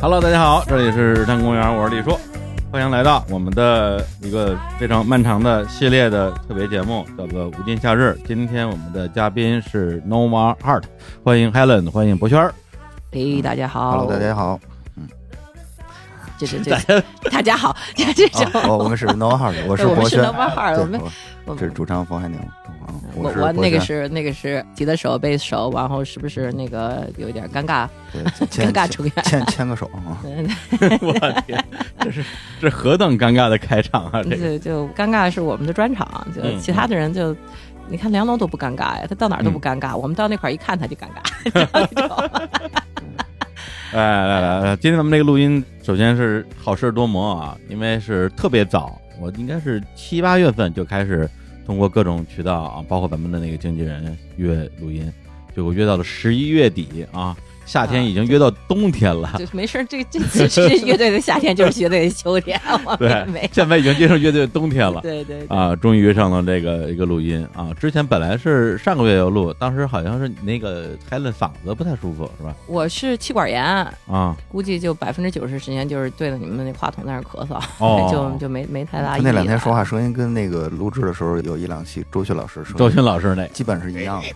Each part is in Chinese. Hello，大家好，这里是日坛公园，我是李叔，欢迎来到我们的一个非常漫长的系列的特别节目，叫做《无尽夏日》。今天我们的嘉宾是 No More Heart，欢迎 Helen，欢迎博轩儿。哎，大家好 Hello，大家好，这这这，大家好，这这啊这， 哦，我们是 No Heart，我是 我博们是轩， No More Heart，对我们我我是主唱冯海宁，嗯我是我博那个轩，是那个是吉他手、贝斯手，然后是不是那个有点尴尬对 尴牵尬成员？牵牵个手 啊，嗯，我天，这是这何等尴尬的开场啊！这个对，就尴尬是我们的专场，就嗯其他的人就。你看梁龙都不尴尬呀，他到哪儿都不尴尬。我们到那块儿一看他就尴尬，来来来来，今天咱们这个录音首先是好事多磨啊，因为是特别早，我应该是七八月份就开始通过各种渠道啊，包括咱们的那个经纪人约录音，结果约到了十一月底啊，夏天已经约到冬天了。 就没事儿。这这这这乐队的夏天就是乐队的秋天，我们也对没，现在已经进入乐队的冬天了对对对啊！终于约上了这个一个录音啊！之前本来是上个月要录，当时好像是你那个 Helen 嗓子不太舒服是吧？我是气管炎，啊，估计就百分之九十时间就是对着你们那话筒在那儿咳嗽，哦就就没没太大他意义。那两天说，话声音跟那个录制的时候有一两期周迅老师周说，迅老师那基本是一样的，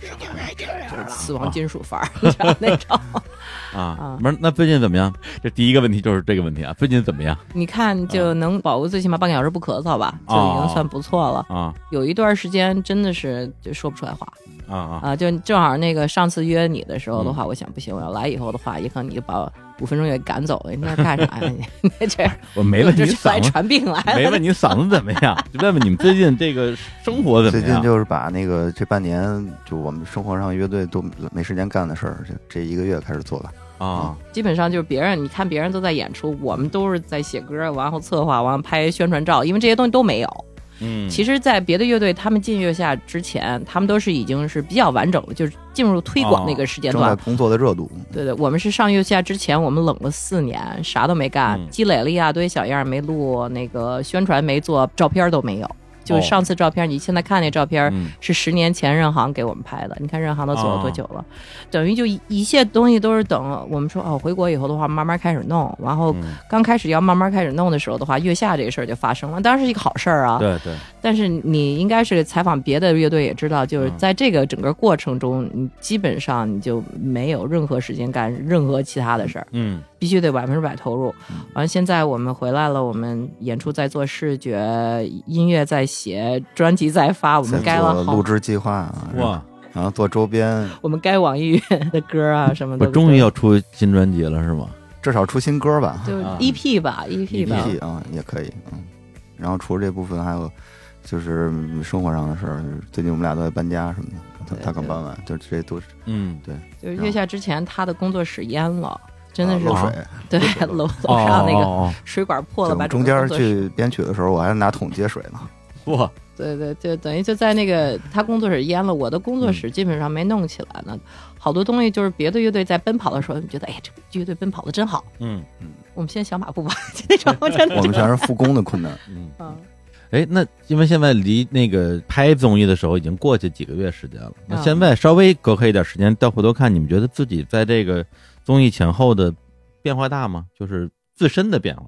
就是死亡金属范儿 你知道那 种。啊啊，不是，那最近怎么样？这第一个问题就是这个问题啊，最近怎么样你看就能保住最起码半个小时不咳嗽吧，就嗯哦已经算不错了。啊有一段时间真的是就说不出来话啊啊嗯啊，就正好那个上次约你的时候的话，我想不行，我要来以后的话，也可能你就把我五分钟给赶走了，你那干啥呀？你 你这样我没问你这是来嗓子，传病来没了。问你嗓子怎么样，就问问你们最近这个生活怎最么近样？就是把那个这半年就我们生活上乐队都没时间干的事儿，这这一个月开始做了，啊基本上就是别人，你看别人都在演出，我们都是在写歌，然后策划，完后拍宣传照，因为这些东西都没有。嗯，其实，在别的乐队他们进月下之前，他们都是已经是比较完整的，就是进入推广那个时间正段。哦在工作的热度，对对，我们是上月下之前，我们冷了四年，啥都没干，嗯积累了一大堆小样儿没录，那个宣传没做，照片都没有。就哦是上次照片，你现在看那照片嗯是十年前任航给我们拍的，你看任航都走啊了多久了，等于就一一切东西都是等我们说哦回国以后的话，慢慢开始弄，然后嗯刚开始要慢慢开始弄的时候的话，月下这个事儿就发生了，当然是一个好事儿啊，对对，但是你应该是采访别的乐队也知道，嗯就是在这个整个过程中，你基本上你就没有任何时间干任何其他的事儿，嗯必须得百分之百投入。嗯完，现在我们回来了，我们演出在做，视觉音乐在写，专辑在发，我在们该做往录好，制计划啊，哇，然后做周边，我们该网易云的歌啊什么我的，终于要出新专辑了是吗？至少出新歌吧，就啊 EP 吧，EP 吧， EP 啊、也可以，嗯。然后除了这部分，还有就是嗯生活上的事儿，就是最近我们俩都在搬家什么的，他对他刚对搬完，就这都是嗯，就是月下之前他的工作室淹了，真的啊是漏啊水。对楼楼上那个个哦水管破了，就我把们整中个工间作室去编曲的时候，我还拿桶接水 呢。哦哇，对对对，等于就在那个他工作室淹了，我的工作嗯室基本上没弄起来呢。好多东西就是别的乐队在奔跑的时候，你觉得哎，这个乐队奔跑的真好。嗯我们现在小马步 吧，就那种真的我们全是复工的 困难，嗯，嗯，哎，那因为现在离那个拍综艺的时候已经过去几个月时间了，那嗯现在稍微隔开一点时间，再回头看，你们觉得自己在这个综艺前后的变化大吗？就是自身的变化。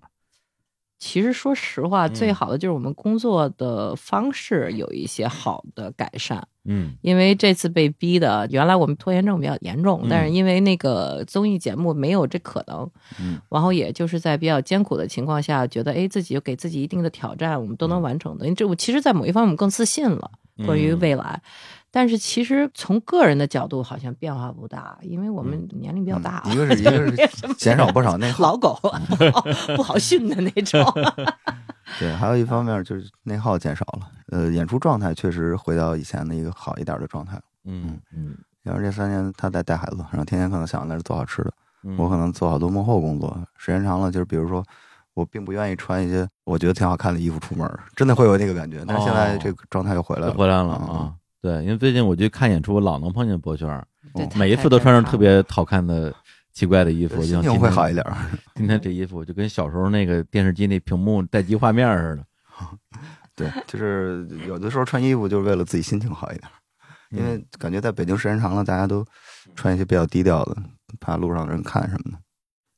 其实说实话，嗯最好的就是我们工作的方式有一些好的改善。嗯因为这次被逼的，原来我们拖延症比较严重，嗯但是因为那个综艺节目没有这可能，嗯然后也就是在比较艰苦的情况下，觉得哎，自己有给自己一定的挑战，我们嗯都能完成的。因为这我其实，在某一方面我们更自信了，关于未来。但是其实从个人的角度好像变化不大，因为我们年龄比较大，嗯一个 是一个没什是么减少不少内耗老，狗， 不好不好训的那 种。哦对，还有一方面就是内耗减少了，呃，演出状态确实回到以前的一个好一点的状态。嗯嗯然后这三年他在带孩子，然后天天可能想的是做好吃的，嗯我可能做好多幕后工作，时间长了，就是比如说，我并不愿意穿一些我觉得挺好看的衣服出门儿，真的会有那个感觉。但是现在这个状态又回来又了，回来了嗯啊。对，因为最近我去看演出，我老能碰见博轩儿，对每一次都穿着特，别好看的、奇怪的衣服，就心像情今会天好一点儿。今天这衣服就跟小时候那个电视机那屏幕待机画面儿似的。对，就是有的时候穿衣服就是为了自己心情好一点儿，因为感觉在北京时间长了，大家都穿一些比较低调的，怕路上的人看什么的。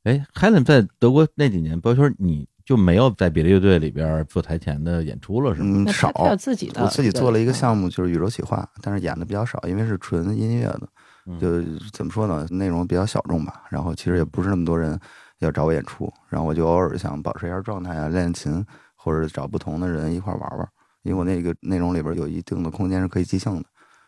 哎，Helen 在德国那几年，包圈你就没有在别的乐队里边做台前的演出了，是吗？嗯，那他少。他有自己的，我自己做了一个对嗯项目，就是宇宙企划，但是演的比较少，因为是纯音乐的，嗯就怎么说呢，内容比较小众吧。然后其实也不是那么多人要找我演出，然后我就偶尔想保持一下状态啊，练练琴，或者找不同的人一块儿玩玩。因为我那个内容里边有一定的空间是可以即兴的，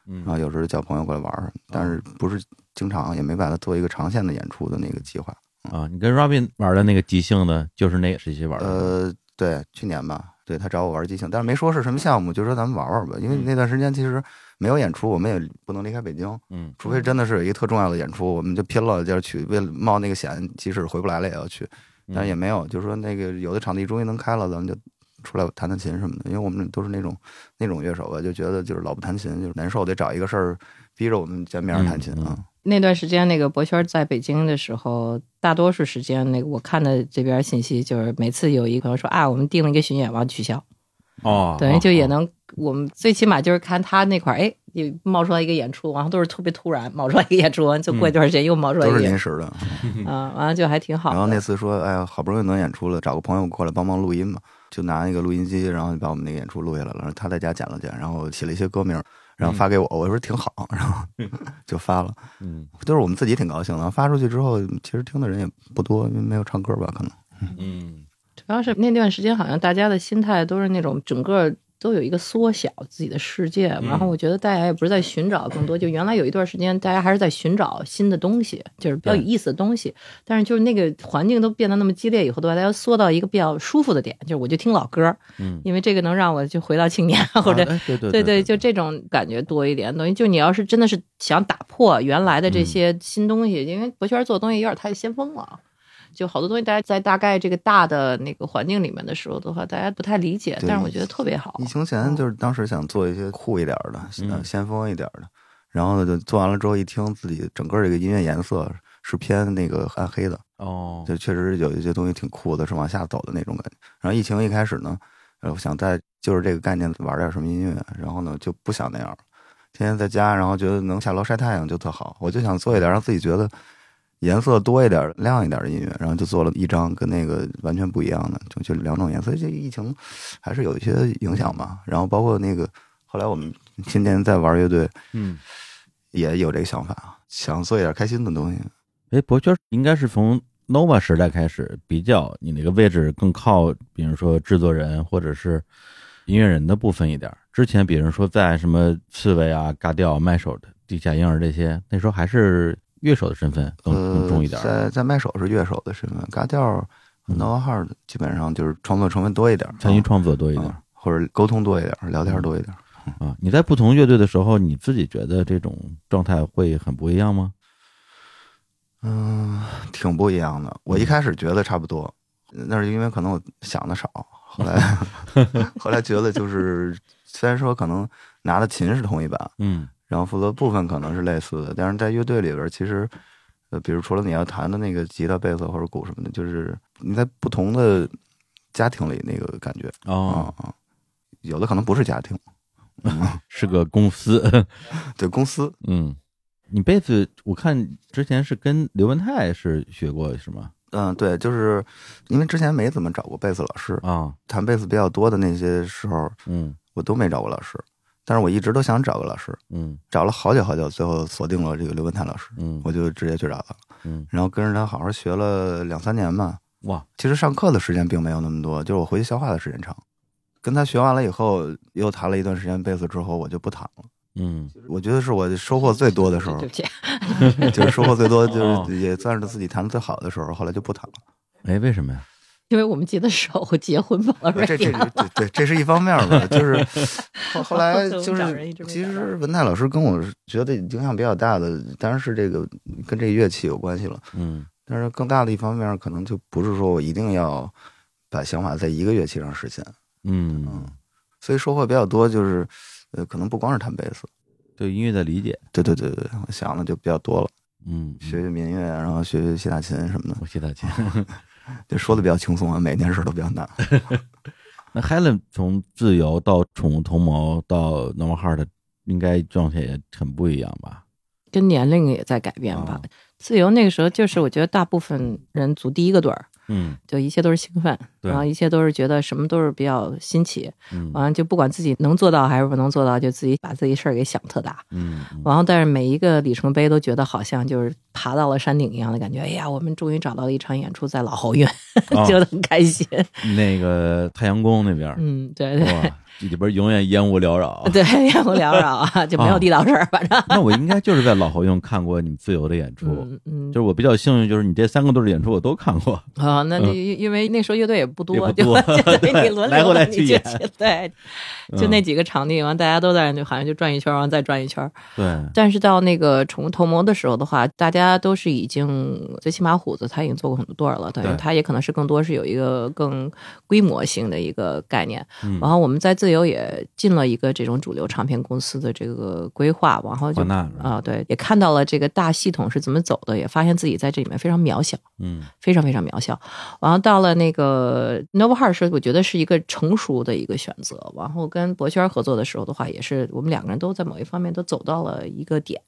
嗯哦然后有时候叫朋友过来玩儿，但是不是经常，也没把它做一个长线的演出的那个计划。啊，你跟 Robin 玩的那个即兴的，就是那谁谁玩的？呃，对，去年吧，对他找我玩即兴，但是没说是什么项目，就说咱们玩玩吧。因为那段时间其实没有演出，我们也不能离开北京，嗯，除非真的是有一个特重要的演出，我们就拼了，就是去，为了冒那个险，即使回不来了也要去。嗯但是也没有，就是说那个有的场地终于能开了，咱们就出来弹弹琴什么的。因为我们都是那种那种乐手吧，就觉得就是老不弹琴就是难受，得找一个事儿逼着我们见面儿弹琴嗯嗯啊。那段时间，那个博轩在北京的时候，大多数时间，那个我看的这边信息就是，每次有一个朋友说啊，我们定了一个巡演，完了取消，哦，等于就也哦能，我们最起码就是看他那块儿，哎，也冒出来一个演出，然后都是特别突然冒出来一个演出，完就过一段时间又冒出来一嗯都个是演临出，时的，啊，完了就还挺好然后那的。次说，哎呀，好不容易能演出了，找个朋友过来帮忙录音嘛，就拿一个录音机，然后就把我们那个演出录下来了。然后他在家剪了剪，然后写了一些歌名，然后发给我，我说挺好，然后就发了。嗯就是我们自己挺高兴的，发出去之后，其实听的人也不多，因为没有唱歌吧，可能。嗯主要是那段时间，好像大家的心态都是那种整个。都有一个缩小自己的世界，然后我觉得大家也不是在寻找更多，就原来有一段时间大家还是在寻找新的东西，就是比较有对意思的东西。但是就是那个环境都变得那么激烈以后，对吧？大家缩到一个比较舒服的点，就是我就听老歌儿，嗯，因为这个能让我就回到青年，或者、啊哎对对对对，就这种感觉多一点。等于就你要是真的是想打破原嗯来的这些新东西，因为博圈做的东西有点太先锋了。就好多东西，大家在大概这个大的那个环境里面的时候的话，大家不太理解，对但是我觉得特别好疫。情前就是当时想做一些酷一点儿的、嗯呃先锋一点儿的，然后呢，就做完了之后一听自己整个这个音乐颜色是偏那个暗黑的，哦，就确实有一些东西挺酷的，是往下走的那种感觉。然后疫情一开始呢，呃，我想在就是这个概念玩点什么音乐，然后呢就不想那样了，天天在家，然后觉得能下楼晒太阳就特好，我就想做一点让自己觉得颜色多一点、亮一点的音乐，然后就做了一张跟那个完全不一样的，就就两种颜色。这疫情还是有一些影响吧，然后包括那个后来我们今年在玩乐队嗯，也有这个想法，啊想做一点开心的东西。哎，博圈应该是从 Nova 时代开始，比较你那个位置更靠，比如说制作人或者是音乐人的部分一点儿。之前比如说在什么刺猬啊、嘎调、麦手、地下婴儿这些，那时候还是乐手的身份更更重一点儿。啊呃、在在麦手是乐手的身份，嘎调、嗯 Nova 号基本上就是创作成分多一点，参与创作多一点啊或者沟通多一点，聊天多一点。啊！你在不同乐队的时候，你自己觉得这种状态会很不一样吗？嗯，挺不一样的。嗯我一开始觉得差不多，那是因为可能我想的少，后来后来觉得就是，虽然说可能拿的琴是同一把，嗯然后负责部分可能是类似的，但是在乐队里边，其实，呃，比如除了你要弹的那个吉他、贝斯或者鼓什么的，就是你在不同的家庭里那个感觉，哦啊，啊，有的可能不是家庭，是个公司， 对公司，嗯，你贝斯我看之前是跟刘文泰是学过是吗？嗯，对，就是因为之前没怎么找过贝斯老师，啊，弹贝斯比较多的那些时候，嗯我都没找过老师，但是我一直都想找个老师，嗯找了好久好久，最后锁定了这个刘文泰老师，嗯，我就直接去找他，嗯，然后跟着他好好学了两三年吧。哇，其实上课的时间并没有那么多，就是我回去消化的时间长。跟他学完了以后，又弹了一段时间贝斯之后，我就不弹了。嗯我觉得是我收获最多的时 候对，不起，就是收获 最多，就哦是也算是自己弹的最好的时候。后来就不弹了。哎，为什么呀？因为我们结的手结婚吧，哎我说这这这对，这是一方面 吧。就是后后来就找人一直，是没其找实到文泰老师跟我觉得影响比较大的，当然是这个跟这个乐器有关系了。嗯但是更大的一方面，可能就不是说我一定要把想法在一个乐器上实现。嗯，所以收获比较多，就是呃，可能不光是弹贝斯，对音乐的理解，对对对对，对我想的就比较多了，嗯，学学民乐，啊然后学学西塔琴什么的，我谢大姐。就说的比较轻松啊，每件事都比较难。 那 Helen 从自由到宠物同谋到 Normal Heart，应该状态也很不一样吧？跟年龄也在改变哦吧。自由那个时候就是我觉得大部分人组第一个队儿，嗯就一切都是兴奋，对然后一切都是觉得什么都是比较新奇，嗯完了就不管自己能做到还是不能做到，就自己把自己事儿给想特大。嗯嗯然后，但是每一个里程碑都觉得好像就是爬到了山顶一样的感觉。哎呀，我们终于找到了一场演出，在老侯院， 哦觉得很开心。那个太阳宫那边儿，嗯，对对哇，这里边永远烟雾缭绕。 对，烟雾缭绕啊，就没有地道事儿，反正。那我应该就是在老侯用看过你自由的演出，嗯嗯就，是我比较幸运，就是你这三个队的演出我都看过。啊，那嗯就因因为那时候乐队也不多，也不多就 就对你 轮流来回来你去就演嗯去对，就那几个场地，完大家都在那，好像就转一圈儿，完再转一圈儿。对，但是到那个宠物头模的时候的话，大家都是已经最起码虎子他已经做过很多段儿了，等于对他也可能是更多是有一个更规模性的一个概念。嗯然，后我们在自由也进了一个这种主流唱片公司的这个规划，然后就华纳是吧啊、对，也看到了这个大系统是怎么走的，也发现自己在这里面非常渺小。嗯非常非常渺小。然后到了那个 Nova Heart 时，我觉得是一个成熟的一个选择。然后跟博轩合作的时候的话，也是我们两个人都在某一方面都走到了一个点，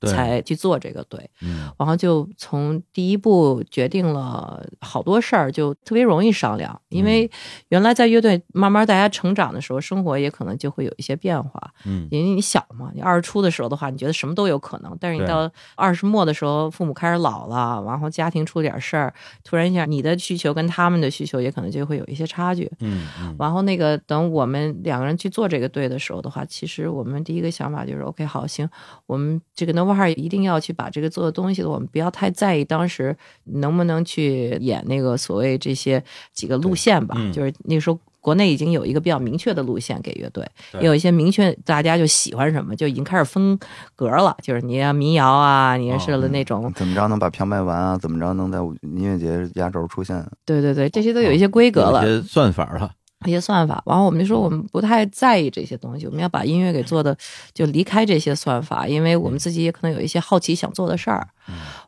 对才去做这个对。嗯然后就从第一步决定了好多事儿，就特别容易商量。因为原来在乐队慢慢大家成长的时候，生活也可能就会有一些变化。嗯，因为你小嘛，你二十出的时候的话，你觉得什么都有可能。但是你对到二十末的时候，父母开始老了，然后家庭出点事儿，突然一下，你的需求跟他们的需求也可能就会有一些差距。嗯嗯然后那个等我们两个人去做这个队的时候的话，其实我们第一个想法就是，OK，好，行，我们这个 Nova Heart 一定要去把这个做的东西，我们不要太在意当时能不能去演那个所谓这些几个路线吧，嗯就是那时候。国内已经有一个比较明确的路线给乐队，对也有一些明确大家就喜欢什么，就已经开始分格了。就是你要民谣啊，你要哦是嗯了那种，怎么着能把票卖完啊？怎么着能在音乐节压轴出现？啊对对对，这些都有一些规格哦了。有一些算法了，一些算法，然后我们就说我们不太在意这些东西，我们要把音乐给做的就离开这些算法，因为嗯我们自己也可能有一些好奇想做的事儿，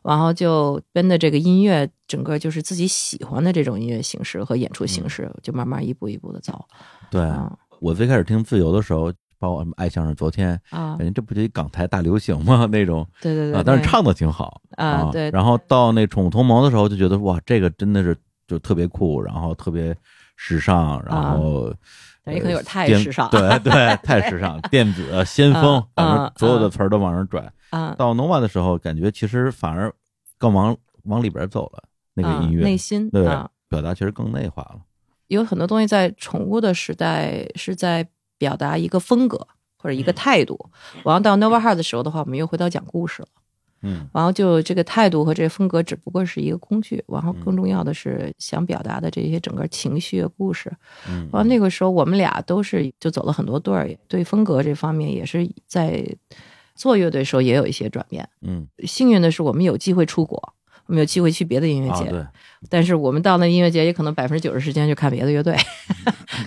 然后就跟着这个音乐，整个就是自己喜欢的这种音乐形式和演出嗯形式，就慢慢一步一步的走对。啊我最开始听自由的时候，包括什么爱相声，昨天啊感，觉这不就一港台大流行吗？ 那种对对对，啊，但是唱的挺好啊对然后到那宠物同盟的时候，就觉得哇，这个真的是就特别酷，然后特别时尚，然后也啊可能有点太电时尚对 对，太时尚，电子先锋嗯，反正嗯所有的嗯词儿都往上拽。啊到 nova 的时候，感觉其实反而更往往里边走了，那啊个音乐内心对啊，表达其实更内化了。有很多东西在宠物的时代是在表达一个风格或者一个嗯态度，然后到 Nova Heart 的时候的话，我们又回到讲故事了。嗯然后就这个态度和这个风格只不过是一个工具，然后更重要的是想表达的这些整个情绪故事。嗯然后那个时候我们俩都是就走了很多对儿，对风格这方面也是在做乐队的时候也有一些转变。嗯幸运的是我们有机会出国。我们有机会去别的音乐啊节，对，但是我们到那音乐节也可能百分之九十时间就看别的 乐队，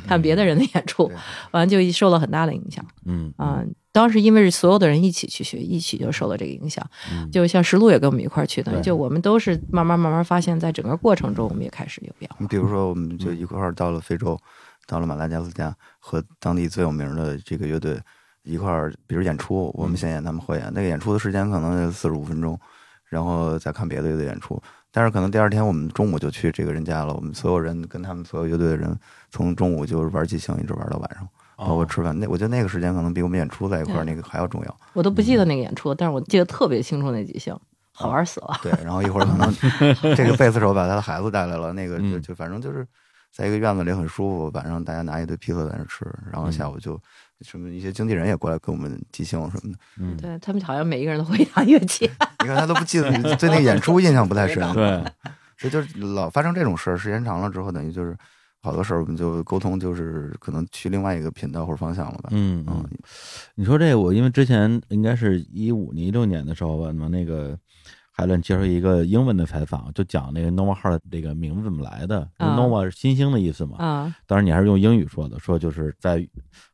看别的人的演出对，完就受了很大的影响。嗯啊、当时因为是所有的人一起去学，一起就受到这个影响。嗯就像石路也跟我们一块儿去，等于对就我们都是慢慢慢慢发现，在整个过程中，我们也开始有变化你。比如说，我们就一块儿到了非洲，到了马达加斯加，和当地最有名的这个乐队一块儿，比如演出，我们先演，他们汇演。那个演出的时间可能四十五分钟，然后再看别的乐队演出。但是可能第二天我们中午就去这个人家了，我们所有人跟他们所有乐队的人，从中午就是玩即兴，一直玩到晚上，包哦括吃饭。那我觉得那个时间可能比我们演出在一块儿对那个还要重要。我都不记得那个演出，但是我记得特别清楚那几项，好玩死了。对，然后一会儿 可能这个贝斯手把他的孩子带来了，那个就嗯就反正就是在一个院子里很舒服，晚上大家拿一堆披萨在那吃，然后嗯下午就什么一些经纪人也过来跟我们即兴什么的。嗯对他们好像每一个人都会一把乐 器，你看他都不记得，对那个演出印象不太深。对，所以就是老发生这种事儿，时间长了之后，等于就是好多事儿我们就沟通，就是可能去另外一个频道或者方向了吧。嗯嗯嗯。，你说这个，我因为之前应该是一五年、一六年的时候吧，那么那个海伦接受一个英文的采访，就讲那个 Nova Heart 这个名字怎么来的。因为啊 Nova 是新星的意思嘛，啊当然你还是用英语说的，说就是在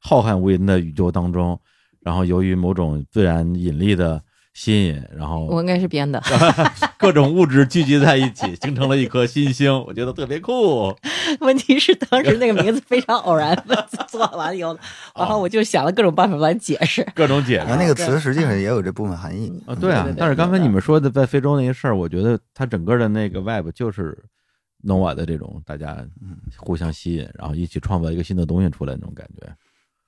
浩瀚无垠的宇宙当中，然后由于某种自然引力的吸引，然我后应该是编的。 各种物质聚集在一起，形成了一颗新星。我觉得特别酷。问题是当时那个名字非常偶然 做完以后，然后我就想了各种办法来解释。各种解释然后那个词实际上也有这部分含义。啊，对啊对对。对但是刚才对你们说的在非洲那些事儿，我觉得它整个的那个 web 就是 Nova 的这种大家互相吸引，然后一起创造一个新的东西出来那种感觉。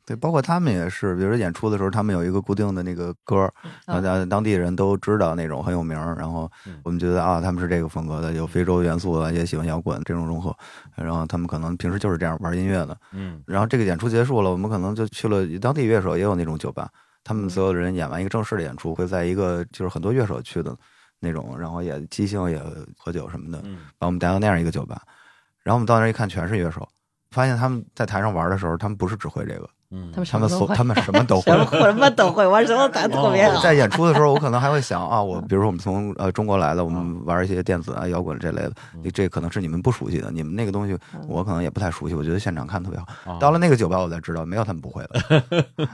对，包括他们也是，比如说演出的时候，他们有一个固定的那个歌儿，然后当当地人都知道那种很有名儿。然后我们觉得啊，他们是这个风格的，有非洲元素的，也喜欢摇滚这种融合。然后他们可能平时就是这样玩音乐的。嗯，然后这个演出结束了，我们可能就去了当地乐手也有那种酒吧，他们所有人演完一个正式的演出，会在一个就是很多乐手去的那种，然后也即兴也喝酒什么的嗯，把我们带到那样一个酒吧。然后我们到那儿一看，全是乐手，发现他们在台上玩的时候，他们不是只会这个，嗯他们他什们么所都会，他们哦什么都会 什。么什么都会，玩什么弹特别我好。在演出的时候，我可能还会想啊，我比如说我们从呃中国来的，我嗯们玩一些电子啊、摇滚这类的，这可能是你们不熟悉的，你们那个东西嗯我可能也不太熟悉。我觉得现场看特别好。哦到了那个酒吧，我才知道没有他们不会 的，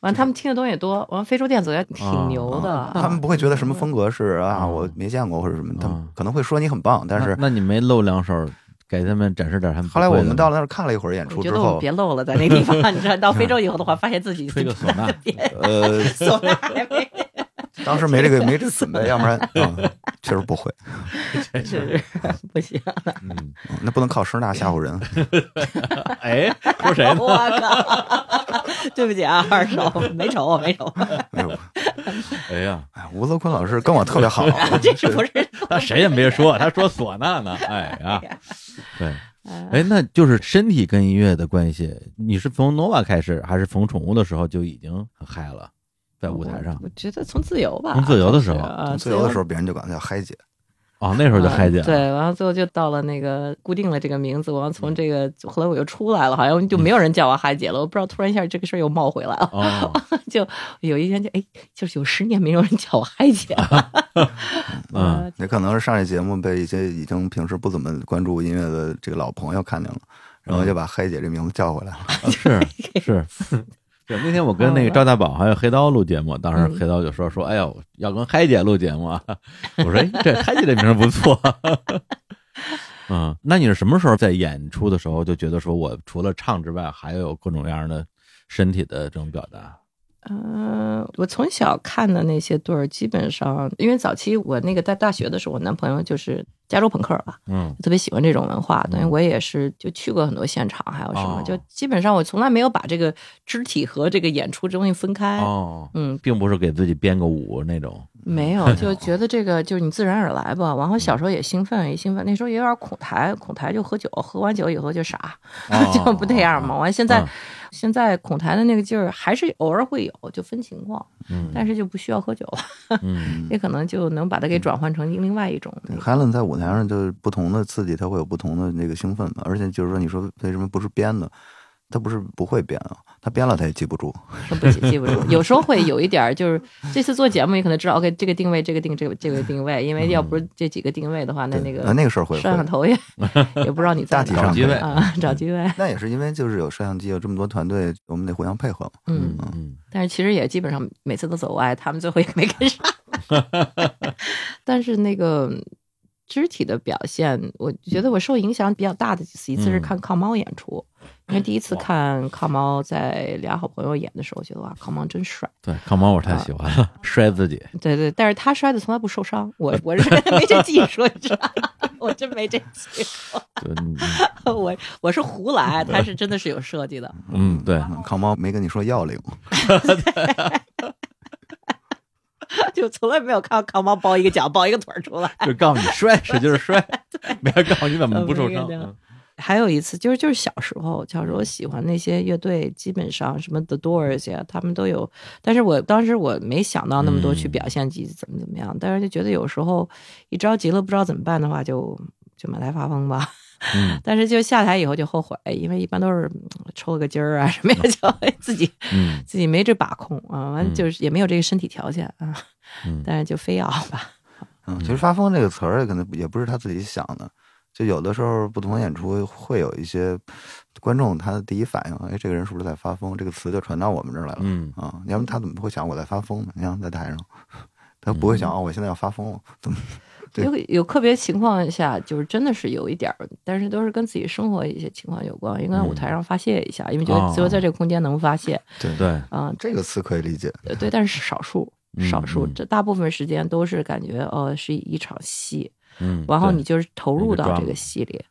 完，他们听的东西也多，完非洲电子也挺牛的。哦他们不会觉得什么风格是啊啊嗯我没见过或者什么，他们啊可能会说你很棒，但是那那你没露两手，给他们展示点他们不后会来的吗。我们到了那儿看了一会儿演我出觉之得我们后，别漏了，在那 地方，你知道，到非洲以后的话，发现自己吹个唢呐，呃，唢呐还没，当时没 这个没这准备，要不然啊确实不会，是哎 不行。 嗯，嗯那不能靠声呐吓 唬人。哎，说谁呢？我靠！ 对不起啊，二手没瞅我，没瞅 我，哎呦，哎呀，哎，吴泽坤老师跟我特别好， 这是不是？他谁也没说，他说唢呐呢。哎呀，对，哎，那就是身体跟音乐的关系。你是从 Nova 开始，还是从宠物的时候就已经很嗨了，在舞台上我？我觉得从自由吧，从自由的时候啊，自由的时候。候别人就管他叫嗨姐。哦，那时候就嗨起来嗯对，了。完了最后就到了那个固定了这个名字，完了从这个后来我又出来了，好像就没有人叫我嗨姐了。我不知道突然一下这个事儿又冒回来了，哦， 就有一天就哎，就是有十年没有人叫我嗨姐了。 嗯，也可能是上一节目被一些已经平时不怎么关注音乐的这个老朋友看见了，然嗯后就把黑姐这名字叫回来了。是是。 对，那天我跟那个赵大宝还有黑刀录节目，当时黑刀就说说，哎呦，要跟嗨姐录节目啊！我说，哎，这嗨姐这名儿不错。 嗯，那你是什么时候在演出的时候就觉得说我除了唱之外，还有各种各样的身体的这种表达？嗯，我从小看的那些对儿，基本上因为早期我那个在大学的时候，我男朋友就是加州朋克吧，嗯特别喜欢这种文化，等于我也是就去过很多现场，还有什么，哦就基本上我从来没有把这个肢体和这个演出这东西分开。哦，嗯，并不是给自己编个舞那种。没嗯有，就觉得这个就是你自然而然吧。然后小时候也兴奋，也兴奋，那时候也有点恐台，恐台就喝酒，喝完酒以后就傻，哦 就不那样嘛。完现在，嗯现在恐台的那个劲儿还是偶尔会有，就分情况，嗯但是就不需要喝酒了，嗯 也可能就能把嗯它给转换成另外一种那个。 h e l e n 在舞台上就是不同的刺激，他会有不同的那个兴奋嘛。而且就是说，你说为什么不是编的？他不是不会编啊，他编了他也记不住。真不记记不住，有时候会有一点儿，就是这次做节目，你可能知道，OK，这个定位，这个定，这个这个定位，因为要不是这几个定位的话，那那嗯对个啊那个事儿会摄像会，头 也也不知道你在大体哪儿找上机位可以啊，找机位，那也是因为就是有摄像机，有这么多团队，我们得互相配合嘛。嗯，嗯但是其实也基本上每次都走歪，他们最后也没跟上， 但是那个。肢体的表现，我觉得我受影响比较大的几次，一次是嗯看康猫演出，因为第一次看康猫在俩好朋友演的时候，我觉得哇，康猫真帅。对，康猫我太喜欢了， 摔自己。对对，但是他摔的从来不受伤，我我是 没这技术，你知道吗， 我真没这技术，就嗯你我我是胡来，他是真的是有设计的。 嗯，哦对，嗯康猫没跟你说要领，就从来没有看到康猫包一个脚、包一个腿儿出 来。就告诉你摔，使劲摔， 没有告诉你怎么不受伤嗯。对还有一次就是就是小时候，小时候喜欢那些乐队，基本上什么 The Doors 呀，他们都有。但是我当时我没想到那么多去嗯表现自己怎么怎么样，但是就觉得有时候一着急了不知道怎么办的话，就就满台发疯吧。嗯 但是就下台以后就后悔，因为一般都是嗯抽了个筋儿啊什么呀， 就哎自己嗯自己没这把控啊，完嗯就是也没有这个身体条件啊，嗯但是就非要 吧。嗯，其实“发疯”这个词儿可能也不是他自己想的，就有的时候不同的演出会有一些观众他的第一反应，哎，这个人是不是在发疯？这个词就传到我们这儿来了。嗯啊，要嗯不他怎么会想我在发疯呢？你想在台上，他不会想哦，我现在要发疯了，怎么对有有个别情况下，就是真的是有一点儿，但是都是跟自己生活一些情况有关，应该嗯舞台上发泄一下，因为觉得哦只有在这个空间能发泄对，对，啊、这个词可以理解。呃对，但是少数嗯少数，嗯这大部分时间都是感觉哦是一场戏，嗯，然后对你就是投一入个到这 drama 个戏里，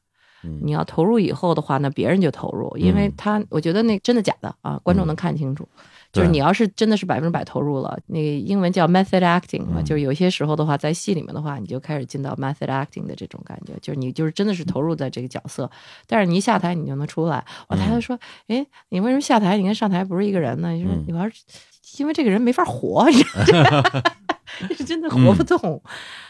嗯你要投入以后的话，那别人就投入，因为嗯他我觉得那真的假的啊，观众能看清楚。就是对你要是真的是百分之百投入了，那个英文叫 method acting 嘛，嗯就是有些时候的话，在戏里面的话，你就开始进到 method acting 的这种感觉，就是你就是真的是投入在这个角色，但是你一下台你就能出嗯来。我大家都说，哎，你为什么下台？你跟上台不是一个人呢？你说嗯你玩，因为这个人没法活，你知道吗 是真的活不动。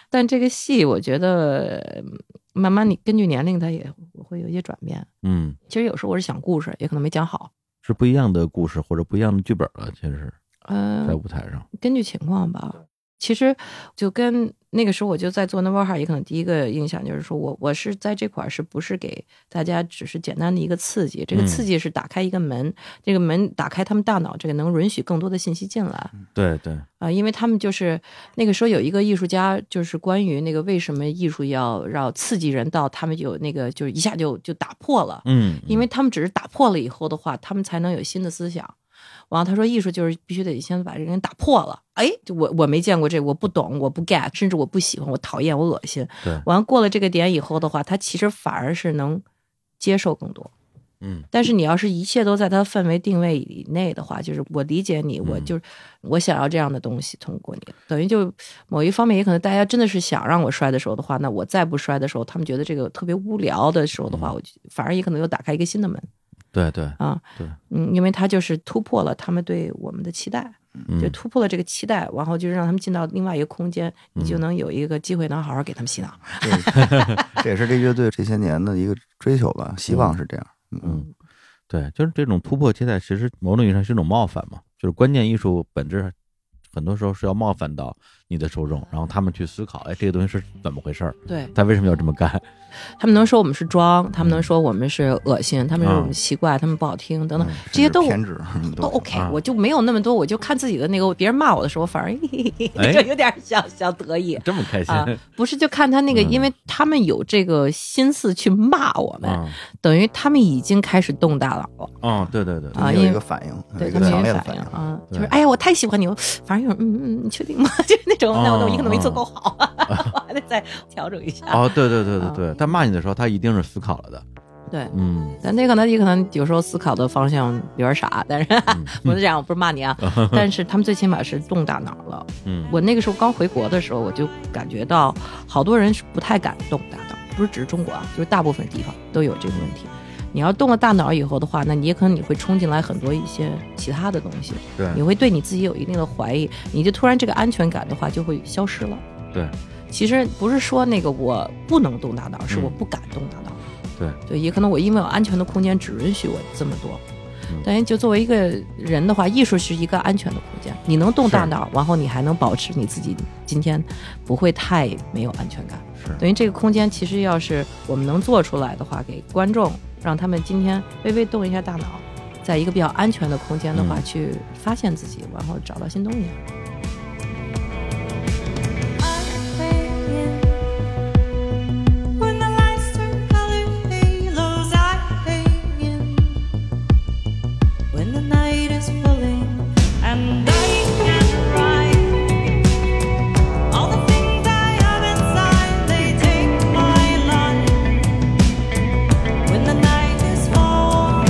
但这个戏，我觉得嗯慢慢你根据年龄，它也会有一些转变。嗯其实有时候我是讲故事，也可能没讲好。是不一样的故事或者不一样的剧本了，其实，嗯、在舞台上，根据情况吧。其实就跟那个时候我就在做 Never Hard，也可能第一个印象就是说我我是在这块儿是不是给大家只是简单的一个刺激？这个嗯刺激是打开一个门，这个门打开他们大脑，这个能允许更多的信息进来。对对，啊、因为他们就是那个时候有一个艺术家，就是关于那个为什么艺术要要刺激人到他们有那个就是一下就就打破了，嗯，因为他们只是打破了以后的话，他们才能有新的思想。然后他说，艺术就是必须得先把这个人打破了。哎，就我我没见过这个，我不懂，我不 get，甚至我不喜欢，我讨厌，我恶心。对完了过了这个点以后的话，他其实反而是能接受更多。嗯但是你要是一切都在它的范围定位以内的话，就是我理解你，我就是我想要这样的东西通过你，等于就某一方面也可能大家真的是想让我摔的时候的话，那我再不摔的时候，他们觉得这个特别无聊的时候的话，我就反而也可能又打开一个新的门对对啊，对，嗯，因为它就是突破了他们对我们的期待，就嗯突破了这个期待，然后就是让他们进到另外一个空间，你嗯就能有一个机会能好好给他们洗脑。这这也是 这乐队这些年的一个追求吧，希望是这样。嗯，嗯，对，就是这种突破期待，其实某种意义上是一种冒犯嘛，就是关键艺术本质。很多时候是要冒犯到你的受众，然后他们去思考，哎，这个东西是怎么回事儿？对，他为什么要这么 干？他们能说我们是装，他们嗯能说我们是恶心，他们说我啊们奇怪，他们不好听等等，这些都哦甚至偏执嗯都 OK，、啊我就没有那么多，我就看自己的那个别人骂我的时候，我反而哎就有点小小得意。这么开心啊，不是，就看他那个，嗯因为他们有这个心思去骂我们，嗯等于他们已经开始动大脑了，嗯，对对对，对啊你因有为一个反应，有对嗯一他个们强烈有的反应应。啊，对就是哎呀，我太喜欢你，了，反正有嗯嗯，你确定吗？ 就是那种，那我那我哦可能没做哦够好， 我还得再调整一下。哦，对对对对啊对，他骂你的时候，他一定是思考了的，对，嗯，但那可能也可能有时候思考的方向有点傻，但是嗯 我是这样，我不是骂 你啊，但是他们最起码是动大脑了。嗯我那个时候刚回国的时候，我就感觉到好多人是不太敢动大脑，不是只是中国啊，就是大部分地方都有这个问题。你要动了大脑以后的话，那你也可能你会冲进来很多一些其他的东西，对你会对你自己有一定的怀疑，你就突然这个安全感的话就会消失了。对，其实不是说那个我不能动大脑，是嗯我不敢动大脑。对对，也可能我因为有安全的空间，只允许我这么多嗯。但是就作为一个人的话，艺术是一个安全的空间，你能动大是脑，然后你还能保持你自己今天不会太没有安全感。是，等于这个空间其实要是我们能做出来的话，给观众让他们今天微微动一下大脑，在一个比较安全的空间的话，嗯去发现自己，然后找到新东西。 When the lights turn colored halos, I hang in. When the night is falling and I can't find all the things I have inside, they take my life. When the night is falling.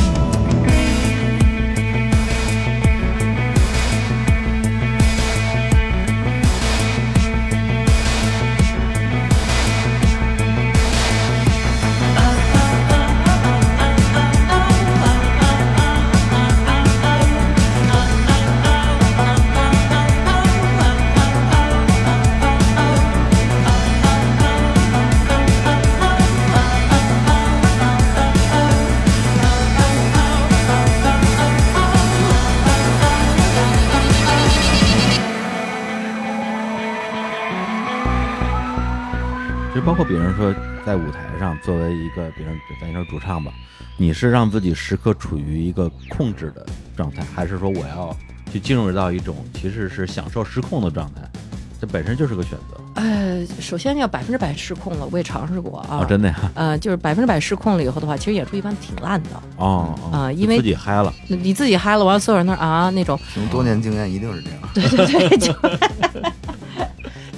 其实包括比如说在舞台上，作为一个，比如咱说主唱吧，你是让自己时刻处于一个控制的状态，还是说我要去进入到一种其实是享受失控的状态？这本身就是个选择呃，首先要百分之百失控了，我也尝试过啊，啊，真的呀，呃，就是百分之百失控了以后的话，其实演出一般挺烂的，哦啊哦因为自己嗨了，你自己嗨了，完了所有人那儿啊那种，凭多年经验一定是这样。对对对，就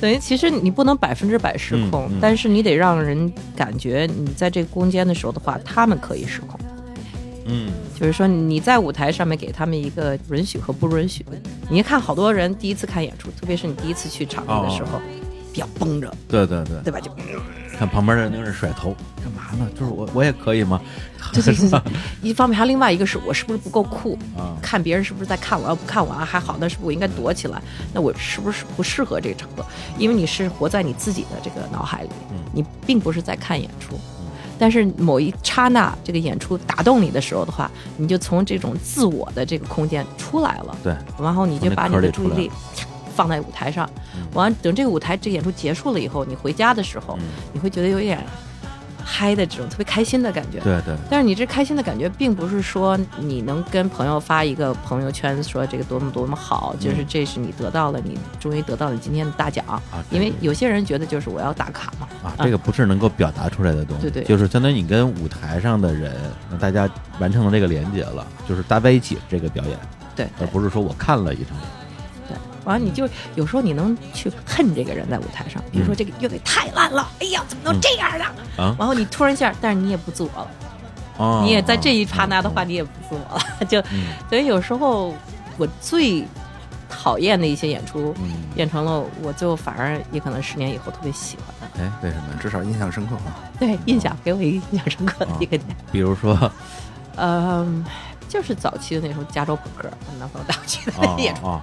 等于其实你不能百分之百失控，嗯嗯但是你得让人感觉你在这个空间的时候的话，他们可以失控。嗯，就是说你在舞台上面给他们一个允许和不允许。你看好多人第一次看演出，特别是你第一次去场地的时候，比较绷着，对对对，对吧？就看旁边的那个人甩头干嘛呢？就是我我也可以吗？对对对对，一方面还有另外一个是我是不是不够酷啊？看别人是不是在看我？要不看我啊还好，那是不是我应该躲起来？那我是不是不适合这个场合？因为你是活在你自己的这个脑海里，嗯你并不是在看演出。但是某一刹那，这个演出打动你的时候的话，你就从这种自我的这个空间出来了。对，然后你就把你的注嗯从意那壳里力放在舞台上，嗯完等这个舞台这个演出结束了以后，你回家的时候，嗯你会觉得有一点嗨的这种特别开心的感觉。对对，但是你这开心的感觉，并不是说你能跟朋友发一个朋友圈说这个多么多么好，嗯就是这是你得到了，你终于得到了今天的大奖。啊对因为有些人觉得就是我要打卡嘛，啊，这个不是能够表达出来的东西，对对就是相当于你跟舞台上的人，那大家完成了这个连接了，就是搭在一起这个表演，对而对不是说我看了一场，对。完了，你就有时候你能去恨这个人在舞台上，比如说这个乐队太烂了，哎呀，怎么能这样呢？嗯啊然后你突然一下，但是你也不自我了，哦你也在这一刹那的话，你也不自我了，就嗯 所以有时候我最讨厌的一些演出，嗯，变成了我最后反而也可能十年以后特别喜欢的。哎，为什么呀？至少印象深刻啊！对，印象给我一个印象深刻的一个点，比如说，嗯，就是早期的那时候加州扑克，我男朋友带我去的那 哦个演出，哦，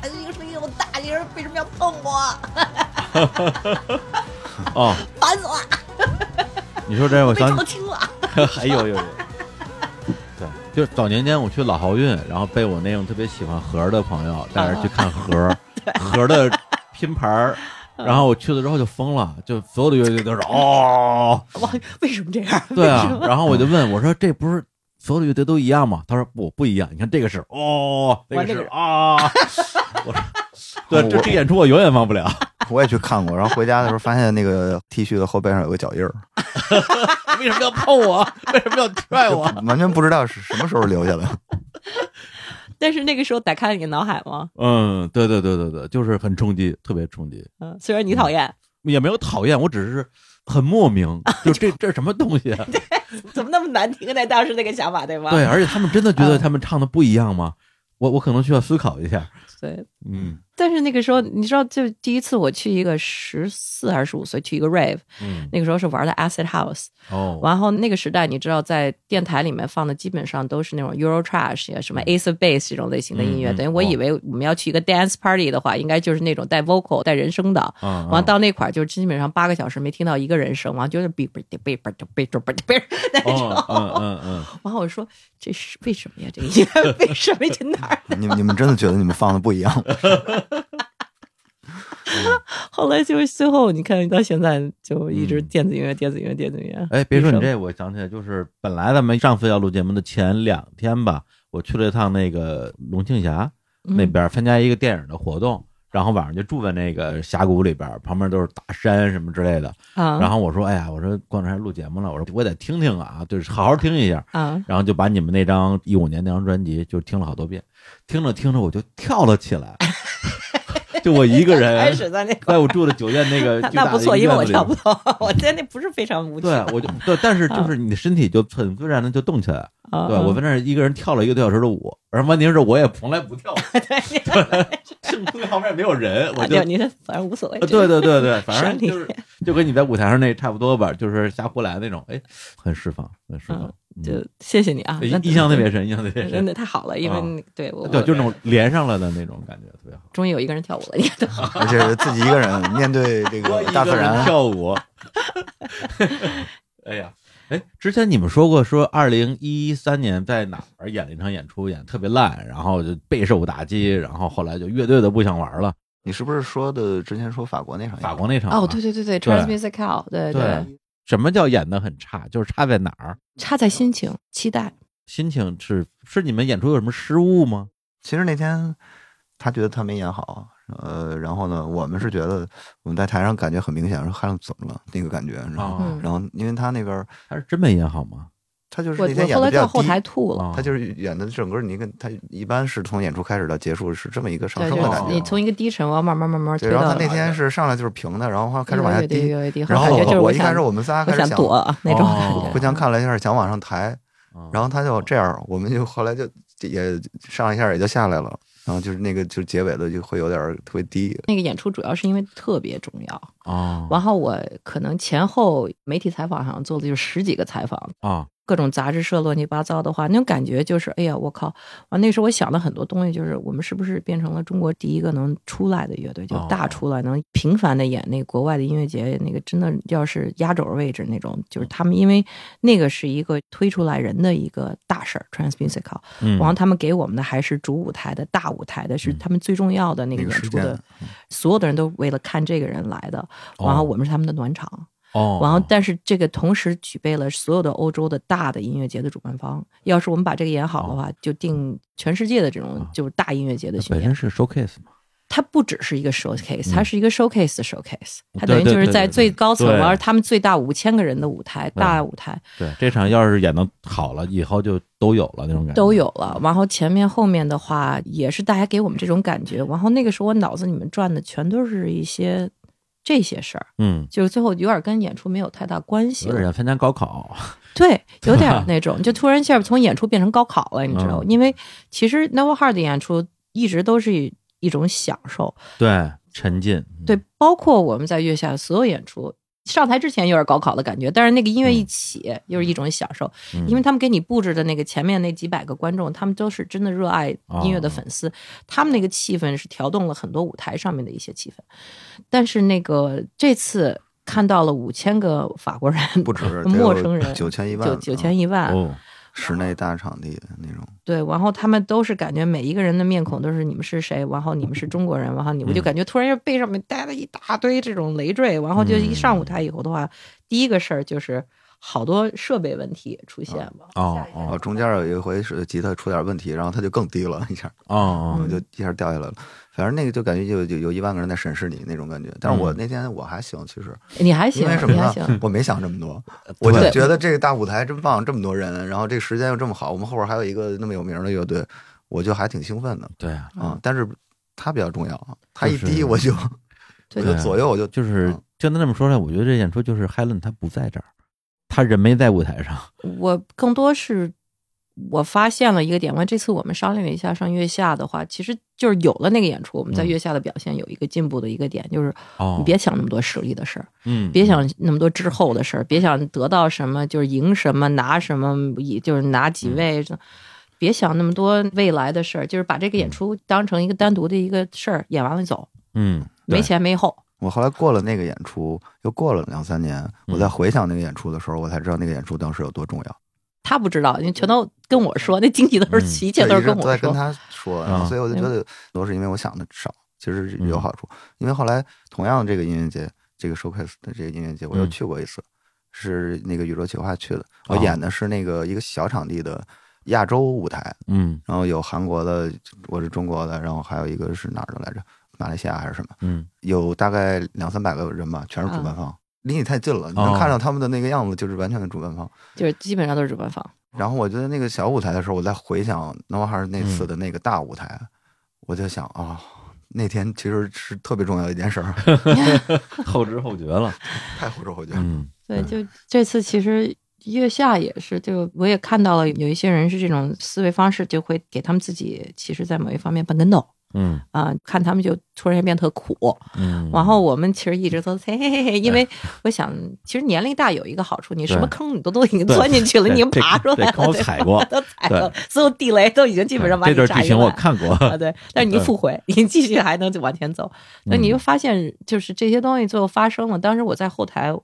哎呦，声音又大，这人为什么要碰我？哦，烦死了， 你说这让我被想撞青了。 哎呦呦呦！对，就是早年间我去老豪运，然后被我那种特别喜欢盒儿的朋友带着去看盒 儿，盒儿的拼盘儿。然后我去了之后就疯了，就所有的乐队都是哦，哇，为什么这样？ 对 啊。然后我就问我说：“这不是所有的乐队都一样吗？”他说：“不，不一样。你看这个是哦，那哇个那是个啊。”我 说：“对，这我这演出我永远忘不了。我也去看过，然后回家的时候发现那个 T 恤的后背上有个脚印儿， 为什么要碰我？为什么要哎踹我？完全不知道是什么时候留下来的。 但是那个时候打开你的脑海吗？嗯，对对对对对，就是很冲击，特别冲击。嗯，虽然你讨 厌，也没有讨厌，我只是很莫名，就这这是什么东西？啊怎么那么难听？那当时那个想法对吗？对，而啊且他们真的觉得他们唱的不一样吗？我我可能需要思考一下。对，嗯但是那个时候，你知道，就第一次我去一个十四还是十五岁去一个 rave，嗯那个时候是玩的 acid house，哦然后那个时代你知道，在电台里面放的基本上都是那种 euro trash 什么 ace of base 这种类型的音乐，嗯嗯嗯等于我以为我们要去一个 dance party 的话，应该就是那种带 vocal 带人声的。啊完了到那块儿就基本上八个小时没听到一个人声，完了就是哔哔哔哔哔哔哔哔哔那哦种。嗯嗯嗯，完后我说这是为什么呀？这个音 乐为什么这哪儿？你们你们真的觉得你们放的不一样？后来就是最后，你看到现在就一直电子音乐、电子音乐、电子音乐。哎，别说你一这，生，我想起来，就是本来咱们上次要录节目的前两天吧，我去了一趟那个龙庆峡那边参加一个电影的活动，然后晚上就住在那个峡谷里边，旁边都是大山什么之类的。啊，然后我说，哎呀，我说逛这还录节目了，我说我得听听啊，就是好好听一下。啊，然后就把你们那张一五年那张专辑就听了好多遍，听着听着我就跳了起 来，就我一个开人始在那在块儿，我住的酒店那 个那呃巨那大不的错，因为我院子跳不里，动，我在那不是非常无趣对的。我就对，但是就是你的身体就很自然的就动起来，啊，对我在那儿一个人跳了一个多小时的舞，然后问题是我也从来不 跳舞， 幸亏旁边没有人，我啊就对，。你这反正无所谓。呃对对对对，反正山里就是就跟你在舞台上那差不多吧，就是瞎胡来那种，哎，很释放，很释放嗯，就谢谢你啊，那嗯印象特别深，印象特别深真，的太好了，因为啊那对我对，我就是那种连上了的那种感觉，特别好。终于有一个人跳舞了，你看而且自己一个人面对啊这个大自然，跳舞。 哎呀，哎，之前你们说过，说二零一三年在哪儿演了一场演出，演得特别烂，然后就备受打击，然后后来就乐队都不想玩了。你是不是说的之前说法国那场？法国那场、哦，对，对对对，Trans Musical，对对什么叫演的很差？就是差在哪儿？差在心情、期待，心情是是你们演出有什么失误吗？其实那天他觉得他没演好，呃，然后呢，我们是觉得我们在台上感觉很明显，说汉亮怎么了那个感觉，然后、嗯然后因为他那边啊还是真没演好吗？他就是我那天我演后来的比较到低后，台吐了，啊他就是演的整个你跟他一般是从演出开始到结束是这么一个上对，升就的是感你觉。从一个低沉，我要慢慢慢慢对，推然后他到那天是上来就是平的，然后后开始往越来下越低，低越，来越低，然感后觉就是我我一开想始我们仨我开始想躲嗯啊那种感哦觉互。相看了一下，想往上抬，然后他就这样，我们就后来就也上一下也就下来了，然后就是那个就是结尾的就会有点儿特别低，那个演出主要是因为特别重要，啊然后我可能前后媒体采访好像做了就是十几个采访，啊各种杂志社乱七八糟的话，那种感觉就是，哎呀，我靠！啊，那时候我想了很多东西，就是我们是不是变成了中国第一个能出来的乐队，就哦大出来，能频繁的演那个国外的音乐节，那个真的要是压轴位置那种，就是他们因为那个是一个推出来人的一个大事儿，Trans Musical，、嗯然后他们给我们的还是主舞台的大舞台的，是他们最重要的那个那个演时出间的，所有的人都为了看这个人来的，哦然后我们是他们的暖场。哦，然后，但是这个同时举备了所有的欧洲的大的音乐节的主办方。要是我们把这个演哦好的话，就定全世界的这种就是大音乐节的巡本演身。是 showcase 嘛，它不只是一个嗯 showcase，它是一个 showcase 的 showcase。它对等于就对是对在对最高层对玩他们最大五千个人的舞台，大舞台对，这场要是演的好了，以后就都有了那种感觉，都有了。然后前面后面的话也是大家给我们这种感觉。然后那个时候我脑子里面转的全都是一些这些事儿，嗯，就是最后有点跟演出没有太大关系有了。点像参加高考，对，有点儿那 种，就突然一下从演出变成高考了，你知道吗？嗯因为其实 Never Hard 的演出一直都是一一种享受， 对，沉浸，对，包括我们在月下所有演出。上台之前有点高考的感觉，但是那个音乐一起又是一种享受，嗯因为他们给你布置的那个前面那几百个观众，他们都是真的热爱音乐的哦粉丝，他们那个气氛是调动了很多舞台上面的一些气氛。但是那个这次看到了五千个法国人，不止陌生人九千一 万，九九千一万，哦，室内大场地的那种，对，然后他们都是感觉每一个人的面孔都是你们是谁，然后你们是中国人，然后你嗯们就感觉突然就背上面带了一大堆这种累赘，然后就一上嗯舞台以后的话，第一个事儿就是好多设备问题出现了。哦啊，哦中间有一回是吉他出点问题，然后他就更低了一下，哦哦我就一下掉下来了。反正那个就感觉有有有一万个人在审视你那种感觉，但是我嗯那天我还行，其实你还行因为，什你么还呢行，？我没想这么多，我就对觉得这个大舞台真棒，这么多人，然后这时间又这么好，我们后边还有一个那么有名的乐队，我就还挺兴奋的对啊，嗯啊。但是他比较重要，啊他一就是低我就我对就左右我就就是嗯听他这么说来，我觉得这演出就是 Helen 他不在这儿，他人没在舞台 上，我更多是我发现了一个点，完这次我们商量了一下上月下的话，其实就是有了那个演出，我们在嗯月下的表现有一个进步的一个点，就是哦，你别想那么多实力的事儿。嗯，别想那么多之后的事儿，别想得到什么就是赢什么拿什么，以就是拿几嗯位，别想那么多未来的事儿，就是把这个嗯演出当成一个单独的一个事儿，演完了走，嗯，对没前没后。我后来过了那个演出，又过了两三年，我再回想那个演出的时候，我才知道那个演出当时有多重要。他不知道，因为全都跟我说，那经纪都是嗯一切都是对一直跟都我在跟说。他说，然啊后所以我就觉得都是因为我想的少，其实是有嗯好处。因为后来同样这个音乐节，这个 showcase 的这个音乐节，我又嗯去过一次，是那个宇宙企划去的，哦我演的是那个一个小场地的亚洲舞台，嗯然后有韩国的，我是中国的，然后还有一个是哪儿的来着，马来西亚还是什么。 嗯，有大概两三百个人吧，全是主办方，离你太近了，你能哦看到他们的那个样子，就是完全的主办方。就是基本上都是主办方，然后我觉得那个小舞台的时候，我在回想诺瓦哈尔嗯那次的那个大舞台，我就想啊、那天其实是特别重要的一件事 儿，后知后觉了，太后知后觉了。嗯对，就这次其实月下也是，就我也看到了有一些人是这种思维方式，就会给他们自己其实在某一方面绊跟头嗯啊、看他们就突然间变特苦， 嗯，然后我们其实一直都嘿嘿嘿嘿，因为我想，其实年龄大有一个好处，你什哎么对坑你都都已经对钻进去了，对你已经这爬出来这了，坑我对踩吧过 都踩对了，所有地雷都已经基本上把这你段炸剧晕情我了看 过，啊，对，但是你对嗯复回，你继续还能往前走，那你就发现就是这些东西最后发生了。当时我在后台，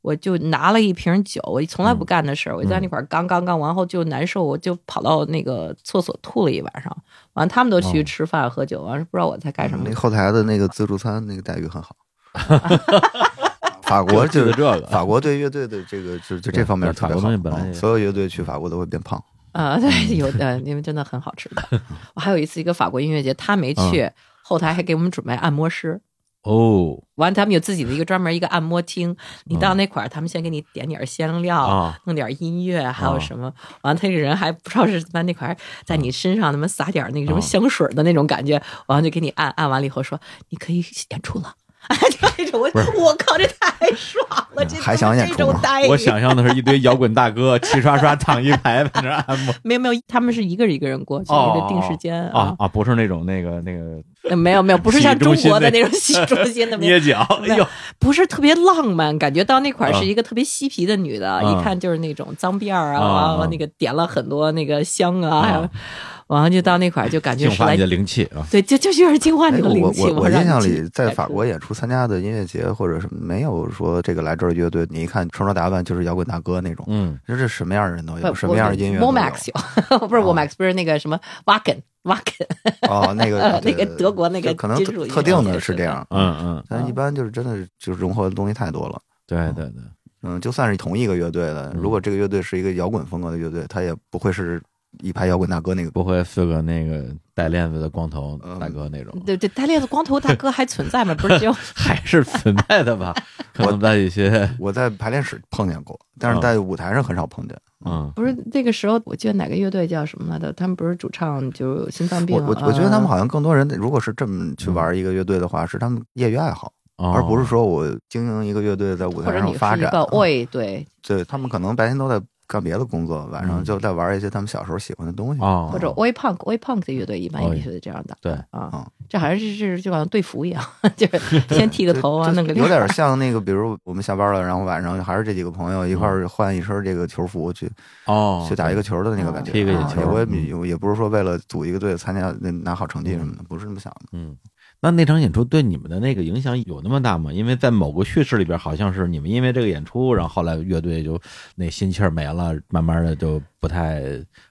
我就拿了一瓶酒，我从嗯来不干的事儿，我在那块儿刚刚刚，完后就难受，我就跑到那个厕所吐了一晚上，完了他们都去哦吃饭喝酒，完了不知道我在干什么那，后台的那个自助餐那个待遇 很好，法国记就得是这个，法国对乐队的这个就就对这方面对特法别国好东西本来嗯也所有乐队去法国都会变胖。呃嗯 嗯啊，对，有的，因为真的很好吃的。我还有一次一个法国音乐节，他没去，后台还给我们准备按摩师。哦完，他们有自己的一个专门一个按摩嗯厅， 你到那块儿，他们先给你点点香料，啊弄点音乐，还啊有什么？完，他这人还不知道是在那块儿，在嗯你身上他妈撒点那个什啊么香水的那种感觉，完了就给你按，按完了以后说你可以演出了。 哎，就那种我不是嗯我靠，这太爽了！这还想演出吗这种待遇，我想象的是一堆摇滚大 哥齐刷刷躺一排在那儿按摩。没有没有，他们是一个一个人过去，哦你得定时间啊。啊，不是那种那个那个呃没有没有，不是洗浴像中中心国的那那种洗浴中 心的，没有捏脚，哎呦，不是特别浪漫，感觉到那块儿啊是一个特别嬉皮的女的，啊一看就是那种脏辫儿啊，啊啊完了那个点了很多那个香啊，啊还有完了就到那块儿就感觉净是化来你的灵气啊！对，就就是有点净化你的哎灵我气。我我让印你象去里，在感法受国演出参加的音乐节或者什么，没有说这个来这儿乐队，你一看穿着打扮就是摇滚大哥那种，嗯，就是什么样的人都有，不什么样的音乐都有。 ？Womax 有， 啊不是 Womax，不是那个什么 Wagen Wagen， 哦，那个呃那个对德国那个就可能金特属特音乐定的节是这是样，嗯嗯，但一般就是真的是就是融合的东西太多了。对对对，嗯，就算是同一个乐队的，嗯如果这个乐队是一个摇滚风格的乐队，它也不会是一排摇滚大哥那个。不会是个那个带链子的光头大哥那种，对对，他那个光头大哥还存在吗？不是只有还是存在的吧？可能在一些我在排练室碰见过，但嗯是在舞台上很少碰见。嗯不是那个时候，我记得哪个乐队叫什么来着？他们不是主唱就心脏病，我我我觉得他们好。好像更多人，如果是这么去玩一个乐队的话，是他们业余爱好，嗯哦而不是说我经营一个乐队在舞或台者上你是发一展嗯个。oi 对，对他们可能白天都在干别的工作，晚上嗯就在玩一些他们小时候喜欢的东西。哦或者 oi punk oi punk 的乐队一般也哦 Oi 是这样的。对啊嗯，这好像是是就好像队服一样， 就是先 剃个头啊，就弄个有脸点像那个，比如我们下班了，然后晚上还是这几个朋友一块儿换一身这个球服去哦，去打一个球的那个感觉，踢个野啊球也我也嗯也也不是说为了组一个队参加拿好成绩什么的，不是那么想的。嗯，那那场演出对你们的那个影响有那么大吗？因为在某个叙事里边，好像是你们因为这个演出，然后后来乐队就那心气儿没了，慢慢的就不太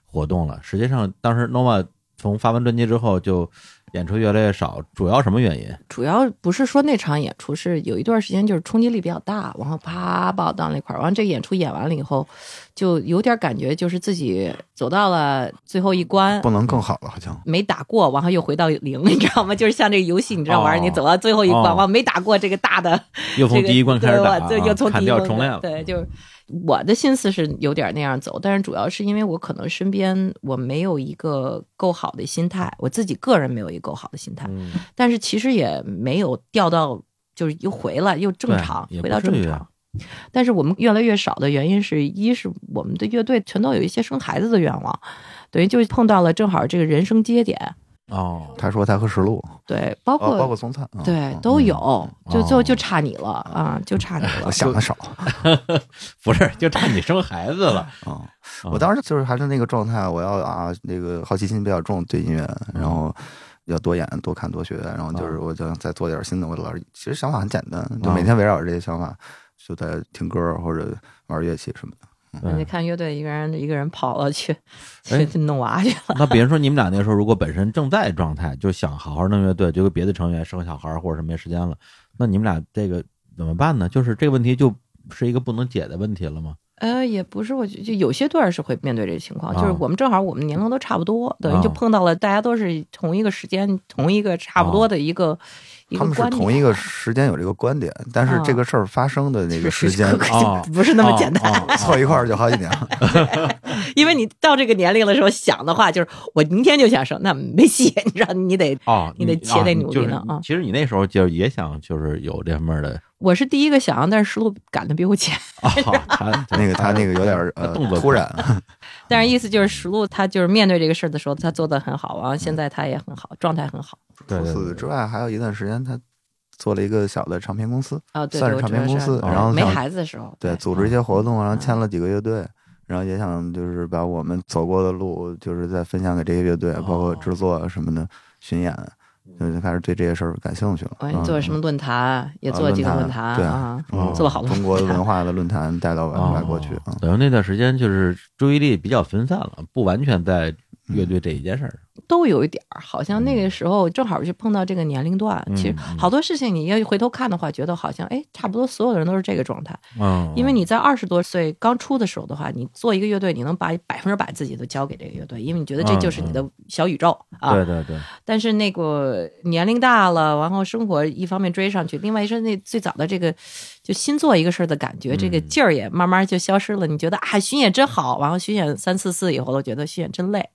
活动了。实际上，当时 Nova 从发完专辑之后，就演出越来越少，主要什么原因？ 主要不是说那场演出是有一段时间就是冲击力比较大，然后啪把我到那块儿，完了这个演出演完了以后，就有点感觉就是自己走到了最后一关不。能更好了，好像。没打过，然后又回到零， 你知道吗？就是像这个游戏，你知道玩儿，哦你走到最后一关，哦完、没打过这个大的又从这个第一关开始对打，啊我对，又从砍第一掉关重来了。对，就是我的心思是有点那样走，但是主要是因为我可能身边我没有一个够好的心态，我自己个人没有一个够好的心态，嗯但是其实也没有掉到就是又回来又正常对也，不回到至正于常啊。但是我们越来越少的原因是，一是我们的乐队全都有一些生孩子的愿望，等于就是碰到了正好这个人生节点，哦，他说他和石路，对，包括、哦，包括松灿，嗯对嗯都有，就最哦后就差你了啊、就差你了我。嗯想的少不是，就差你生孩子了。啊。嗯 我当时就是还是那个状态，我要啊，那个好奇心比较重，对音乐，然后要多演、多看、多学，然后就是我想再做点新的。我老是其实想法很简单，就每天围绕着这些想法，就在听歌或者玩乐器什么的。对你看乐队一个人一个人跑了去哎去去弄娃去 了，那比如说你们俩那时候如果本身正在状态，就想好好弄乐队，结果别的成员生小孩儿或者是没时间了，那你们俩这个怎么办呢？就是这个问题就是一个不能解的问题了吗？呃，也不是，我觉就有些队儿是会面对这情况，就是啊我们正好我们年龄都差不多，等于就啊碰到了大家都是同一个时间、同一个差不多的一个一他个们是观同点一个时间有这个观点，但是这个事儿发生的那个时间可就啊不是那么简单，单凑一块儿就好几年了。因为你到这个年龄的时候想的话，就是我明天就想生，那没戏， 你知道，你得。哦，你得且得努力呢啊就是啊其实你那时候就是也想就是有这方面 的我是第一个想，但是石路赶的比我 前，啊，他那个他那个有点儿呃动作突然，但是意思就是石路他就是面对这个事儿的时候，他做的很好啊，现在他也很好，状态很好对除对此对之外，还有一段时间他做了一个小的唱片公司，啊。对，算对，是我唱知片道公是司吧然后没想孩子的时候，对，组织嗯一些活动，然后签了几个乐队，然后也想就是把我们走过的路，就是再分享给这些乐队，包括哦制作什么的、巡演，就就开始对这些事儿感兴趣了。我哎你嗯做了什么论坛，也啊做了几个论论坛坛对啊嗯，做了好多中国论坛文化的论坛带到哦外国去啊？嗯嗯等于那段时间就是注意力比较分散了，不完全在乐队这一件事儿。都有一点儿，好像那个时候正好是碰到这个年龄段。嗯其实好多事情，你要回头看的话，觉得好像哎，差不多所有的人都是这个状态。哦嗯，因为你在二十多岁刚出的时候的话，你做一个乐队，你能把百分之百自己都交给这个乐队，因为你觉得这就是嗯你的小宇宙啊。嗯对对对，但是那个年龄大了，然后生活一方面追上去，另外一是那最早的这个就新做一个事儿的感觉，嗯这个劲儿也慢慢就消失了。你觉得啊，巡演真好，然后巡演三四次以后，都觉得巡演真累，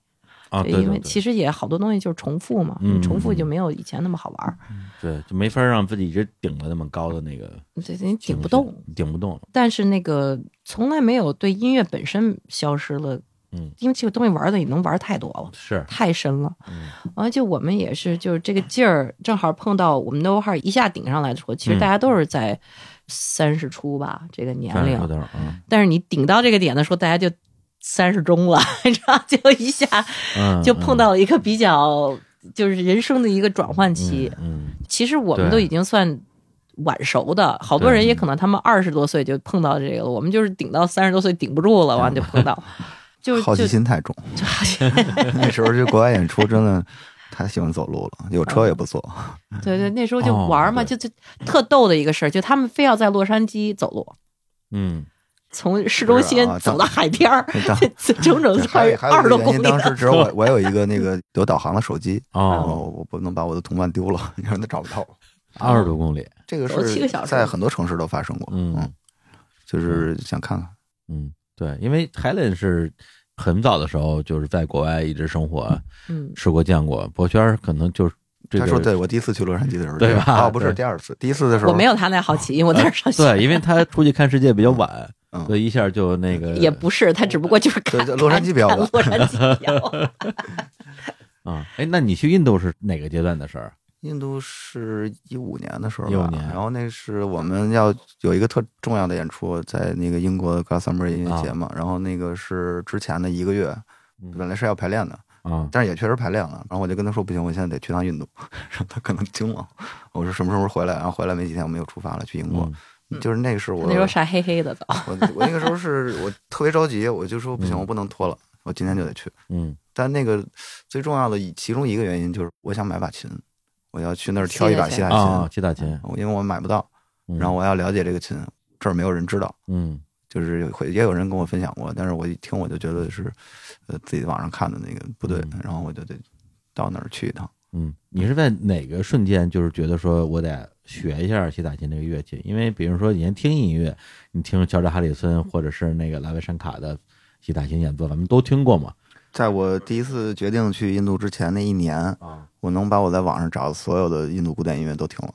啊，就对因对为对其实也好多东西就是重复嘛，嗯重复就没有以前那么好玩儿，对，就没法让自己一直顶着那么高的那个对，你情顶不绪动。，顶不动了。但是那个从来没有对音乐本身消失了，嗯，因为这个东西玩的你能玩太多了。是，太深了，嗯完了就我们也是，就是这个劲儿正好碰到我们 No h a r 一下顶上来的时候，其实大家都是在三十出吧、这个年龄有，点儿 嗯但是你顶到这个点的时候，大家就三十中了， 然后就一下嗯，就碰到了一个比较就是人生的一个转换期。嗯，其实我们对都已经算晚熟的，好多人也可能他们二十多岁就碰到这个了，我们就是顶到三十多岁顶不住了，完了就碰到，就好就奇心太重。 那时候去国外演出，真的太喜欢走路了，有哦车也不 坐。对对，那时候就哦玩儿嘛，对就就特逗的一个事儿，就他们非要在洛杉矶走路，嗯从市中心是啊走当到海边儿， 当整整还二有还有二一十个多原公因，里。当时只 有我我有一个那个有导航的手机，哦，嗯我我不能把我的同伴丢了， 让他找不到我。二十多公里，这个走了七是个小时在很多城市都发生过，嗯嗯，就是想看看，嗯，对，因为 Helen 是很早的时候就是在国外一直生活，嗯，吃过见过，博轩儿可能就是这他说：“个。对我第一次去洛杉矶的时候，对吧啊，不是对第二次，第一次的时候我没有他那好奇，我在那上学。对，因为他出去看世界比较晚， 嗯所以一下就那个也不是，他只不过就是看对对洛杉矶比 较看晚洛杉矶 比较晚啊。哎，那你去印度是哪个阶段的事儿？印度是一五年的时候15吧，年然后那是我们要有一个特重要的演出，在那个英国 Glastonbury 音啊乐节嘛，然后那个是之前的一个月，嗯本来是要排练的，啊，但是也确实排练了，然后我就跟他说不行，我现在得去趟印度， 然后他可能惊了， 我说什么时候回来？然后回来没几天，我们又出发了去英嗯国，就是那个是我 那时候晒黑黑的都，我我那个时候是我特别着急，我就说不行，嗯我不能拖了，我今天就得去。嗯但那个最重要的一其中一个原因就是我想买把琴，我要去那儿挑一把西西亚亚琴琴，啊，七大嗯琴，我因为我买不到，嗯然后我要了解这个琴，这儿没有人知道，嗯就是有会也有人跟我分享过，但是我一听我就觉得是，呃，自己网上看的那个不对，嗯然后我就得到那儿去一趟。嗯，你是在哪个瞬间就是觉得说我得学一下西塔琴这个乐器？因为比如说以前听音乐，你听乔治哈里森或者是那个拉维山卡的西塔琴演奏，咱们都听过嘛。在我第一次决定去印度之前那一年，啊，我能把我在网上找的所有的印度古典音乐都听了，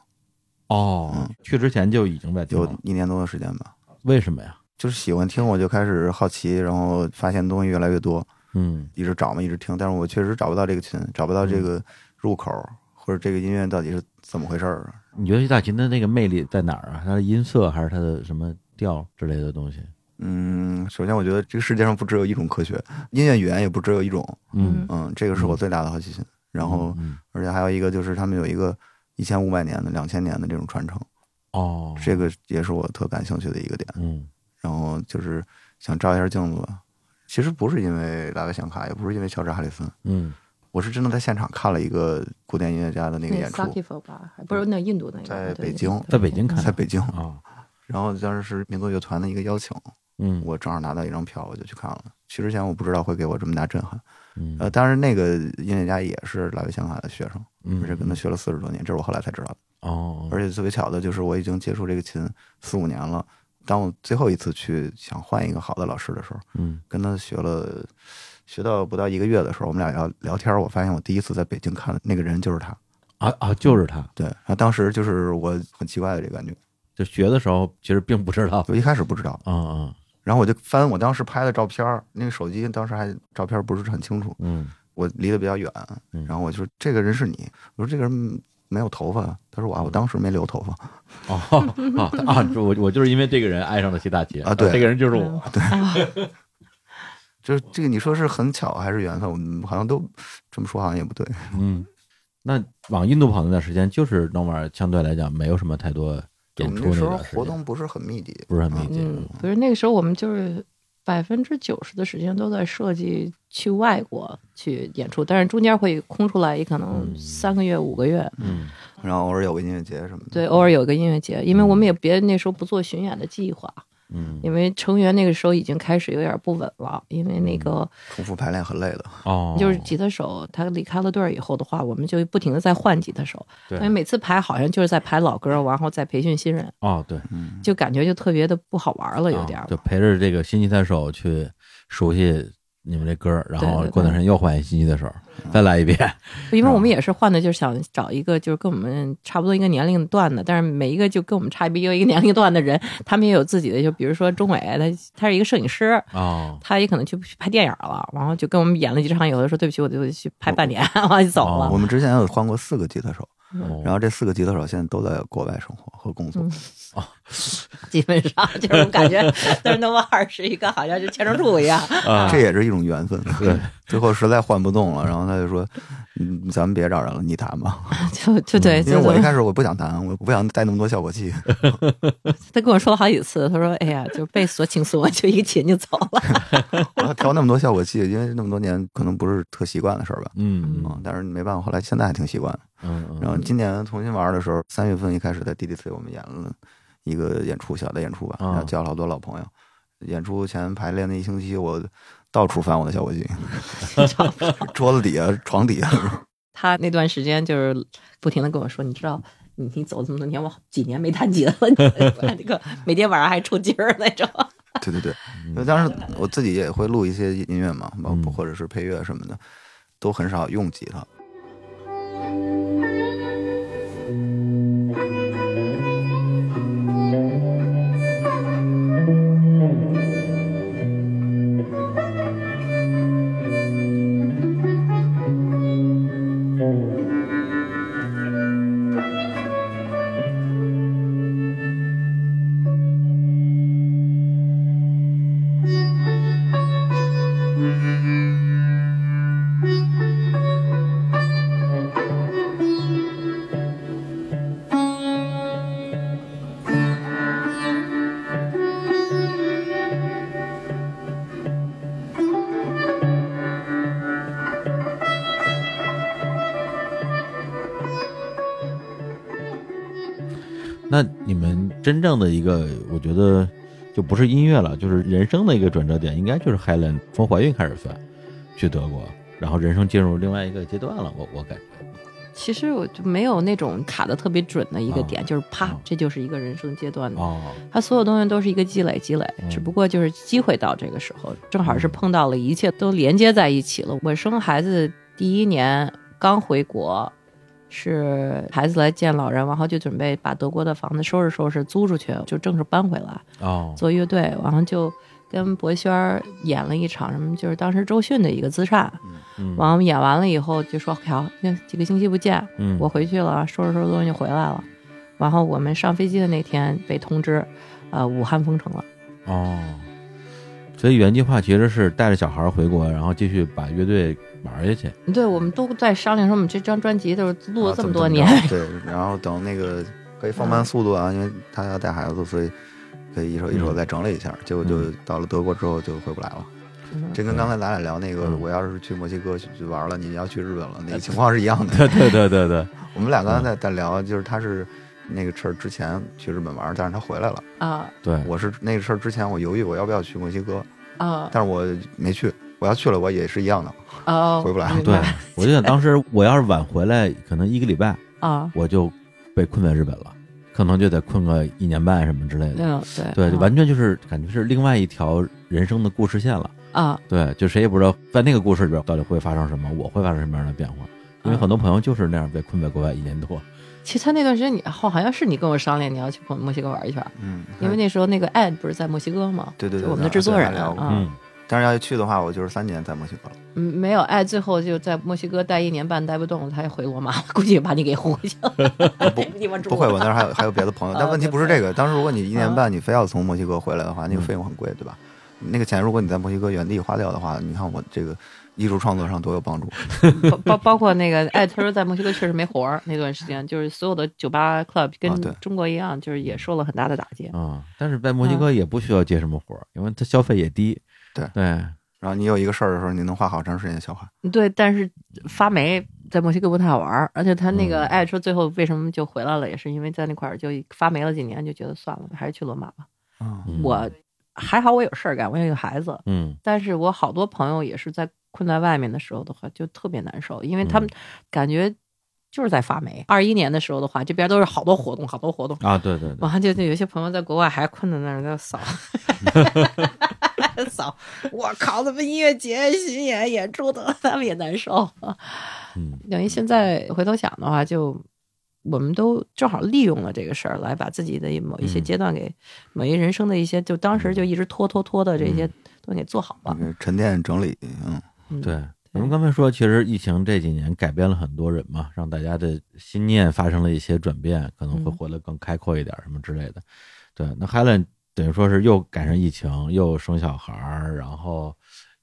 哦，去之前就已经在听有了，一年多的时间吧。为什么呀？就是喜欢听，我就开始好奇，然后发现东西越来越多，嗯一直找嘛，一直听，但是我确实找不到这个琴，找不到这个入口，或者这个音乐到底是怎么回事儿。啊你觉得西塔琴的那个魅力在哪儿啊？它的音色还是它的什么调之类的东西？嗯，首先我觉得这个世界上不只有一种科学，音乐语言也不只有一种，嗯，嗯，这个是我最大的好奇心。然后，嗯而且还有一个就是他们有一个一千五百年的、两千年的这种传承，哦，这个也是我特感兴趣的一个点。嗯然后就是想照一下镜子吧，其实不是因为拉维香卡，也不是因为乔治哈里森，嗯我是真的在现场看了一个古典音乐家的那 个演出， Sakifo 吧，还不是那印度那个，在对北京在北京看嗯在北京。啊，然后当时是民族乐团的一个邀请，嗯我正好拿到一张票，我就去看了。去之前我不知道会给我这么大震撼。嗯呃，当然那个音乐家也是拉维香卡的学生，嗯而且跟他学了四十多年，这是我后来才知道的。哦，而且特别巧的就是，我已经接触这个琴四五年了。当我最后一次去想换一个好的老师的时候，嗯跟他学了学到不到一个月的时候，我们俩聊聊天，我发现我第一次在北京看的那个人就是他。啊啊，就是他，对，然后当时就是我很奇怪的这个感觉，就学的时候其实并不知道我一开始不知道，啊啊然后我就翻我当时拍的照片儿，那个手机当时还照片不是很清楚，嗯我离得比较远，嗯然后我就说这个人是你，我说这个人没有头发，他说我啊我当时没留头发，哦啊啊！ 这我我就是因为这个人爱上了西大姐啊对这个人就是我，就是这个你说是很巧还是缘分，我们好像都这么说好像也不对，嗯。那往印度跑那段时间，就是那会儿相对来讲没有什么太多我演们出那时候段时活嗯间，动不是很密集，不是很密集。嗯，不是那个时候我们就是。百分之九十的时间都在设计去外国去演出，但是中间会空出来，也可能嗯三个月、五个月。嗯然后偶尔有个音乐节什么的。对，偶尔有一个音乐节，因为我们也别那时候不做巡演的计划，嗯因为成员那个时候已经开始有点不稳了，因为那个重复排练很累的。哦，就是吉他手他离开了队儿以后的话，我们就不停的在换吉他手，对因为每次排好像就是在排老歌，然后再培训新人，哦对，嗯，就感觉就特别的不好玩了，有啊点儿。就陪着这个新吉他手去熟悉你们这歌儿，然对后对过段时间又换一新吉他手，再来一遍。因为我啊们也是换的，就是想找一个就是跟我们差不多一个年龄段的，但是每一个就跟我们差别又一个年龄段的人，他们也有自己的，就比如说钟伟，他他是一个摄影师。哦，他也可能去去拍电影了，然后就跟我们演了几场，有的说对不起，我就去拍半年， 然后就走了。哦我们之前有换过四个吉他手，哦然后这四个吉他手现在都在国外生活和工作。基本上就是我感觉但是那么二是一个好像是千层柱一 样。啊这也是一种缘分。对， 最后实在换不动了，然后他就说：“嗯，咱们别找人了，你弹吧。就就哎对，”嗯因就为我一就开始我不想弹，我不想带那么多效果器。 他跟我说了好几次，他说：“哎呀，就贝斯多轻松啊，就一个琴就走了。 我要调那么多效果器，因为那么多年可能不是特习惯的事儿吧。嗯嗯，但是没办法，后来现在还挺习惯。嗯然后今年重新玩的时候，三月份一开始在 DDC 我们演了一个演出，小的演出吧，啊然后叫了好多老朋友。演出前排练那一星期，我到处翻我的 效果器，桌子底下、床底下，”他那段时间就是不停的跟我说：“你知道，你你走这么多年，我好几年没弹琴了， 你那个每天晚上还抽筋儿那种。 对对对，嗯因为当时我自己也会录一些音乐嘛，包括或者是配乐什么的，都很少用吉他。那你们真正的一个，我觉得就不是音乐了，就是人生的一个转折点，应该就是 Helen 从怀孕开始算，去德国，然后人生进入另外一个阶段了。我我感觉，”其实我就没有那种卡的特别准的哦一个点，啊就是啪啊，这就是一个人生阶段的。哦，他所有东西都是一个积累，积累，嗯只不过就是机会到这个时候，正好是碰到了一切都连接在一起了。我生孩子第一年刚回国，是孩子来见老人，然后就准备把德国的房子收拾收拾，租出去，就正式搬回来哦，做乐队，然后就。跟博轩儿演了一场什么，就是当时周迅的一个资产，嗯完我们演完了以后就说好，那几个星期不见，嗯我回去了，收拾收拾东西就回来了。然后我们上飞机的那天被通知，呃，武汉封城了。哦，所以原计划其实是带着小孩回国，然后继续把乐队玩下去。对，我们都在商量说，我们这张专辑都是录了啊这怎么多怎么年，着对，然后等那个可以放慢速度啊，因为他要带孩子，所以可以一首一首再整理一下。结果就到了德国之后就回不来了。嗯这跟刚才咱俩聊那个，嗯我要是去墨西哥去去玩了，你要去日本 了，那个情况是一样的。 对对对对对，我们俩刚才嗯在在聊，就是他是。那个事儿之前去日本玩，但是他回来了。啊对，我是那个事儿之前，我犹豫我要不要去墨西哥，啊但是我没去。我要去了，我也是一样的。哦，回不来明对白，我就想当时我要是晚回来，可能一个礼拜啊，我就被困在日本了，可能就得困个一年半什么之类的。嗯，对对，就啊完全就是感觉是另外一条人生的故事线了。啊，对，就谁也不知道在那个故事里边到底会发生什么，我会发生什么样的变化。嗯因为很多朋友就是那样被困在国外一年多。其实他那段时间你好好像是你跟我商量你要去墨墨西哥玩一圈，嗯，因为那时候那个 ad 不是在墨西哥吗？对对对就我们的制作人对还聊过啊，但是要去的话，我就是三年在墨西哥了。嗯，没有 ad 最后就在墨西哥待一年半，待不动了，他就回罗马了，估计把你给轰回去了。 不地方哎住不会，我那儿还有还有别的朋友。但问题不是这个。当时如果你一年半你非要从墨西哥回来的话，那个费用很贵，对吧？那个钱如果你在墨西哥原地花掉的话，你看我这个艺术创作上多有帮助。包包包括那个，哎，他说在墨西哥确实没活儿那段时间，就是所有的酒吧 club 啊对跟中国一样，就是也受了很大的打击。啊，但是在墨西嗯哥也不需要接什么活儿，因为它消费也低。对对，然后你有一个事儿的时候，你能花好长时间消化。对，但是发霉在墨西哥不太好玩儿，而且他那个嗯爱说最后为什么就回来了，也是因为在那块儿就发霉了几年，就觉得算了，还是去罗马吧。嗯，嗯我还好，我有事儿干，我有一个孩子，嗯但是我好多朋友也是在困在外面的时候的话，就特别难受，因为他嗯们感觉就是在发霉。二一、年的时候的话，这边都是好多活动，好多活动，啊，对对对，然后就就有些朋友在国外还困在那儿 在扫。扫，我靠！他们音乐节巡演演出的，他们也难受。嗯等于现在回头想的话，就我们都正好利用了这个事儿，来把自己的某一些嗯阶段给、某一人生的一些，就当时就一直拖拖拖的这些嗯都给做好了。你沉淀整理，嗯，嗯，对。我们刚才说，其实疫情这几年改变了很多人嘛，让大家的心念发生了一些转变，可能会嗯活得更开阔一点儿什么之类的。对，那 Helen 等于说是又赶上疫情，又生小孩儿，然后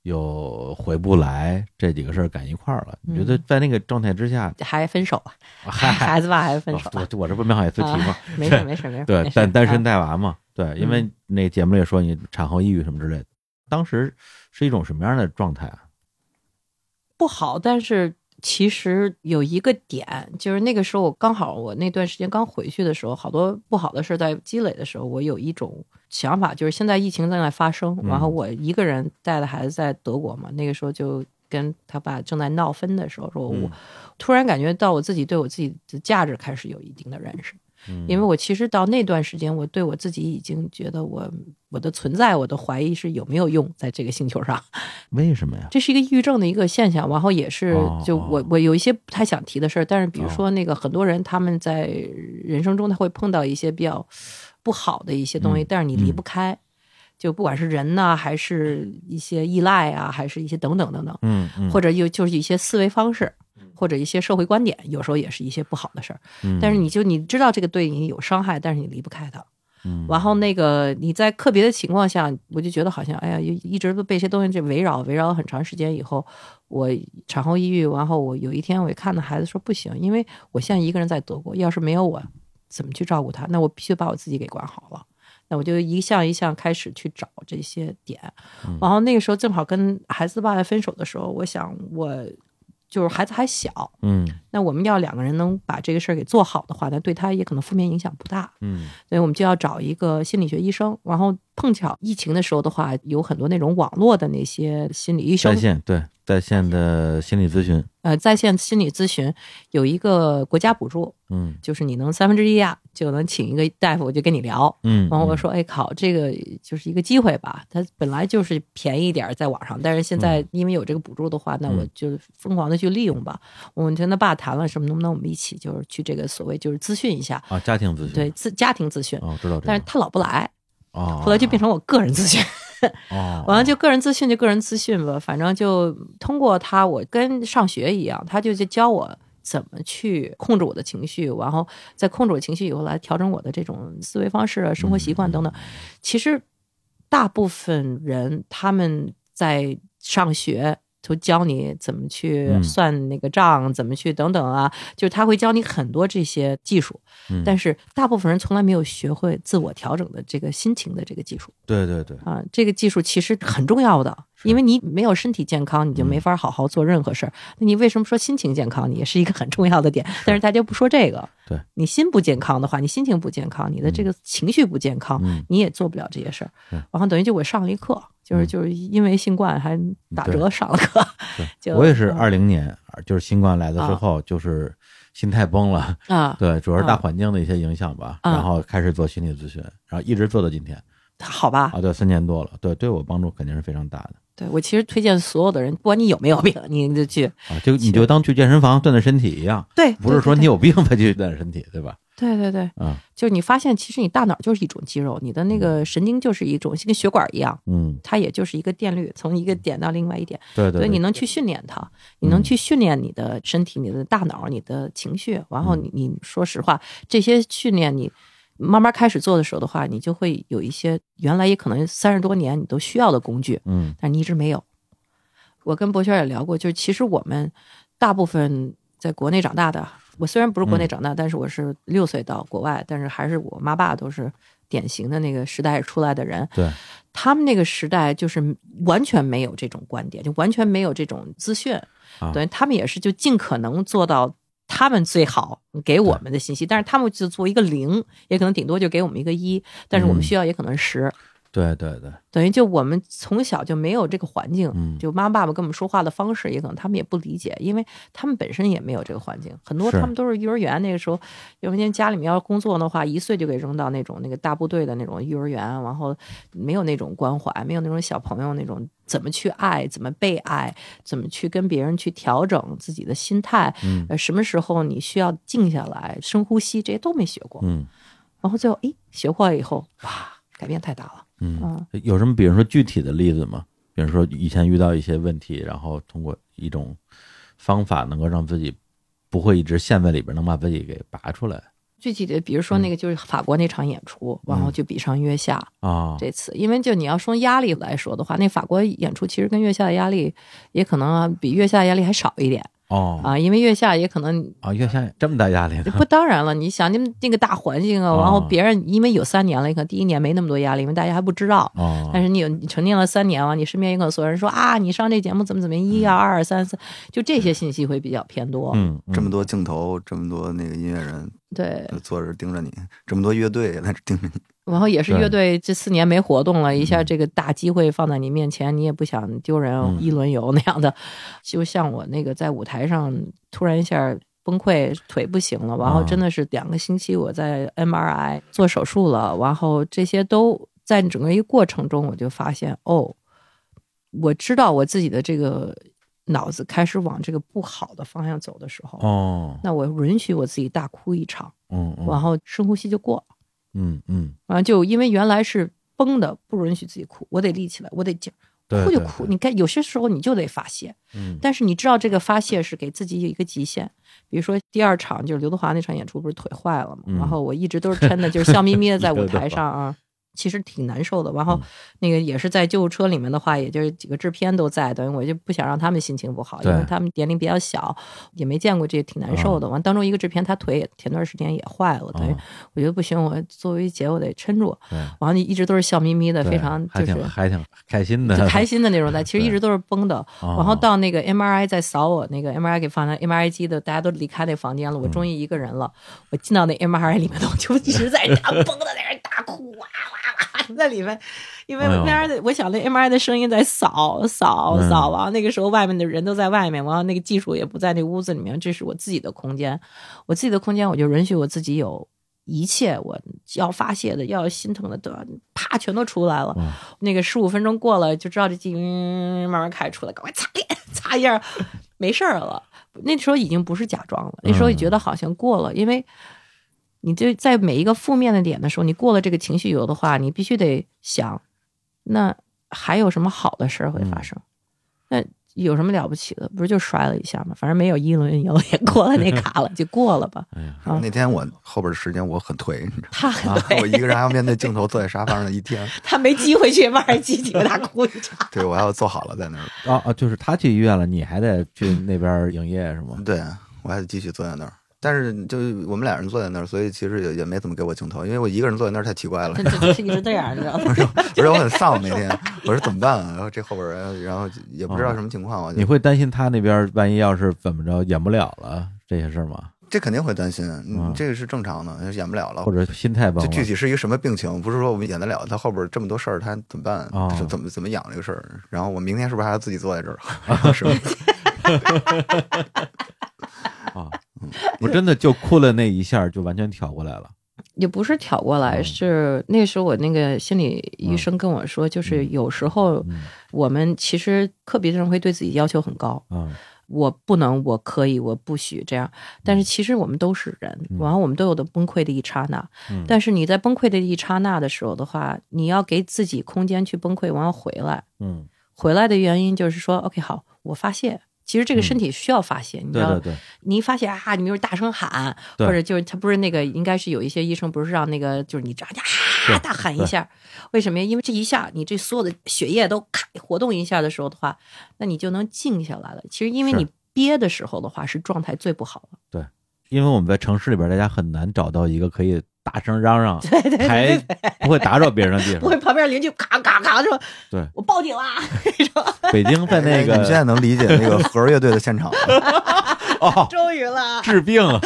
又回不来，这几个事儿赶一块儿了。你觉得在那个状态之下，还分手吧，啊嗨， 孩子吧，嗯 还分手吧我。我这不是没好意思提吗啊？ 没事没事没事，对没，事单单啊嗯身带娃嘛，对，因为那节目里也说你产后抑郁什么之类的，当时是一种什么样的状态啊？不好，但是其实有一个点，就是那个时候我刚好我那段时间刚回去的时候，好多不好的事在积累的时候，我有一种想法，就是现在疫情正在发生，嗯然后我一个人带着孩子在德国嘛，那个时候就。跟他爸正在闹翻的时候，说我嗯突然感觉到我自己对我自己的价值开始有一定的认识，嗯因为我其实到那段时间，我对我自己已经觉得我我的存在，我的怀疑是有没有用在这个星球上，为什么呀？这是一个抑郁症的一个现象，然后也是哦就哦我我有一些不太想提的事儿，但是比如哦说那个很多人他们在人生中他会碰到一些比较不好的一些东西，嗯但是你离不开，就不管是人呐、还是一些依赖啊，还是一些等等等等，嗯，嗯或者又就是一些思维方式。或者一些社会观点，有时候也是一些不好的事儿，但是你就你知道这个对你有伤害，但是你离不开它。嗯然后那个你在个别的情况下，我就觉得好像哎呀，一一直都被这些东西这围绕围绕了很长时间以后，我产后抑郁，然后我有一天我一看到孩子说不行，因为我现在一个人在德国，要是没有我怎么去照顾他？那我必须把我自己给管好了。那我就一项一项开始去找这些点，然后那个时候正好跟孩子爸分手的时候，我想我就是孩子还小，嗯那我们要两个人能把这个事儿给做好的话，那对他也可能负面影响不大。嗯所以我们就要找一个心理学医生。然后碰巧疫情的时候的话，有很多那种网络的那些心理医生在，线对在线的心理咨询，呃，在线心理咨询有一个国家补助，嗯就是你能三分之一啊，就能请一个大夫就跟你聊。嗯，然后我嗯说，哎靠，这个就是一个机会吧。它本来就是便宜一点儿在网上，但是现在嗯因为有这个补助的话，那我就疯狂的去利用吧。我跟他爸谈了，什么能不能我们一起就是去这个所谓就是咨询一下，啊，家庭咨询对自家庭咨询。哦，知道这但个是，他老不来，哦后来就变成我个人咨询。哦，完了就个人资讯就个人资讯吧，反正就通过他，我跟上学一样，他就去教我怎么去控制我的情绪，然后在控制我情绪以后来调整我的这种思维方式、啊、生活习嗯惯等等。其实大部分人他们在上学。都教你怎么去嗯算那个账，怎么去等等啊，就是他会教你很多这些技术，嗯但是大部分人从来没有学会自我调整的这个心情的这个技术。对对对，啊，这个技术其实很重要的，因为你没有身体健康，你就嗯没法好好做任何事儿。那你为什么说心情健康？你也是一个很重要的点，但是大家不说这个。对，你心不健康的话，你心情不健康，你的这个情绪不健康，嗯你也做不了这些事儿。对然后等于就我上了一课，就是嗯就是因为新冠还打折上了课，对，就我也是嗯二零年，就是新冠来了之啊后，就是心态崩了。啊，对，主要是大嗯环境的一些影响吧。嗯然后开始做心理咨询，然后一直做到今天好吧，啊，对，三年多了，对，对我帮助肯定是非常大的对我其实推荐所有的人，不管你有没有病，你就去啊。就你是就当去健身房锻炼身体一样，对，不是对说对你有病 才去锻炼身体，对吧？对对对，啊，就是你发现其实你大脑就是一种肌肉，你的那个神经就是一种跟血管一样。嗯，它也就是一个电率，从一个点到另外一点，对对所以你对，嗯能去训练它，你能去训练你的嗯身体、你的大脑、你的情绪，然后你你说实话，这些训练你慢慢开始做的时候的话，你就会有一些原来也可能三十多年你都需要的工具，嗯但你一直没有。我跟博轩也聊过，就是其实我们大部分在国内长大的，我虽然不是嗯国内长大，但是我是六岁到国外，但是还是我妈爸都是典型的那个时代出来的人。对，他们那个时代就是完全没有这种观点，就完全没有这种资讯啊，等于他们也是就尽可能做到。他们最好给我们的信息，但是他们就做一个零，也可能顶多就给我们一个一，但是我们嗯需要也可能十、对对对，等于就我们从小就没有这个环境，嗯就妈妈爸爸跟我们说话的方式，也可能他们也不理解，因为他们本身也没有这个环境。很多是他们都是幼儿园那个时候，幼儿园家里面要工作的话，一岁就给扔到那种那个大部队的那种幼儿园，然后没有那种关怀，没有那种小朋友那种怎么去爱，怎么被爱，怎么去跟别人去调整自己的心态，嗯呃，什么时候你需要静下来、深呼吸，这些都没学过。嗯然后最后，哎，学会了以后，哇，改变太大了。嗯，有什么比如说具体的例子吗？比如说以前遇到一些问题，然后通过一种方法能够让自己不会一直陷在里边，能把自己给拔出来具体的，比如嗯说那个就是法国那场演出，然后就比上月下啊？这次，因为就你要说压力来说的话，那法国演出其实跟月下的压力也可能啊比月下的压力还少一点哦啊，因为月下也 可能。啊，月下这么大压力呢？不，当然了，你想你们那个大环境啊，然后哦别人因为有三年了，可能第一年没那么多压力，因为大家还不知道。哦，但是你有你沉淀了三年了，你身边也可能所有人说啊，你上这节目怎么怎么一啊二三四，就这些信息会比较偏多。嗯，这么多多镜头，这么多那个音乐人对，就坐着盯着你，这么多乐队也在这盯着你，然后也是对乐队这四年没活动了，一下嗯这个大机会放在你面前，你也不想丢人嗯一轮游那样的。就像我那个在舞台上突然一下崩溃，腿不行了，然后啊真的是两个星期我在 MRI 做手术了，然后这些都在整个一个过程中，我就发现哦，我知道我自己的这个脑子开始往这个不好的方向走的时候，哦，那我允许我自己大哭一场，嗯然嗯后深呼吸就过了。嗯嗯，啊，就因为原来是绷的，不允许自己哭，我得立起来，我得劲儿，对，哭就对哭。对你该有些时候你就得发泄，嗯但是你知道这个发泄是给自己有一个极限。比如说第二场就是刘德华那场演出，不是腿坏了嘛，嗯然后我一直都是撑的，就是笑眯眯的在刘舞德华台上 啊。其实挺难受的，然后嗯那个也是在救护车里面的话，也就是几个制片都在，等于我就不想让他们心情不好，因对嗯为他们年龄比较小，也没见过这，挺难受的。完，当中一个制片他腿也前段时间也坏了，等于啊我觉得不行，我作为姐我得撑住。对然后你一直都是笑眯眯的，嗯对非常还就挺是还挺开心的，就开心的那 种在，其实一直都是绷的。哦然后到那个 MRI 在扫我那个 MRI 给放在 MRI 机的，大家都离开那房间了，嗯我终于一个人了。我进到那 MRI 里面，我就一直在那儿绷的在那儿大哭，哇哇哇在里面，因为哎呦 MRI 的，我想那 MRI 的声音在扫扫嗯扫，然后那个时候外面的人都在外面，然后那个技术也不在那屋子里面，这是我自己的空间，我自己的空间，我就允许我自己有。一切我要发泄的、要心疼的，都要啪全都出来了。哇那个十五分钟过了，就知道这机嗯慢慢开始出来，赶快擦脸 擦一下，没事儿了。那时候已经不是假装了，那时候也觉得好像过了，因为你就在每一个负面的点的时候，你过了这个情绪有的话，你必须得想，那还有什么好的事儿会发生？那有什么了不起的？不是就摔了一下吗？反正没有一轮游也过了那卡了，就过了吧。啊那天我后边时间我很颓，你知道吗他很对，啊我一个人还要面对镜头坐在沙发上的一天，他没机会去万尔基几个大哭一场。对我还要坐好了在那儿，啊啊，就是他去医院了，你还得去那边营业是吗？对啊我还得继续坐在那儿。但是就我们俩人坐在那儿，所以其实也也没怎么给我镜头，因为我一个人坐在那儿太奇怪了。 他就是一直这样，你知道吗？而且我很丧那天，我说怎么办啊？然后这后边人，然后也不知道什么情况，我就哦你会担心他那边万一要是怎么着演不了了这些事儿吗？这肯定会担心，嗯嗯这个是正常的，演不了了或。者心态崩这了？哦具体是一个什么病情？不是说我们演得了，他后边这么多事儿，他怎么办？哦是怎么怎么养这个事儿？然后我明天是不是还要自己坐在这 儿？是吧？啊，我真的就哭了那一下，就完全调过来了。也不是挑过来，嗯是那时候我那个心理医生跟我说，就是有时候嗯我们其实个别的人会对自己要求很高，嗯我不能，我可以，我不许这样。嗯但是其实我们都是人，然后我们都有的崩溃的一刹那。嗯但是你在崩溃的一刹那的时候的话，你要给自己空间去崩溃，然后回来。嗯回来的原因就是说，OK，好，我发泄，其实这个身体需要发泄，你知嗯对道，对对，你一发泄啊，你比如大声喊，对或者就是他不是那个，应该是有一些医生不是让那个就是你这样对呀大喊一下，为什么呀？因为这一下你这所有的血液都咔活动一下的时候的话，那你就能静下来了。其实因为是你憋的时候的话，是状态最不好的。因为我们在城市里边，大家很难找到一个可以大声嚷嚷，还不会打扰别人的地不会方。旁边邻居咔咔咔说，对我报警啦， 北京在那 哎你现在个能理解那个核儿乐队的现场了哦，终于了，治病 了。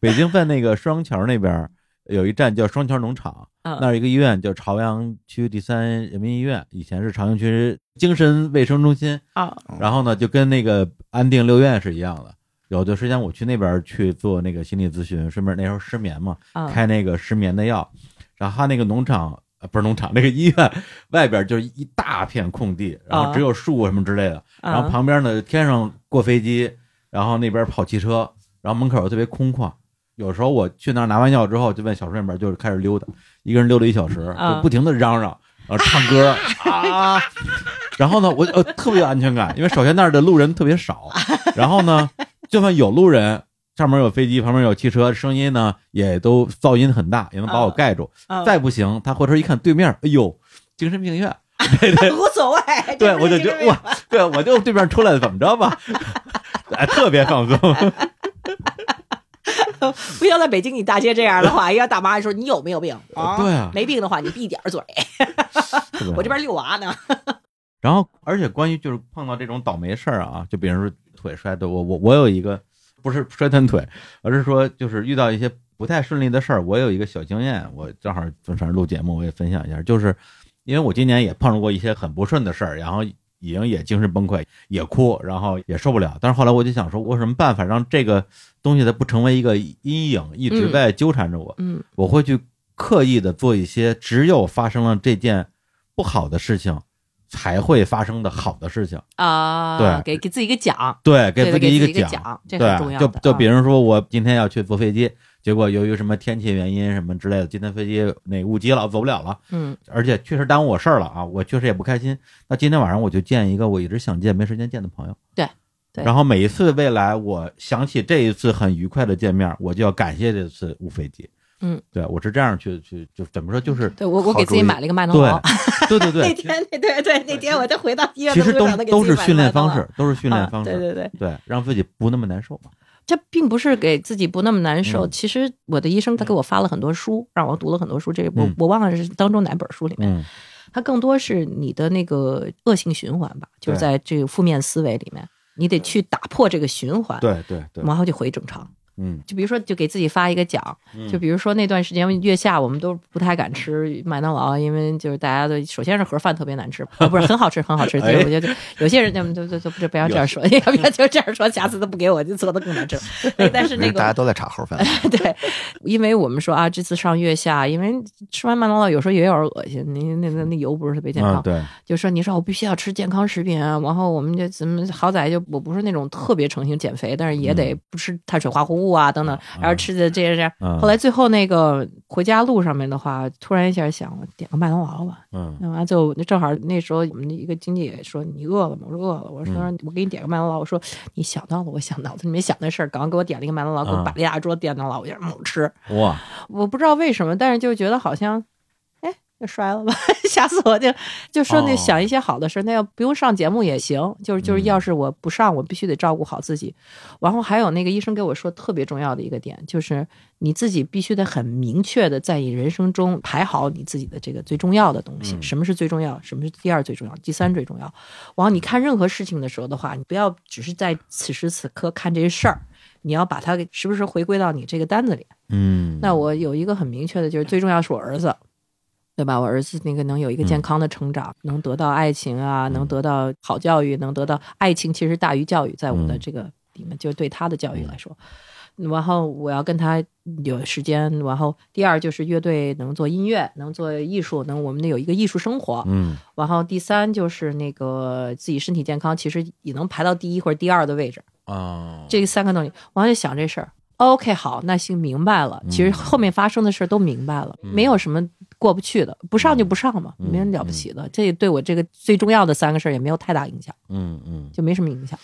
北京在那个双桥那边有一站叫双桥农场，嗯那儿有一个医院叫朝阳区第三人民医院，以前是朝阳区精神卫生中心。啊，然后呢，就跟那个安定六院是一样的。有的时间我去那边去做那个心理咨询，顺便那时候失眠嘛，啊开那个失眠的药。然后他那个农场呃不是农场，那个医院外边就是一大片空地，然后只有树什么之类的。啊然后旁边呢，天上过飞机，然后那边跑汽车，然后门口又特别空旷。有时候我去那儿拿完药之后，就问小顺那边就是开始溜达，一个人溜达一小时，啊就不停的嚷嚷，然后唱歌啊。 然后呢，我呃特别有安全感，因为首先那儿的路人特别少，然后呢，就算有路人，上面有飞机，旁边有汽车，声音呢也都噪音很大，也能把我盖住。啊再不行，他回头一看对面，哎呦，精神病院，对对无所谓， 对，这哎不我就是精觉得神病哇，对我就对面出来怎么着吧， 哎，特别放松。不像在北京你大街这样的 话，一个大妈说你有没有病啊？对啊没病的话你闭点儿嘴，特别我这好。边遛娃呢。然后，而且关于就是碰到这种倒霉事儿啊，就比如说腿摔的，我我我有一个不是摔断腿，而是说就是遇到一些不太顺利的事儿，我有一个小经验，我正好正好录节目，我也分享一下，就是因为我今年也碰上过一些很不顺的事儿，然后已经也精神崩溃，也哭，然后也受不了。但是后来我就想说，我有什么办法让这个东西它不成为一个阴影，一直嗯在纠缠着我？嗯我会去刻意的做一些只有发生了这件不好的事情才会发生的好的事情，啊，对给给自己一个奖，对，对给的己给个自己一个奖奖，这很重对，要就的就啊比如说我今天要去坐飞机，结果由于什么天气原因什么之类的，今天飞机那误机了，走不了了，嗯而且确实耽误我事儿了啊，我确实也不开心。那今天晚上我就见一个我一直想见没时间见的朋友，对对然后每一次未来我想起这一次很愉快的见面，我就要感谢这次误飞机。嗯，对我是这样去去就怎么说就是。对我我好给自主己意买了一个麦当劳。对，对对啊 对，那天那对对那天我再回到医院其的实路都上，再给都自己是买训练麦当方劳式，都是训练啊方式，对对对，对让自己不那么难受嘛。这并不是给自己不那么难受。嗯其实我的医生他给我发了很多书，让我读了很多书，这我、嗯我忘了是当中哪本书里面，嗯，它更多是你的那个恶性循环吧，就是对在这个负面思维里面，你得去打破这个循环，对对对，然后就回正常。嗯，就比如说，就给自己发一个奖，就比如说那段时间月下，我们都不太敢吃麦当劳，因为就是大家都首先是盒饭特别难吃，啊不是很好吃，很好吃。哎对，我觉得就有些人就就就就不不要这样说，要不要就这样说，下次都不给我，就做的更难 吃。对但是那大 家个都在查盒饭。对，因为我们说啊，这次上月下，因为吃完麦当劳有时候也有点恶心，那那那那油不是特别健康啊，，对，就说你说我必须要吃健康食品啊，然后我们就怎么好歹就我不是那种特别诚心减肥，但是也得不吃碳水化合物啊等等，然后吃的这些这样。嗯后来最后那个回家路上面的话，突然一下想我点个麦当劳吧，嗯那完就正好那时候我们的一个经纪也说你饿了吗？我说饿了，我说嗯我给你点个麦当劳，我说你想到了我想到了，你没想那事儿，刚刚给我点了一个麦当劳，给我嗯摆了一大桌麦当劳，我就猛吃，哇，我不知道为什么，但是就觉得好像，哎，就摔了吧， 吓死我！就就说那哦想一些好的事，那要不用上节目也行，就是就是，嗯要是我不上，我必须得照顾好自己。然后还有那个医生给我说特别重要的一个点，就是你自己必须得很明确的在你人生中排好你自己的这个最重要的东西，嗯什么是最重要，什么是第二最重要，第三最重要。然后你看任何事情的时候的话，你不要只是在此时此刻看这些事儿，你要把它给时不时回归到你这个单子里。嗯，那我有一个很明确的，就是最重要是我儿子，对吧？我儿子那个能有一个嗯健康的成长，能得到爱情啊，能得到好教育，能得到爱情，其实大于教育，在我的嗯这个里面，就是对他的教育来说。然后我要跟他有时间，然后第二就是乐队能做音乐，能做艺术，能我们得有一个艺术生活。嗯然后第三就是那个自己身体健康，其实也能排到第一或者第二的位置。啊，这三个东西，我就想这事儿。OK，好，那行，明白了。其实后面发生的事儿都明白了，没有什么过不去的，不上就不上嘛，嗯没人了不起的。这对我这个最重要的三个事儿也没有太大影响，嗯嗯，就没什么影响。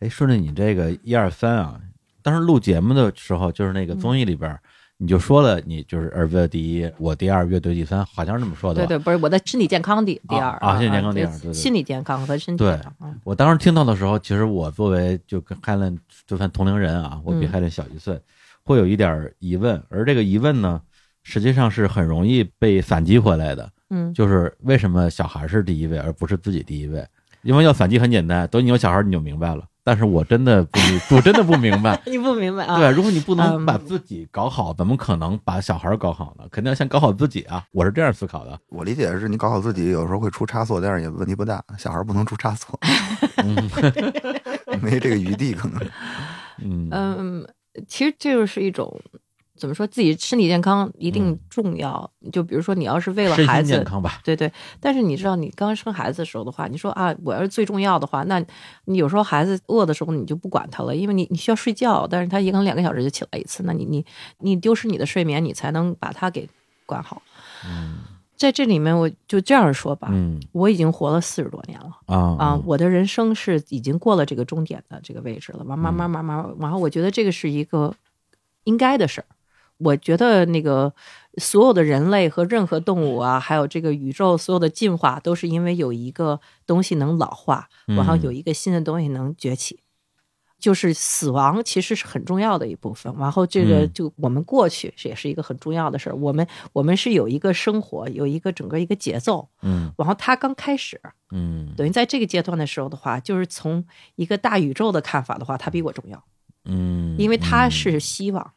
哎，顺着你这个一二三啊，当时录节目的时候，就是那个嗯综艺里边儿，你就说了，你就是耳乐第一，我第二，乐队第三，好像是这么说的对吧？对，不是我的身体健康第第二啊啊身体健康第二就是对对对心理健康和身体对健康。嗯我当时听到的时候，其实我作为就跟 Helen 就算同龄人啊，我比嗯 Helen 小一岁，会有一点儿疑问，而这个疑问呢，实际上是很容易被反击回来的，嗯，就是为什么小孩是第一位，而不是自己第一位？因为要反击很简单，等你有小孩你就明白了。但是我真的不明， 我真的不明白。你不明白啊？对，如果你不能嗯把自己搞好，怎么可能把小孩搞好呢？肯定要先搞好自己啊！我是这样思考的。我理解是你搞好自己，有时候会出差错，但是也问题不大。小孩不能出 差错，没这个余地可能。嗯嗯，其实这就是一种怎么说，自己身体健康一定嗯重要。就比如说，你要是为了身孩心子健，康吧。对对。但是你知道，你刚生孩子的时候的话，你说啊，我要是最重要的话，那你有时候孩子饿的时候，你就不管他了，因为你你需要睡觉，但是他也可能两个小时就起来一次，那你你你丢失你的睡眠，你才能把他给管好。在这里面，我就这样说吧，嗯我已经活了四十多年了。啊啊，我的人生是已经过了这个终点的这个位置了，慢嗯慢慢慢慢慢，然后我觉得这个是一个应该的事儿。我觉得那个所有的人类和任何动物啊，还有这个宇宙所有的进化，都是因为有一个东西能老化，嗯然后有一个新的东西能崛起。就是死亡其实是很重要的一部分，然后这个嗯就我们过去是也是一个很重要的事儿。我们我们是有一个生活，有一个整个一个节奏，嗯然后它刚开始，嗯等于在这个阶段的时候的话，就是从一个大宇宙的看法的话，它比我重要，嗯，因为它嗯是希望。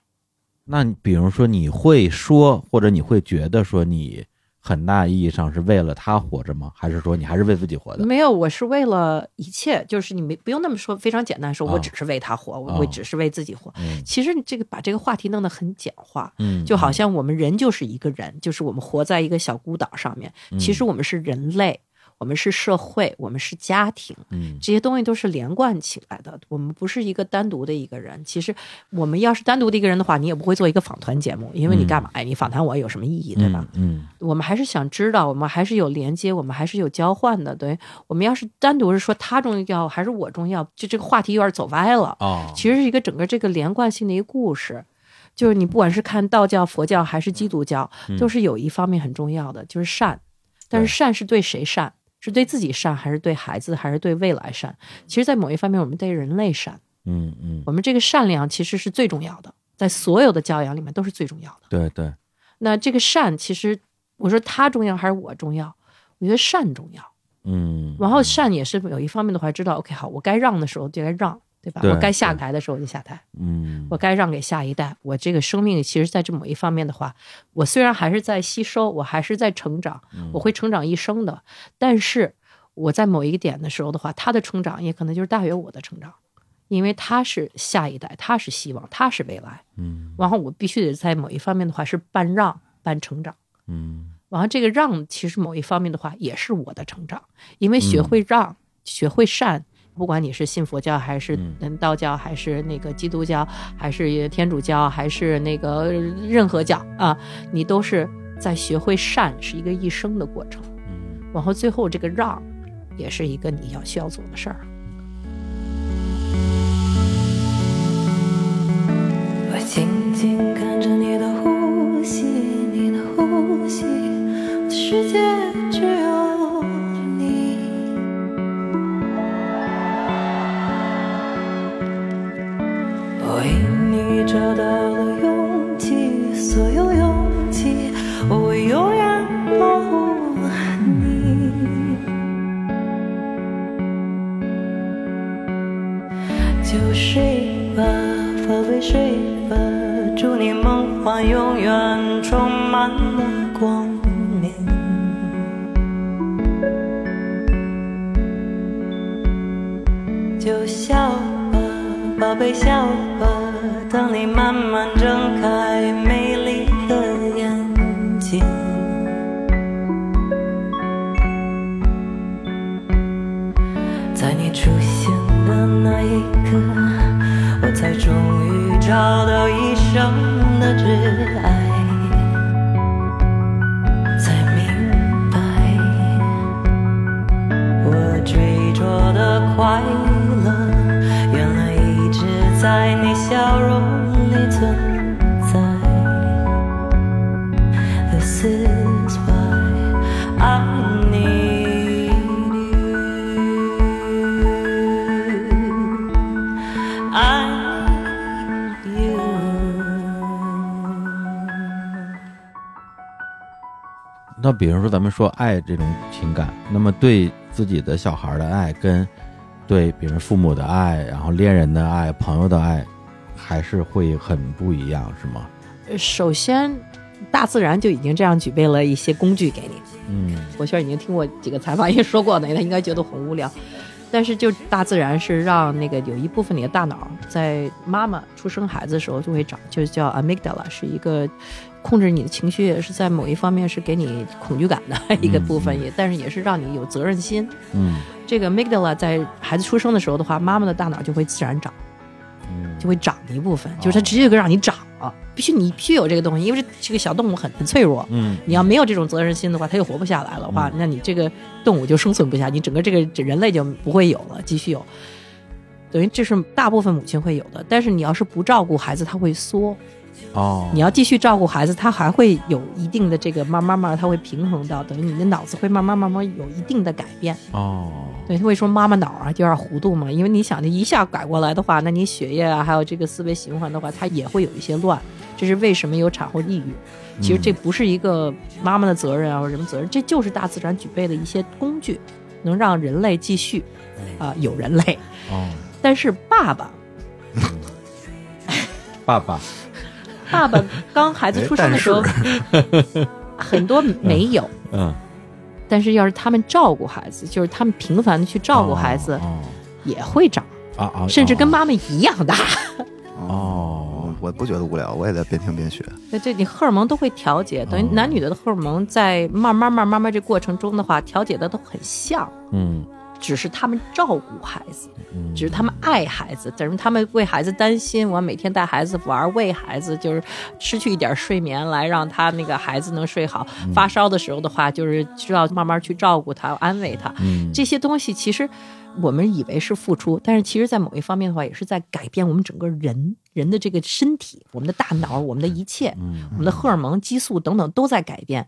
那你比如说，你会说，或者你会觉得说，你很大意义上是为了他活着吗？还是说你还是为自己活的？没有，我是为了一切，就是你没不用那么说，非常简单说，啊我只是为他活，我啊我只是为自己活。嗯其实你这个把这个话题弄得很简化，嗯，就好像我们人就是一个人，就是我们活在一个小孤岛上面。嗯其实我们是人类，我们是社会，我们是家庭，嗯这些东西都是连贯起来的。我们不是一个单独的一个人。其实我们要是单独的一个人的话，你也不会做一个访谈节目，因为你干嘛呀？你访谈我有什么意义，对吧？嗯我们还是想知道，我们还是有连接，我们还是有交换的。对，我们要是单独是说他重要还是我重要，就这个话题有点走歪了。哦，其实是一个整个这个连贯性的一个故事。就是你不管是看道教、佛教还是基督教，嗯都是有一方面很重要的，就是善。但是善是对谁善？是对自己善，还是对孩子，还是对未来善？其实，在某一方面，我们对人类善，嗯嗯，我们这个善良其实是最重要的，在所有的教养里面都是最重要的。对对，那这个善，其实我说他重要还是我重要？我觉得善重要。嗯，然后善也是有一方面的话，知道 OK，好，我该让的时候就该让，对吧？对我该下对台的时候就下台。嗯我该让给下一代。我这个生命，其实在这某一方面的话，我虽然还是在吸收，我还是在成长，我会成长一生的。但是我在某一个点的时候的话，他的成长也可能就是大于我的成长，因为他是下一代，他是希望，他是未来。嗯然后我必须得在某一方面的话是半让半成长。嗯然后这个让，其实某一方面的话，也是我的成长，因为嗯学会让，学会善，不管你是信佛教还是嗯嗯道教，还是那个基督教，还是天主教，还是那个呃任何教啊，你都是在学会善，是一个一生的过程。嗯然后最后这个让，也是一个你要需要做的事儿。我静静看着你的呼吸，你的呼吸，我的世界只有你。我因你找到了勇气，所有勇气，我会永远保护你。就睡吧，宝贝睡吧，祝你梦幻永远充满了光明。就笑吧，宝贝笑吧，当你慢慢睁开美丽的眼睛。在你出现的那一刻，我才终于找到一生的挚爱。才那比如说咱们说爱这种情感，那么对自己的小孩的爱跟对比如父母的爱，然后恋人的爱、朋友的爱，还是会很不一样，是吗？呃首先，大自然就已经这样举备了一些工具给你。嗯我确实已经听过几个采访也说过的，他应该觉得很无聊。但是就大自然是让那个有一部分你的大脑在妈妈出生孩子的时候就会长，就叫 amygdala，是一个控制你的情绪，也是在某一方面是给你恐惧感的一个部分，也但是也是让你有责任心。嗯这个 amygdala 在孩子出生的时候的话，妈妈的大脑就会自然长，嗯就会长一部分，就是它直接就让你长了，必须你必须有这个东西，因为这这个小动物很很脆弱，嗯你要没有这种责任心的话，它就活不下来了话，那你这个动物就生存不下，你整个这个这人类就不会有了，继续有。等于这是大部分母亲会有的，但是你要是不照顾孩子，他会缩；哦，你要继续照顾孩子，他还会有一定的这个慢慢慢，他会平衡到，等于你的脑子会慢慢慢慢有一定的改变。哦，对，会说妈妈脑啊，就有点糊涂嘛，因为你想，这一下改过来的话，那你血液啊，还有这个思维循环的话，它也会有一些乱。这是为什么有产后抑郁？嗯其实这不是一个妈妈的责任啊，或者什么责任，这就是大自然举备的一些工具，能让人类继续哎啊、有人类。哦，但是爸 爸，爸爸，爸爸刚孩子出生的时候，很多没有。哎 嗯，但是要是他们照顾孩子，就是他们频繁的去照顾孩子，哦也会长，哦啊啊，甚至跟哦妈妈一样大。哦，我不觉得无聊，我也在边听边学。对对，你荷尔蒙都会调节，等于哦男女的荷尔蒙在慢慢、慢慢、慢慢这过程中的话，调节的都很像，嗯只是他们照顾孩子，嗯，只是他们爱孩子，等于他们为孩子担心，我要每天带孩子玩，喂孩子，就是失去一点睡眠来让他那个孩子能睡好。嗯发烧的时候的话，就是需要慢慢去照顾他，安慰他。嗯这些东西其实我们以为是付出，但是其实，在某一方面的话，也是在改变我们整个人人的这个身体、我们的大脑、我们的一切、嗯我们的荷尔蒙、激素等等都在改变。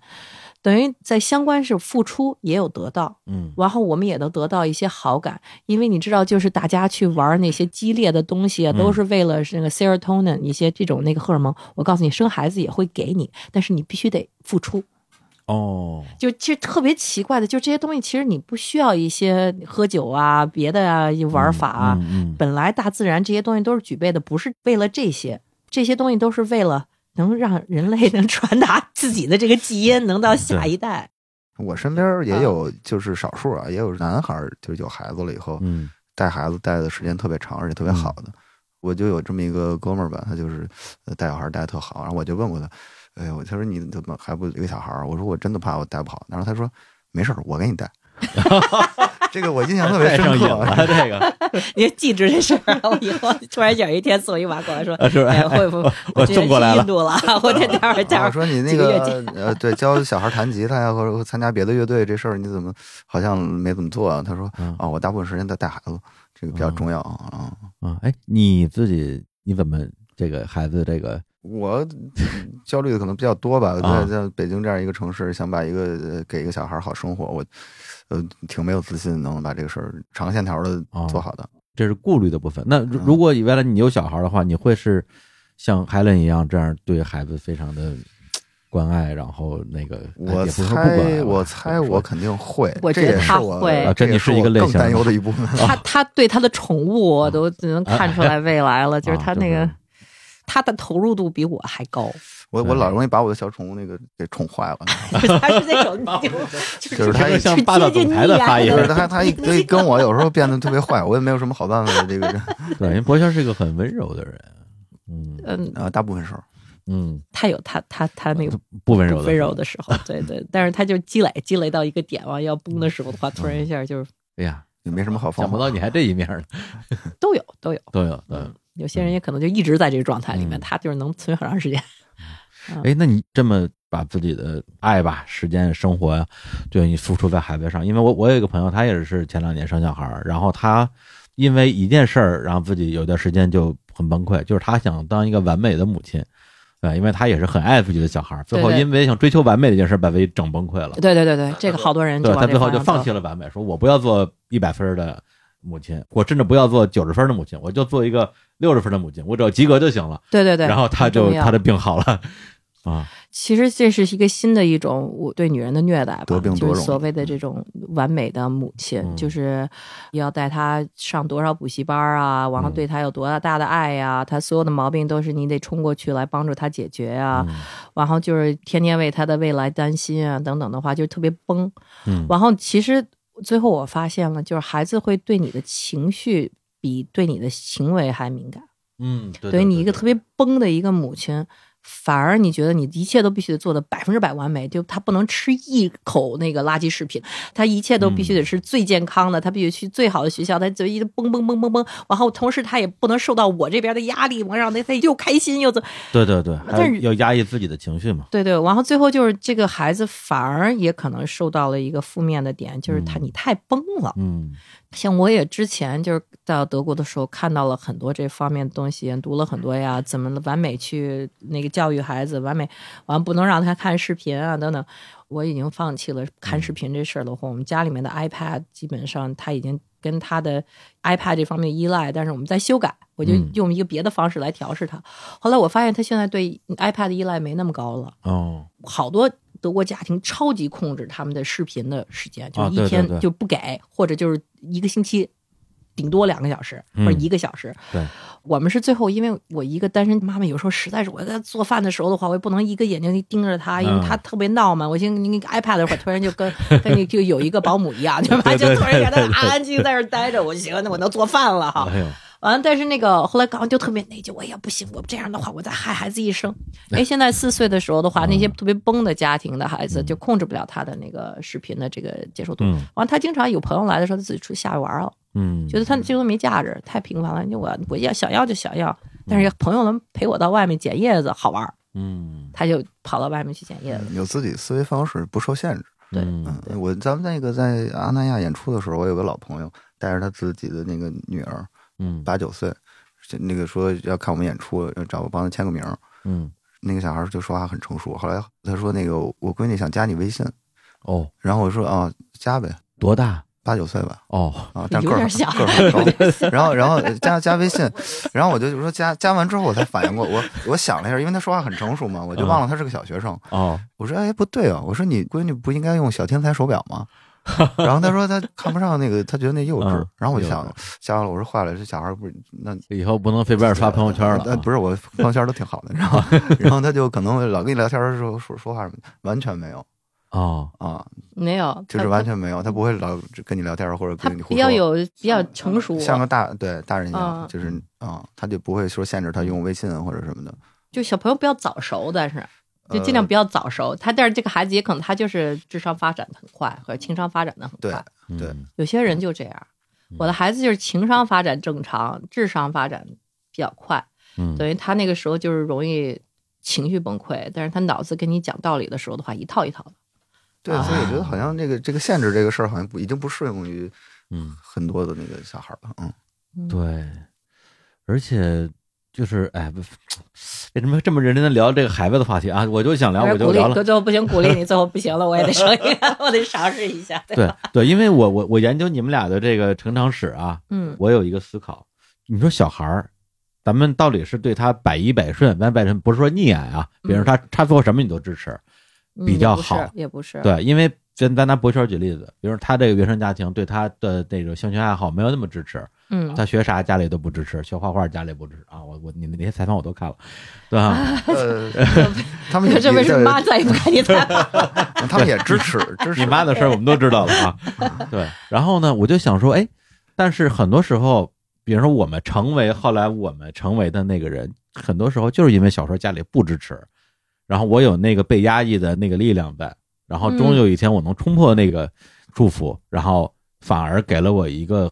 等于在相关是付出也有得到，嗯然后我们也能得到一些好感，因为你知道，就是大家去玩那些激烈的东西啊，都嗯是为了那个 serotonin 一些这种那个荷尔蒙。我告诉你，生孩子也会给你，但是你必须得付出。哦，就其实特别奇怪的，就这些东西，其实你不需要一些喝酒啊、别的啊玩法啊。嗯嗯本来大自然这些东西都是具备的，不是为了这些，这些东西都是为了能让人类能传达 自己的这个基因，能到下一代。我身边也有，就是少数啊，也有男孩儿，就是有孩子了以后，嗯带孩子带的时间特别长，而且特别好的。我就有这么一个哥们儿吧，他就是呃带小孩带的特好，然后我就问过他，哎呦，他说你怎么还不留小孩儿？我说我真的怕我带不好，然后他说没事儿，我给你带。 这个我印象特别嗯太 上深瘾刻，了，这个你就记住这事儿，我以后突然有一天送一娃过来说，啊是吧哎会不会我这个送过来去了印度 了，我这待会 儿待会我儿啊哦说你那几个月个呃，对，教小孩弹吉他呀，或者参加别的乐队这事儿，你怎么好像没怎么做啊？他说嗯啊，我大部分时间在带孩子，这个比较重要啊。嗯啊，哎，你自己你怎么这个孩子这个我焦虑的可能比较多吧，啊在在北京这样一个城市，想把一个呃给一个小孩好生活，我呃挺没有自信能把这个事儿长线条的哦做好的。这是顾虑的部分？那如嗯如果以未来你有小孩的话，你会是像海伦一样这样对孩子非常的关爱，然后那个哎我也不是说不关爱猜，吧我猜，就是说我肯定会，我这觉得也是他我会啊这你也是是一个类我更型担的忧的一部分。哦他他对他的宠物我都能看出来未来 了，就是他那啊个就是他的投入度比我还 高，我我老容易把我的小宠物那个给宠 坏了。他是那 种就就是他有点像霸道总裁的发言就是他他，他 一堆跟我有时候变得特别坏，我也没有什么好办法。这个人，对，因为博轩是个很温柔的人，嗯嗯，呃，大部分时候，嗯，他有他他他那个不温不柔的温柔的时 候，对对，但是他就积累积累到一个点往要崩的时候的话，突然一下就是哎呀，也没什么好方想不法。到你还这一面 呢，都有都有，都有都有。有些人也可能就一直在这个状态里面，嗯他就是能存很 长时间。哎，那你这么把自己的爱吧、时间、生活呀，对你付出在孩子上，因为我我有一个朋友，他也是前两年生小孩儿，然后他因为一件事儿，然后自己有段时间就很崩溃，就是他想当一个完美的母亲，对，因为他也是很爱自己的小孩儿，最后对对因为想追求完美这件事儿，把自己整崩溃了，对对对 对，这个好多人就对，他往这最后方就向走放弃了完美，说我不要做一百分儿的母亲，我甚至不要做九十分儿的母亲，我就做一个六十分儿的母亲，我只要及格就行了。对对对，然后他很重就要他的病好了。啊，其实这是一个新的一种我对女人的虐待吧，多病就多是荣所谓的这种完美的母亲，嗯就是要带她上多少补习班啊，然后嗯对她有多大的爱呀、她所有的毛病都是你得冲过去来帮助她解决啊，嗯然后就是天天为她的未来担心啊，等等的话，就特别崩。嗯然后其实最后我发现了，就是孩子会对你的情绪比对你的行为还敏感。嗯，对对于你一个特别崩的一个母亲，反而你觉得你一切都必须得做的百分之百完美，就她不能吃一口那个垃圾食品，她一切都必须得是最健康的，她必须去最好的学校，她就一直蹦蹦蹦蹦蹦，然后同时她也不能受到我这边的压力，我让她她又开心又怎对对对，但是还要压抑自己的情绪嘛。对对，然后最后就是这个孩子反而也可能受到了一个负面的点，就是他你太崩了，嗯像我也之前就是到德国的时候，看到了很多这方面的东西，也读了很多呀，怎么完美去那个教育孩子，完美完不能让他看视频啊等等。我已经放弃了看视频这事儿的话，我们家里面的 iPad 基本上他已经跟他的 iPad 这方面依赖，但是我们在修改，我就嗯用一个别的方式来调试它。后来我发现他现在对 iPad 依赖没那么高了。哦，好多德国家庭超级控制他们的视频的时间，就啊是对一天对对就不给，或者就是一个星期。顶多两个小时嗯或者一个小时，对，我们是最后，因为我一个单身妈妈，有时候实在是我在做饭的时候的话，我也不能一个眼睛盯着她，啊因为她特别闹嘛。我先那个 iPad 的话，突然就 跟跟你就有一个保姆一样，对吧？对就对突然给她对对对安安静静在那儿待着，我就行，那我能做饭了哈。哎呦，完了，但是那个后来刚就特别内疚，哎呀不行，我这样的话我再害孩子一 生。哎，现在四岁的时候的嗯话，那些特别崩的家庭的孩子就控制不了他的那个视频的这个接受度。嗯完了，他经常有朋友来的时候，他自己出去下去玩儿了，嗯，觉得他这都没价值，太平凡了。就我我要想要就想要，但是朋友能陪我到外面捡叶子好玩儿，嗯，他就跑到外面去捡叶子。有自己思维方式，不受限制。对嗯嗯，我咱们那个在阿那亚演出的时候，我有个老朋友带着他自己的那个女儿，嗯八九岁，是那个说要看我们演出，要找我帮他签个名儿。嗯，那个小孩就说话很成熟。后来他说那个我闺女想加你微信，哦，然后我说啊加呗，多大？八九岁吧哦，啊，但有个点儿很小个儿 很高。然后然后加加微信，然后我就说加加完之后我才反应过，我我想了一下，因为他说话很成熟嘛，我就忘嗯了他是个小学生。哦，我说哎不对啊，我说你闺女不应该用小天才手表吗？ 然后他说他看不上那个，他觉得那幼稚嗯。然后我就幼想加完了，我说坏了，这小孩不是那以后不能随便发朋友圈了呃啊。不是我朋友圈都挺好的，然后 然后他就可能会老跟你聊天的时候说说话什么，完全没有哦，啊，没有，就是完全没有，他不会老跟你聊天或者他跟你他胡比较说。有比较成熟，啊像个大对大人一样，嗯就是啊，他就不会说限制他用微信啊或者什么的。就小朋友不要早熟，但是就尽量呃不要早熟。他但是这个孩子也可能他就是智商发展的很快，或者情商发展的很对快。对嗯有些人就这样，我的孩子就是情商发展正常，智商发展比较快，嗯，等于他那个时候就是容易情绪崩溃，但是他脑子跟你讲道理的时候的话，一套一套的。对，所以我觉啊得好像这个这个限制这个事儿，好像不已经不适用于嗯很多的那个小孩儿了。 嗯，对，而且就是哎，不为什么这么认真的聊这个孩子的话题啊？我就想聊，我就鼓励聊，了。最后不行，鼓励你，最后不行了，我也得说一下，我得尝试一下。对，对对，因为我我我研究你们俩的这个成长史啊，嗯，我有一个思考，你说小孩儿，咱们到底是对他百依百顺，百依百顺不是说溺爱啊，比如嗯他他做什么你都支持，嗯比较也不是好也不是。对，因为咱咱拿博圈举例子，比如他这个原生家庭对他的那种兴趣爱好没有那么支持，嗯，他学啥家里都不支持，学画画家里不支持啊，我我你的那些采访我都看了，对啊吧？呃，他们也 这为什么妈也再也不看你采访？ 他们也支持支持你妈的事儿我们都知道了 啊。对，然后呢，我就想说，哎，但是很多时候，比如说我们成为后来我们成为的那个人，很多时候就是因为小时候家里不支持，然后我有那个被压抑的那个力量在，然后嗯终有一天我能冲破那个束缚，然后反而给了我一个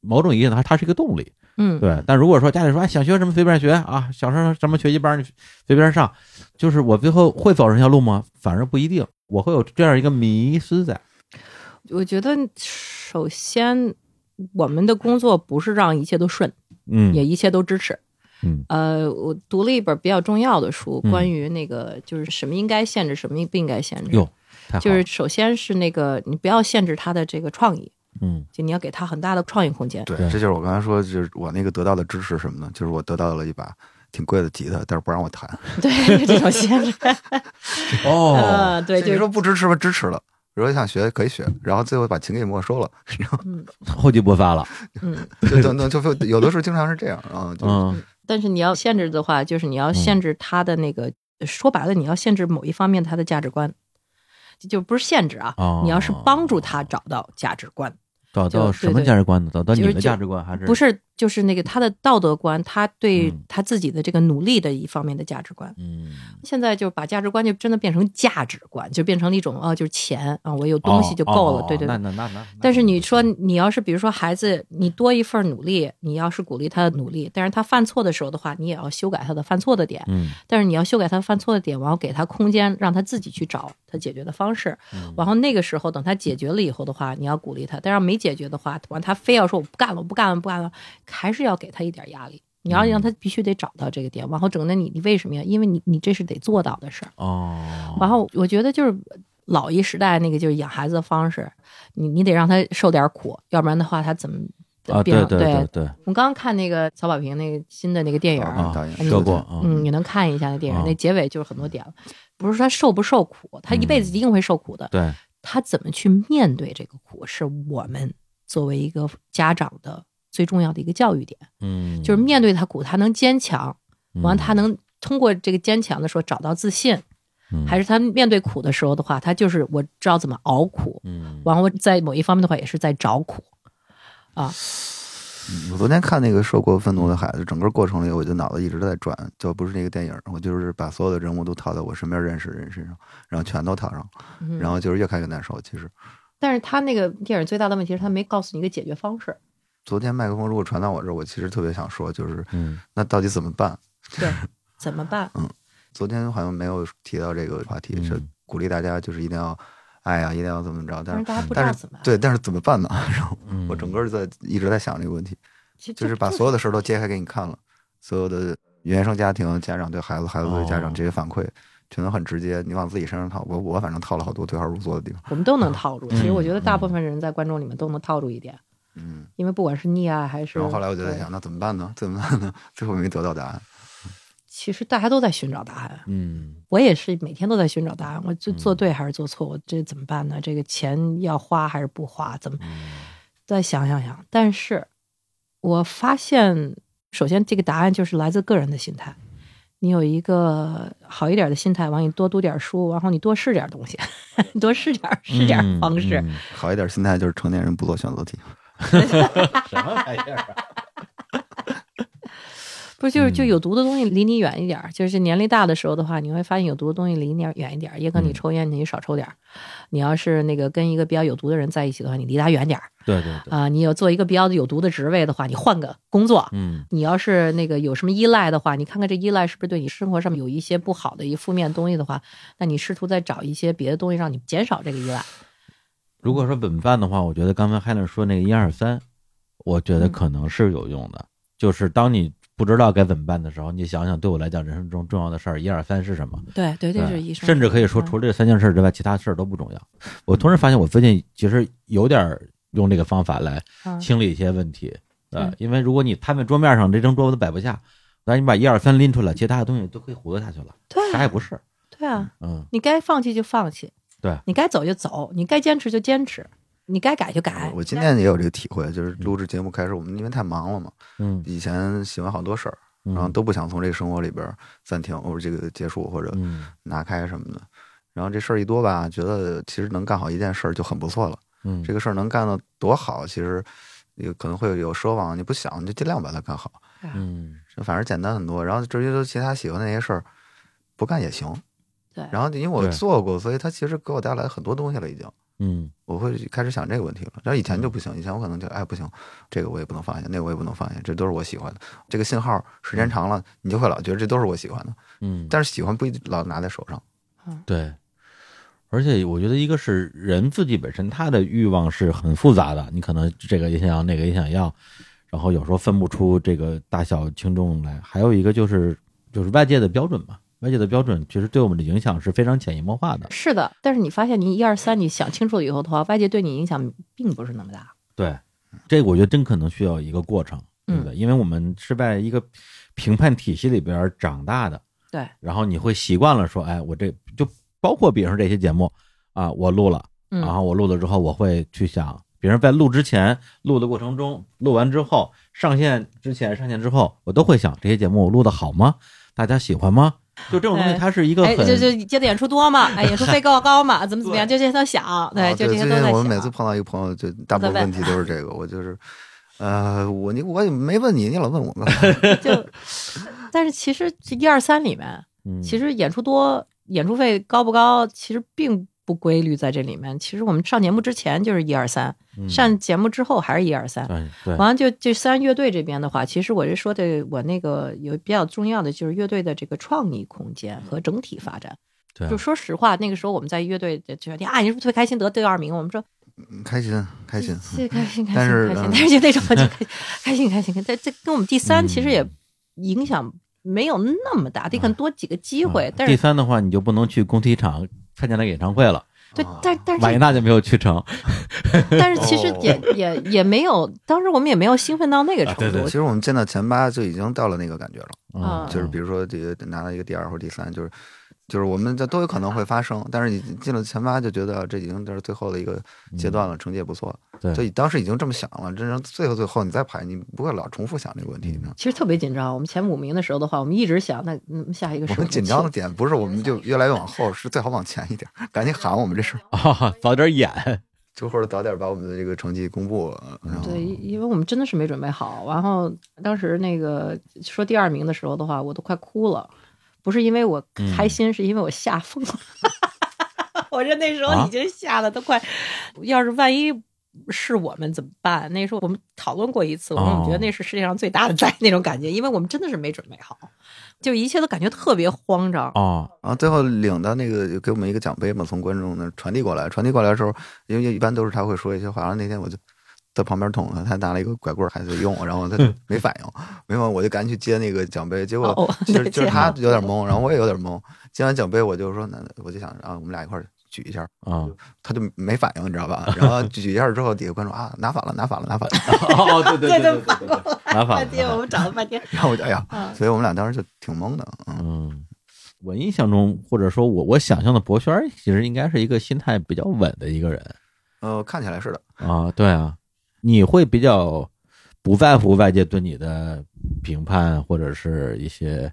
某种意义上它它是一个动力。嗯，对，但如果说家里说哎想学什么随便学啊，想上什么学习班你随便上，就是我最后会走这条路吗？反而不一定，我会有这样一个迷失在。我觉得首先我们的工作不是让一切都顺，嗯也一切都支持。嗯呃，我读了一本比较重要的书，嗯关于那个就是什么应该限制，什么不应该限制哟。，太好了就是首先是那个你不要限制他的这个创意，嗯就你要给他很大的创意空间。对，对这就是我刚才说，就是我那个得到的支持什么呢？就是我得到了一把挺贵的吉他，但是不让我弹。 对，这种限制，哦，啊，对，你就是说不支持吧，支持了。如果想学可以学，然后最后把琴给没收了， 然后后继不发了，嗯，就等等就就有的时候经常是这样啊，就嗯但是你要限制的话，就是你要限制他的那个，说白了，你要限制某一方面他的价值观，就不是限制啊，哦你要是帮助他找到价值观，找到就什么对对价值观呢？找到你就是的就价值观还是不是就是那个他的道德观，他对嗯他自己的这个努力的一方面的价值观。嗯现在就把价值观就真的变成价值观，就变成了一种啊，就是钱啊，我有东西就够了，哦哦哦对对对。那那那那，但是你说你要是比如说孩子，你多一份努力，你要是鼓励他的努力，但是他犯错的时候的话，你也要修改他的犯错的点。嗯但是你要修改他犯错的点，然后给他空间，让他自己去找他解决的方式。嗯然后那个时候等他解决了以后的话，你要鼓励他；但是没解决的话，完他非要说我不干了，我不干了，不干了，还是要给他一点压力。嗯你要让他必须得找到这个点，然后整的你，你为什么呀？因为你你这是得做到的事儿。哦，然后我觉得就是老一时代那个就是养孩子的方式，你你得让他受点苦，要不然的话他怎么啊，变对了？对对，我刚刚看那个曹保平那个新的那个电影儿，哦啊导演嗯说过啊，嗯，你能看一下那电影儿，啊那结尾就是很多点了，不是他受不受苦，他一辈子一定会受苦的，对，他怎么去面对这个苦，是我们作为一个家长的最重要的一个教育点，嗯，就是面对他苦，他能坚强，嗯完他能通过这个坚强的时候找到自信，还是嗯是他面对苦的时候的话，他就是我知道怎么熬苦，嗯然后在某一方面的话也是在找苦。我昨天看那个《受过愤嗯怒的孩子》，整个过程里我就脑子一直在转，就不是那个电影，我就是把所有的人物都套在我身边认识的人身上，然后全都套上，嗯然后就是越看越难受。其实但是他那个电影最大的问题是他没告诉你一个解决方式，昨天麦克风如果传到我这儿，我其实特别想说，就是嗯那到底怎么办？ 对，怎么办？嗯昨天好像没有提到这个话题，是嗯鼓励大家就是一定要爱啊呀、一定要怎么怎么着，但但是是大家不知道但是怎么办。对，但是怎么办呢？ 然后嗯，我整个在一直在想这个问题，其实就是把所有的事儿都揭开给你看了，所有的原生家庭、家长对孩子、孩子对家哦长这些反馈，全都很直接。你往自己身上套，我我反正套了好多对号入座的地方。我们都能套路。其实嗯我觉得大部分人在观众里面都能套路一点，嗯，因为不管是溺爱还是……然后后来我就在想，对，那怎么办呢？怎么办呢？ 最后没得到答案。其实大家都在寻找答案。嗯我也是每天都在寻找答案，我就嗯做对还是做错？我这怎么办呢？这个钱要花还是不花？怎么再想想想？但是我发现，首先这个答案就是来自个人的心态。你有一个好一点的心态，完你多读点书，然后你多试点东西， 你多试点 试点方式。嗯嗯好一点心态就是成年人不做选择题。什 么玩意儿啊？不是就是就嗯有毒的东西离你远一点儿，就是年龄大的时候的话，你会发现有毒的东西离你远一点儿。也可能你嗯抽烟，你少抽点儿；你要是那个跟一个比较有毒的人在一起的话，你离他远点儿对对对，啊、你有做一个比较有毒的职位的话，你换个工作。嗯你要是那个有什么依赖的话，你看看这依赖是不是对你生活上面有一些不好的一负面东西的话，那你试图再找一些别的东西让你减少这个依赖。如果说本番的话，我觉得刚才 Helen 说那个一二三，我觉得可能是有用的。就是当你不知道该怎么办的时候，你想想，对我来讲，人生中重要的事儿一二三是什么？对对对，甚至可以说，除了了这三件事之外，其他事儿都不重要。我突然发现，我最近其实有点儿用这个方法来清理一些问题。呃嗯，因为如果你摊在桌面上，这张桌子摆不下，那你把一二三拎出来，其他的东西都可以糊弄下去了，嗯对啥啊也不是。对啊，嗯，你该放弃就放弃，对你该走就走，你该坚持就坚持，你该改就改。我今天也有这个体会，就是录制节目开始，我们因为太忙了嘛，嗯，以前喜欢好多事儿，嗯然后都不想从这个生活里边暂停或者这个结束或者嗯拿开什么的。然后这事儿一多吧，觉得其实能干好一件事儿就很不错了。嗯，这个事儿能干到多好，其实也可能会有奢望，你不想你就尽量把它干好，嗯这反而简单很多。然后至于说其他喜欢的那些事儿，不干也行。对，然后因为我对做过，所以它其实给我带来很多东西了，已经。嗯我会开始想这个问题了，然后以前就不行，以前我可能就哎不行，这个我也不能放下，那个我也不能放下，这都是我喜欢的。这个信号时间长了，你就会老觉得这都是我喜欢的，嗯，但是喜欢不一定老拿在手上。对。而且我觉得，一个是人自己本身他的欲望是很复杂的，你可能这个也想要，那个也想要，然后有时候分不出这个大小轻重来。还有一个就是就是外界的标准嘛，外界的标准其实对我们的影响是非常潜移默化的。是的，但是你发现你一二三，你想清楚了以后的话，外界对你影响并不是那么大。对，这个我觉得真可能需要一个过程。对不嗯对？因为我们是在一个评判体系里边长大的，对，然后你会习惯了说，哎，我这就包括比如说这些节目啊，我录了，嗯然后我录了之后，我会去想，别人在录之前、录的过程中、录完之后、上线之前、上线之后，我都会想这些节目我录的好吗？大家喜欢吗？就这种东西，对它是一个哎，很就就接的演出多嘛，哎，演出费高高嘛，怎么怎么样，就这些都想，对，啊就这些最都在近想。我们每次碰到一个朋友，就大部分都在问问 题都是这个。我就是，呃，我你我也没问你，你老问我干嘛？ 就，但是其实这一二三里面，嗯其实演出多，演出费高不高，其实并不规律在这里面。其实我们上节目之前就是一二三，嗯上节目之后还是一二三。对对完了就这三乐队这边的话，其实我是说的，我那个有比较重要的就是乐队的这个创意空间和整体发展。嗯对啊就说实话，那个时候我们在乐队的就说啊，你是不是特别开心得第二名？我们说开心开心，这开心开心但是开心嗯，但是就那种就开开心开心，但这跟我们第三其实嗯也影响没有那么大，得可能多几个机会嗯啊，但第是三的话，你就不能去工体场参加那个演唱会了，对，啊但 但瓦是也纳就没有去成。但是其实哦也也也没有，当时我们也没有兴奋到那个程对度其，实我们见到前八就已经到了那个感觉了，嗯啊就是比如说这个拿到一个第二或第三，就是就是我们这都有可能会发生，但是你进了前八就觉得啊这已经就是最后的一个阶段嗯了，成绩也不错，对 就当时已经这么想了，真正最后最后你再排，你不会老重复想这个问题你知道吗其实特别紧张。我们前五名的时候的话，我们一直想，那嗯下一个我是们们紧张的点不是我们就越来越往后，是最好往前一点，赶紧喊我们这事儿，啊，早点演，就或者早点把我们的这个成绩公布，然后对，因为我们真的是没准备好。然后当时那个说第二名的时候的话，我都快哭了，不是因为我开心，是因为我吓疯了。我这那时候已经吓得都快，要是万一是我们怎么办？那时候我们讨论过一次，我们哦觉得那是世界上最大的灾那种感觉，因为我们真的是没准备好，就一切都感觉特别慌张。哦，然后最后领到那个给我们一个奖杯嘛，从观众那儿传递过来，传递过来的时候，因为一般都是他会说一些话，然后那天我就在旁边捅他，他拿了一个拐棍儿还在用，然后他没反应，没反应，我就赶紧去接那个奖杯，结果哦其实对就是这他样有点懵，然后我也有点懵，接完奖杯我就说那我就想啊，我们俩一块儿举一下，啊，他就没反应，你知道吧？然后举一下之后，底下观众啊拿反了，拿反了，拿反了， 哦，对对对对对对对，麻烦半天我们找了半天，然后我就哎呀，嗯所以我们俩当时就挺懵的，嗯。嗯，我印象中或者说我我想象的博轩儿其实应该是一个心态比较稳的一个人呃，看起来是的，啊，对啊，你会比较不在乎外界对你的评判或者是一些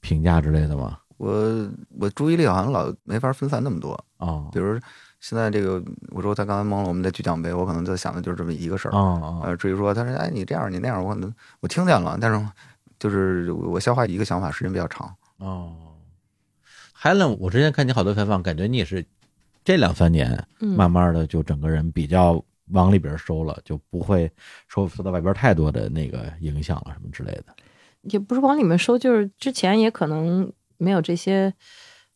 评价之类的吗？我我注意力好像老没法分散那么多，啊比如现在这个，我说他刚才懵了，我们在举奖杯，我可能就想的就是这么一个事儿。啊啊，呃，至于说他说哎你这样你那样，我可能我听见了，但是就是我消化一个想法时间比较长。哦，Helen，我之前看你好多采访，感觉你也是这两三年，嗯慢慢的就整个人比较往里边收了，就不会受受到外边太多的那个影响了什么之类的。也不是往里面收，就是之前也可能没有这些，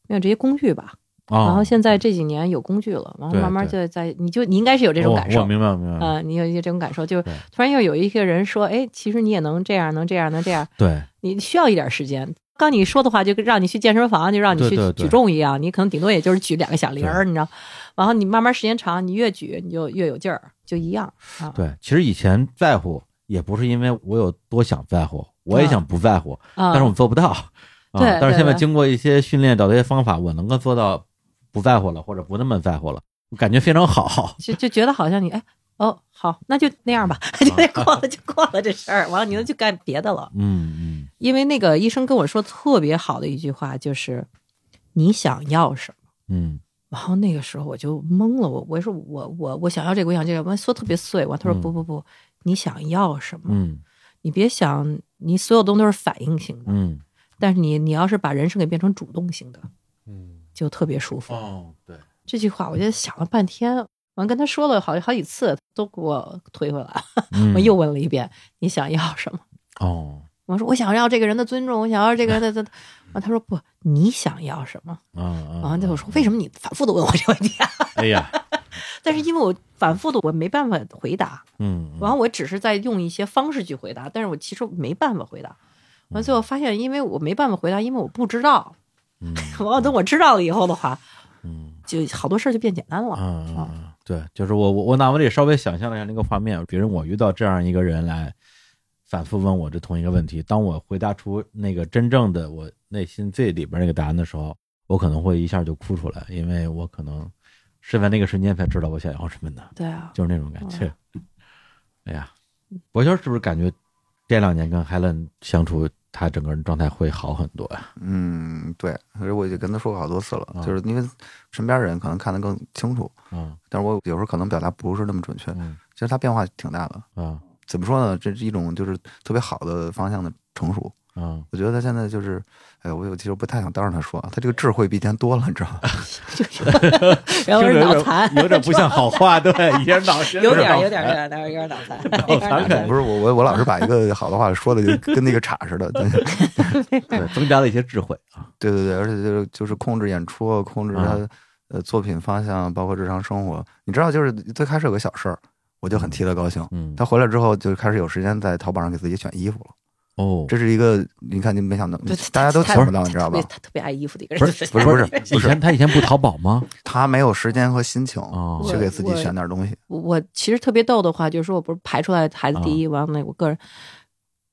没有这些工具吧。哦、然后现在这几年有工具了，然后对慢慢对就在你就你应该是有这种感受我，明白我明白。啊、你有一些这种感受，就是对突然又有一个人说，哎，其实你也能这样，能这样，能这样，对你需要一点时间。刚你说的话就让你去健身房，就让你对去对对举重一样，你可能顶多也就是举两个小铃儿，对你知道。然后你慢慢时间长，你越举你就越有劲儿，就一样。啊、对，其实以前在乎也不是因为我有多想在乎，我也想不在乎，啊，但是我们做不到。啊对但是对现在对经过一些训练，找到一些方法，我能够做到不在乎了，或者不那么在乎了，感觉非常好。就就觉得好像你哎哦好，那就那样吧， 就得过了就过了这事儿，完了你能去干别的了。嗯嗯，因为那个医生跟我说特别好的一句话就是，你想要什么？ 嗯，然后那个时候我就懵了，我我说我我我想要这个，我想这个，我说特别碎。完，他说嗯不不不，你想要什么？嗯你别想，你所有东西都是反应型的，嗯但是你你要是把人生给变成主动型的，嗯，就特别舒服。哦，对，这句话我就想了半天，完跟他说了好好几次，都给我推回来。嗯我又问了一遍，你想要什么？哦我说我想要这个人的尊重，我想要这个人的的。完，他说不，你想要什么？啊啊完，对我说为什么你反复的问我这个问题啊？哎呀，但是因为我反复的，我没办法回答。嗯，完，我只是在用一些方式去回答，但是我其实没办法回答。完，最后发现，因为我没办法回答，因为我不知道。 嗯完了，等我知道了以后的话，嗯就好多事儿就变简单了。嗯嗯，对，就是我我我脑子里稍微想象了一下那个画面，比如我遇到这样一个人来反复问我这同一个问题。当我回答出那个真正的我内心最里边那个答案的时候，我可能会一下就哭出来，因为我可能是在那个瞬间才知道我想要什么的，对啊，就是那种感觉。嗯 哎呀，博修是不是感觉这两年跟 Helen 相处，他整个人状态会好很多呀、嗯，对，所以我已经跟他说过好多次了，啊就是因为身边人可能看得更清楚，啊？但是我有时候可能表达不是那么准确。嗯其实他变化挺大的，啊怎么说呢？这是一种就是特别好的方向的成熟。啊！我觉得他现在就是，哎，我有其实不太想当着他说，他这个智慧比以前多了，你知道吗？然后听着是有脑点残，有点不像好话， 对，一下脑神有点儿有点儿有点儿有点儿有点儿脑残，有点儿脑残不是我我我老是把一个好的话说的就跟那个岔似的，对 增加了一些智慧啊。对对对，而且就是就是控制演出，控制他、嗯呃作品方向，包括日常生活。你知道，就是最开始有个小事儿，我就很替他高兴。嗯，他回来之后就开始有时间在淘宝上给自己选衣服了，哦，这是一个你看你没想到对，大家都他想不到，你知道吧他特？别他特别爱衣服的一个人，不 是就是不是不是，不以是前他以前不淘宝吗？他没有时间和心情哦去给自己选点东西。我我其实特别逗的话，就是说我不是排出来孩子啊第一，完了那我个人，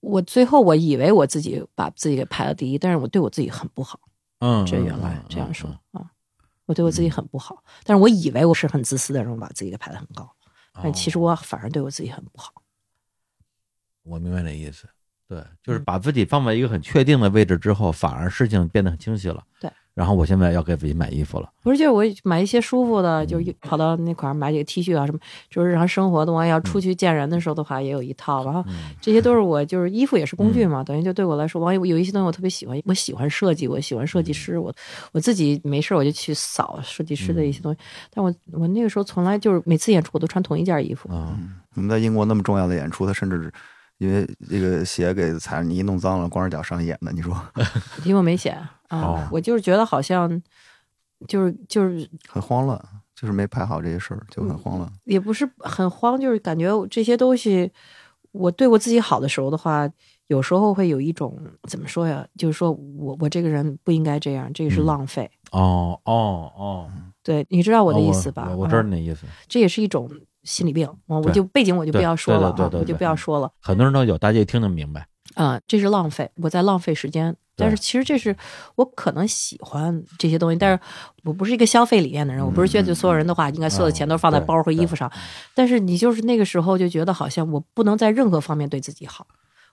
我最后我以为我自己把自己给排到第一，但是我对我自己很不好， 嗯，这原嗯来嗯这样说嗯啊，我对我自己很不好，但是我以为我是很自私的人，我把自己给排得很高，但其实哦我反而对我自己很不好。我明白你的意思，对，嗯就是把自己放在一个很确定的位置之后，反而事情变得很清晰了。对，然后我现在要给自己买衣服了，不是，就是我买一些舒服的，就是跑到那块儿买几个 T 恤啊什么，就是日常生活的话，要出去见人的时候的话，也有一套。然后这些都是我就是衣服也是工具嘛，等于就对我来说，网友有一些东西我特别喜欢，我喜欢设计，我喜欢设计师，我我自己没事儿我就去扫设计师的一些东西。但我我那个时候从来就是每次演出我都穿同一件衣啊服，我们在英国那么重要的演出，他甚至因为这个鞋给踩泥弄脏了，光着脚上演的，你说 因为我没写哦啊，我就是觉得好像就是就是很慌乱，就是没排好这些事儿就很慌乱。也不是很慌，就是感觉这些东西，我对我自己好的时候的话，有时候会有一种怎么说呀？就是说我我这个人不应该这样，这个是嗯浪费。哦哦哦，对，你知道我的意思吧？我我知道嗯你的意思，这也是一种心理病。我我对就背景我就不对要说了啊，对对对对嗯我就不要说了。很多人都有，大家也听得明白，啊，这是浪费，我在浪费时间。但是其实这是我可能喜欢这些东西，但是我不是一个消费理念的人，我不是觉得所有人的话应该所有的钱都放在嗯包和对衣服上。但是你就是那个时候就觉得好像我不能在任何方面对自己好，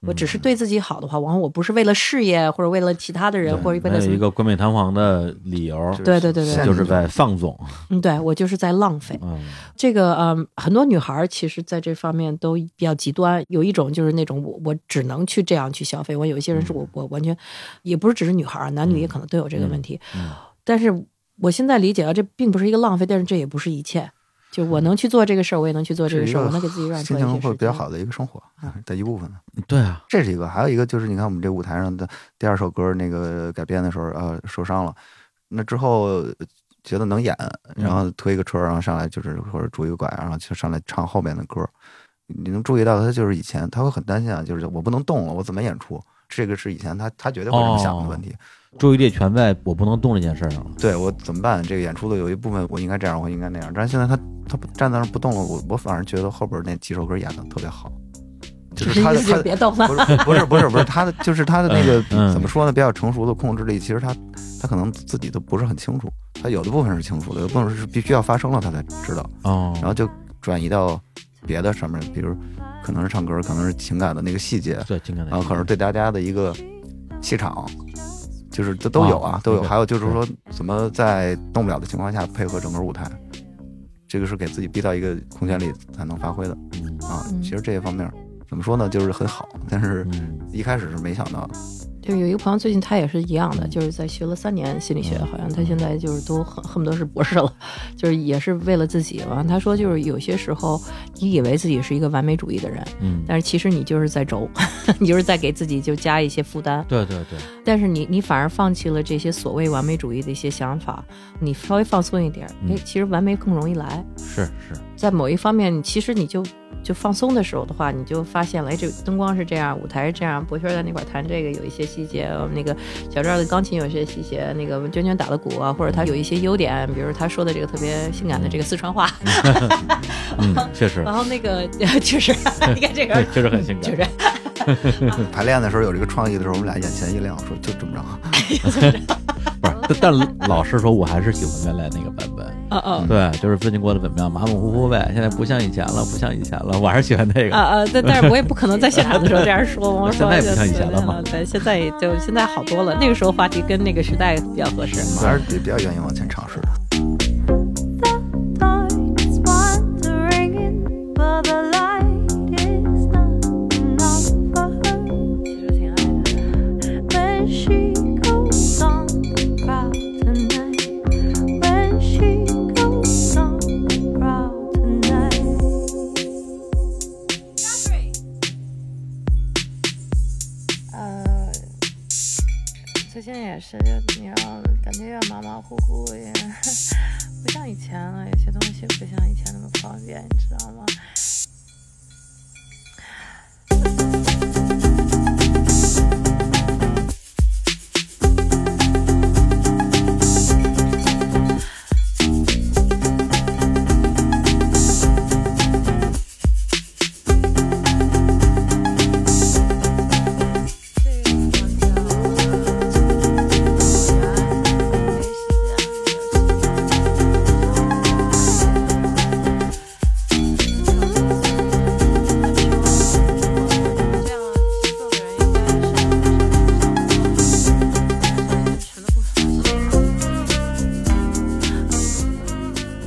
我只嗯是对自己好的话，往往我不是为了事业或者为了其他的嗯人或者为没了有什一么，个冠冕堂皇的理由，对对对对对就是在放纵，嗯，对我就是在浪费。嗯这个嗯，很多女孩儿其实在这方面都比较极端，有一种就是那种我我只能去这样去消费，我有一些人是嗯我我完全也不是只是女孩儿，啊男女也可能都有这个问题。嗯但是我现在理解了，这并不是一个浪费，但是这也不是一切。就我能去做这个事儿，我也能去做这嗯是个一事儿，个我能给自己让心出来一情些啊会时比较间好的一个生活的一部分。对啊，这是一个，还有一个就是，你看我们这舞台上的第二首歌那个改编的时候，呃，受伤了，那之后呃觉得能演，然后推一个车，然后上来就是或者拄一个拐，然后就上来唱后边的歌。你能注意到他就是以前他会很担心啊，就是我不能动了，我怎么演出？这个是以前他他绝对会这么想的问题。注意力全在我不能动这件事儿上了，对我怎么办？这个演出的有一部分我应该这样，我应该那样。但是现在他他不站在那儿不动了，我我反而觉得后边那几首歌演的特别好，就是他的就他别动了。不是不是不是不是他的，就是他的那个嗯嗯怎么说呢？比较成熟的控制力，其实他他可能自己都不是很清楚，他有的部分是清楚的，有的部分是必须要发生了他才知道，哦，然后就转移到别的上面，比如可能是唱歌，可能是情感的那个细节，对，情感然后可能是对大家的一个气场，就是这都有啊，啊都有。对还有就是说，怎么在动不了的情况下配合整个舞台，这个是给自己逼到一个空间里才能发挥的嗯啊。嗯其实这一方面怎么说呢，就是很好，但是。嗯一开始是没想到的，就有一个朋友最近他也是一样的，就是在学了三年心理学，好像他现在就是都恨恨不得是博士了，就是也是为了自己。完了，他说就是有些时候你以为自己是一个完美主义的人，嗯，但是其实你就是在轴， 你就是在给自己就加一些负担。对对对，但是你你反而放弃了这些所谓完美主义的一些想法，你稍微放松一点，嗯哎，其实完美更容易来。是 是，在某一方面，你其实你就就放松的时候的话，你就发现了，哎，这灯光是这样，舞台是这样，博轩在那块儿弹这个有一些细节，我们那个小赵的钢琴有些细节，那个娟娟打的鼓啊，或者他有一些优点，比如他说的这个特别性感的这个四川话，嗯，确实嗯然后那个确实，你看这个 确实很性感确实。排练的时候有这个创意的时候，我们俩眼前一亮，说就这么着。不是，但但老实说，我还是喜欢原来那个版本。啊嗯啊对，就是最近过得怎么样？马马虎虎呗，现在不像以前了，不像以前了，我还是喜欢那啊个。啊！但但是我也不可能在现场的时候这样说，我说现在不像以前了嘛对，现在也就现在好多了。那个时候话题跟那个时代比较合适。我还是比比较愿意往前尝试的。 It's wandering, but the light is not enough for her. When she goes on proud tonight, when she goes on proud tonight. Uh, 最近也是，就你要感觉越马马虎虎，也不像以前了，有些东西不像以前那么方便，你知道吗？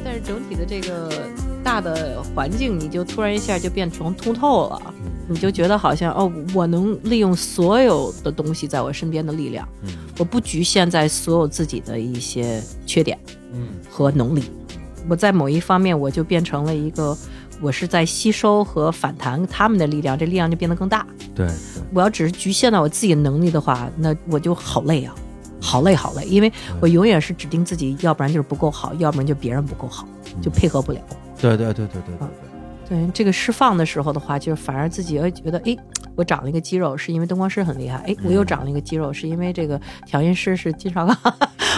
但是整体的这个大的环境，你就突然一下就变成通透了，你就觉得好像哦，我能利用所有的东西在我身边的力量，我不局限在所有自己的一些缺点，嗯，和能力。我在某一方面，我就变成了一个，我是在吸收和反弹他们的力量，这力量就变得更大。对，我要只是局限到我自己的能力的话，那我就好累啊，好累好累，因为我永远是指定自己，要不然就是不够好，要不然就别人不够好，就配合不了。对对对对对对对这个释放的时候的话，就是反而自己会觉得，哎，我长了一个肌肉，是因为灯光师很厉害；哎，我又长了一个肌肉，是因为这个调音师是金少刚；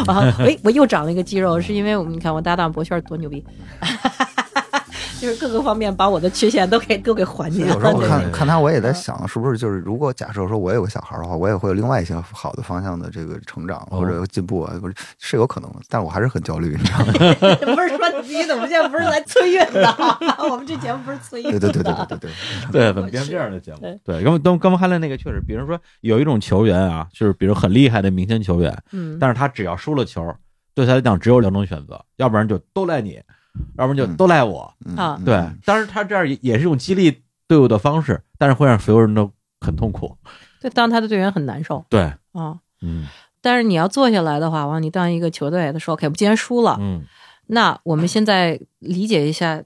然后，哎，我又长了一个肌肉，是因为我们你看我搭档博轩多牛逼， 就是各个方面把我的缺陷都给都给缓所解以了。有时候我对看看他，我也在想，是不是就是如果假设说我有个小孩的话，我也会有另外一些好的方向的这个成长或者进步啊，哦不是是有可能的，但我还是很焦虑，你知 道吗？不是说你自己怎么现在不是来催孕的？ 我们这节目不是催孕对的。对对对对对对，对，怎么变成这样的节目？对，刚刚刚看了那个，确实，比如说有一种球员啊，就是比如很厉害的明星球员，嗯，但是他只要输了球，对他来讲只有两种选择，要不然就都赖你，要不然就都赖我。嗯啊嗯对，当然他这样也也是一种激励队伍的方式，但是会让所有人都很痛苦。对，当他的队员很难受对，啊。嗯但是你要坐下来的话，往你当一个球队的说，OK，我们既然输了，嗯，那我们现在理解一下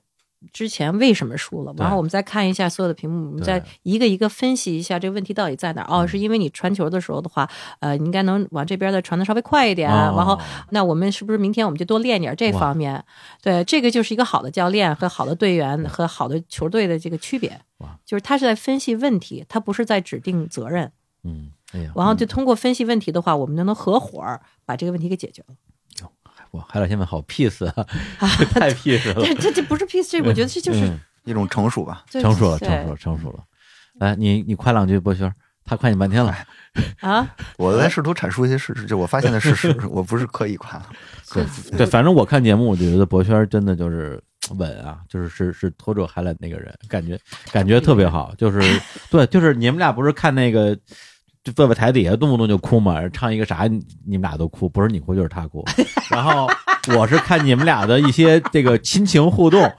之前为什么输了，对然后我们再看一下所有的屏幕，我们再一个一个分析一下这个问题到底在哪儿。哦，是因为你传球的时候的话，呃，你应该能往这边再传的稍微快一点，啊哦哎然后那我们是不是明天我们就多练点这哇方面？对，这个就是一个好的教练和好的队员和好的球队的这个区别哇，就是他是在分析问题，他不是在指定责任。嗯，哎呀，然后就通过分析问题的话，我们就能合伙儿把这个问题给解决了。 我海老先生好 peace 啊，太 peace 了，这这这不是 P 这我觉得这就是嗯一种成熟吧。对成熟了，对成熟了，成熟了。来，你你夸两句，博轩，他夸你半天了。啊！我在试图阐述一些事实，就我发现的事实，我不是刻意夸。对 对，反正我看节目，我就觉得博轩真的就是稳啊，就是是是拖住韩磊那个人，感觉感觉特别 好，就是对，就是你们俩不是看那个。就坐在台底下动不动就哭嘛，唱一个啥你你们俩都哭，不是你哭就是他 哭。然后我是看你们俩的一些这个亲情互动，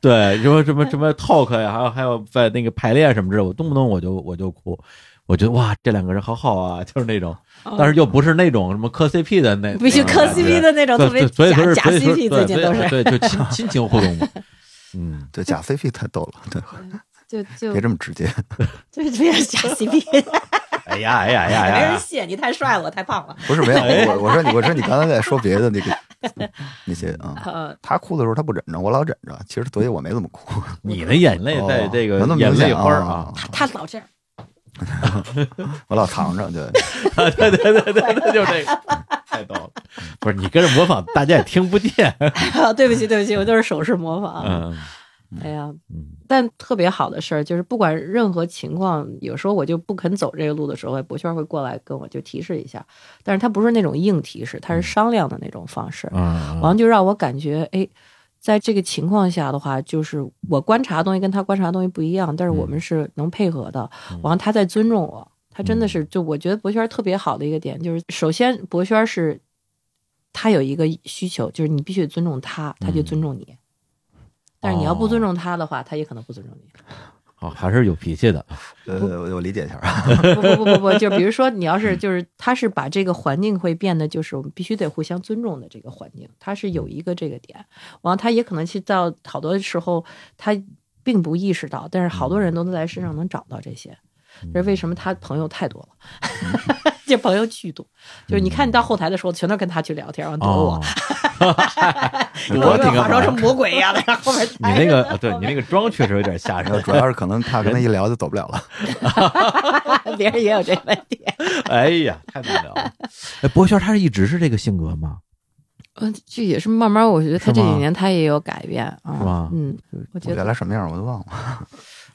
对，什么什么什么 talk 呀，还有还有在那个排练什么之类，我动不动我就我就哭，我觉得哇，这两个人好好啊，就是那种，哦但是又不是那种什么磕 CP 的那，必须那种磕感觉 CP 的那种特别对对所以假说是假所以说 CP 对最近都是对，对就亲亲情互动嘛。嗯，对，假 CP 太逗了，对，就就别这么直接。就这样假 CP， 哎呀哎呀哎呀没哎人呀！信你太帅了，我太胖了。不是没有，我我说你，我说你刚才在说别 的那个那些啊。呃，他哭的时候他不忍着，我老忍着。其实所以我没怎么哭，你的眼泪在这哦个没那么眼明显泪花儿 啊，，他老这样， 我老藏着。对，对对对对对，就是这个，太逗了。不是你跟着模仿，大家也听不见。对不起对不起，我都是手势模仿。啊嗯，哎呀，嗯但特别好的事儿就是，不管任何情况，有时候我就不肯走这个路的时候，博轩会过来跟我就提示一下，但是他不是那种硬提示，嗯他是商量的那种方式，啊，完了就让我感觉，哎，在这个情况下的话，就是我观察的东西跟他观察的东西不一样，但是我们是能配合的，完了他在尊重我，他真的是就我觉得博轩特别好的一个点就是，首先博轩是他有一个需求，就是你必须得尊重他，他就尊重你。但是你要不尊重他的话，他也可能不尊重你。哦，还是有脾气的，呃，我我理解一下啊。 不不不不不，就比如说，你要是就是，他是把这个环境会变得，就是我们必须得互相尊重的这个环境，他是有一个这个点。完了，他也可能去到好多时候，他并不意识到，但是好多人都能在身上能找到这些。嗯这是为什么他朋友太多了，这朋友巨多，就是你看你到后台的时候，全都跟他去聊天，然后躲我 哦，，我挺化妆干成魔鬼一样的，然后后面你那个对你那个妆确实有点吓然后人，主要是可能怕跟他一聊就走不了 了。别人也有这个问题。 哎呀，太难聊了。 哎，博轩他是一直是这个性格吗？ 嗯，这也是慢慢，我觉得他是这吗几年他也有改变是吗啊，嗯，我觉我得原来什么样我都忘了，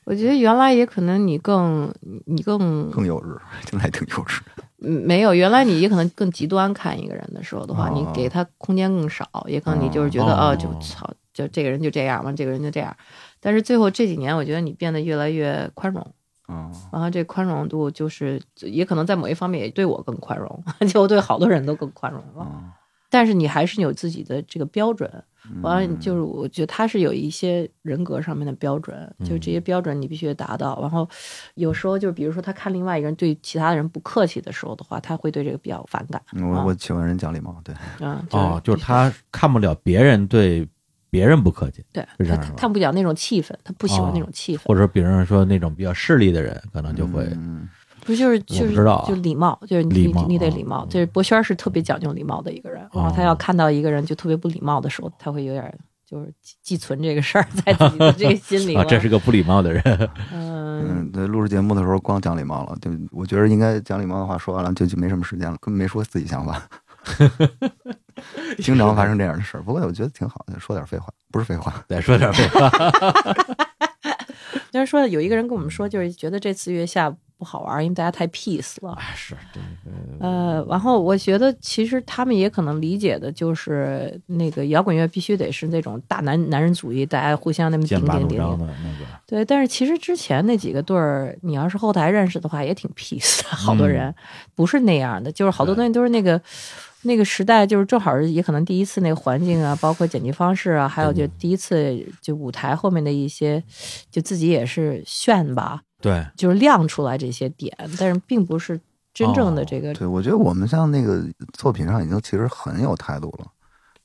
我觉得原来也可能你更你更更幼稚， 现在挺幼稚。嗯没有，原来你也可能更极端看一个人的时候的话，哦你给他空间更少，也可能你就是觉得哦哦，就操，就这个人就这样嘛，这个人就这样。但是最后这几年，我觉得你变得越来越宽容，嗯，然后这宽容度就是也可能在某一方面也对我更宽容， 就对好多人都更宽容了。嗯但是你还是有自己的这个标准，嗯完嗯了，就是我觉得他是有一些人格上面的标准，就这些嗯标准你必须得达到。然后有时候就比如说他看另外一个人对其他人不客气的时候的话，他会对这个比较反感。啊嗯我我请问人讲礼貌，对，嗯，哦，就就是他看不了别人对别人不客气，对是这他样是哦他吧他不讲那种气氛，他不喜欢那种气氛，或者比方说那种比较势利的人，可能就会嗯，不就是我就不是知道啊就礼貌，就是礼你貌你得啊哦礼貌。就是博轩是特别讲究礼貌的一个人，然后他要看到一个人就特别不礼貌的时候，他会有点就是寄寄存这个事儿在自己的这个心 里啊了。，这是个不礼貌的人，嗯。嗯，对，录制节目的时候光讲礼貌了，对，我觉得应该讲礼貌的话说完了就就没什么时间了，根本没说自己 想法。经常发生这样的事儿，不过我觉得挺好的，说点废话不是废话，再说点废话。但是说有一个人跟我们说，就是觉得这次月下不好玩，因为大家太 peace 了。是，呃，然后我觉得其实他们也可能理解的就是那个摇滚乐必须得是那种大男男人主义，大家互相那么顶剑拔顶弩顶张顶。的那个，对，但是其实之前那几个队儿，你要是后台认识的话，也挺 peace 的，好嗯多人、不是那样的，就是好多东西都是那个。那个时代就是正好是也可能第一次那个环境啊，包括剪辑方式啊，还有嗯就第一次就舞台后面的一些，就自己也是炫吧，对，就是亮出来这些点，但是并不是真正哦的这个。对我觉得我们像那个作品上已经其实很有态度了，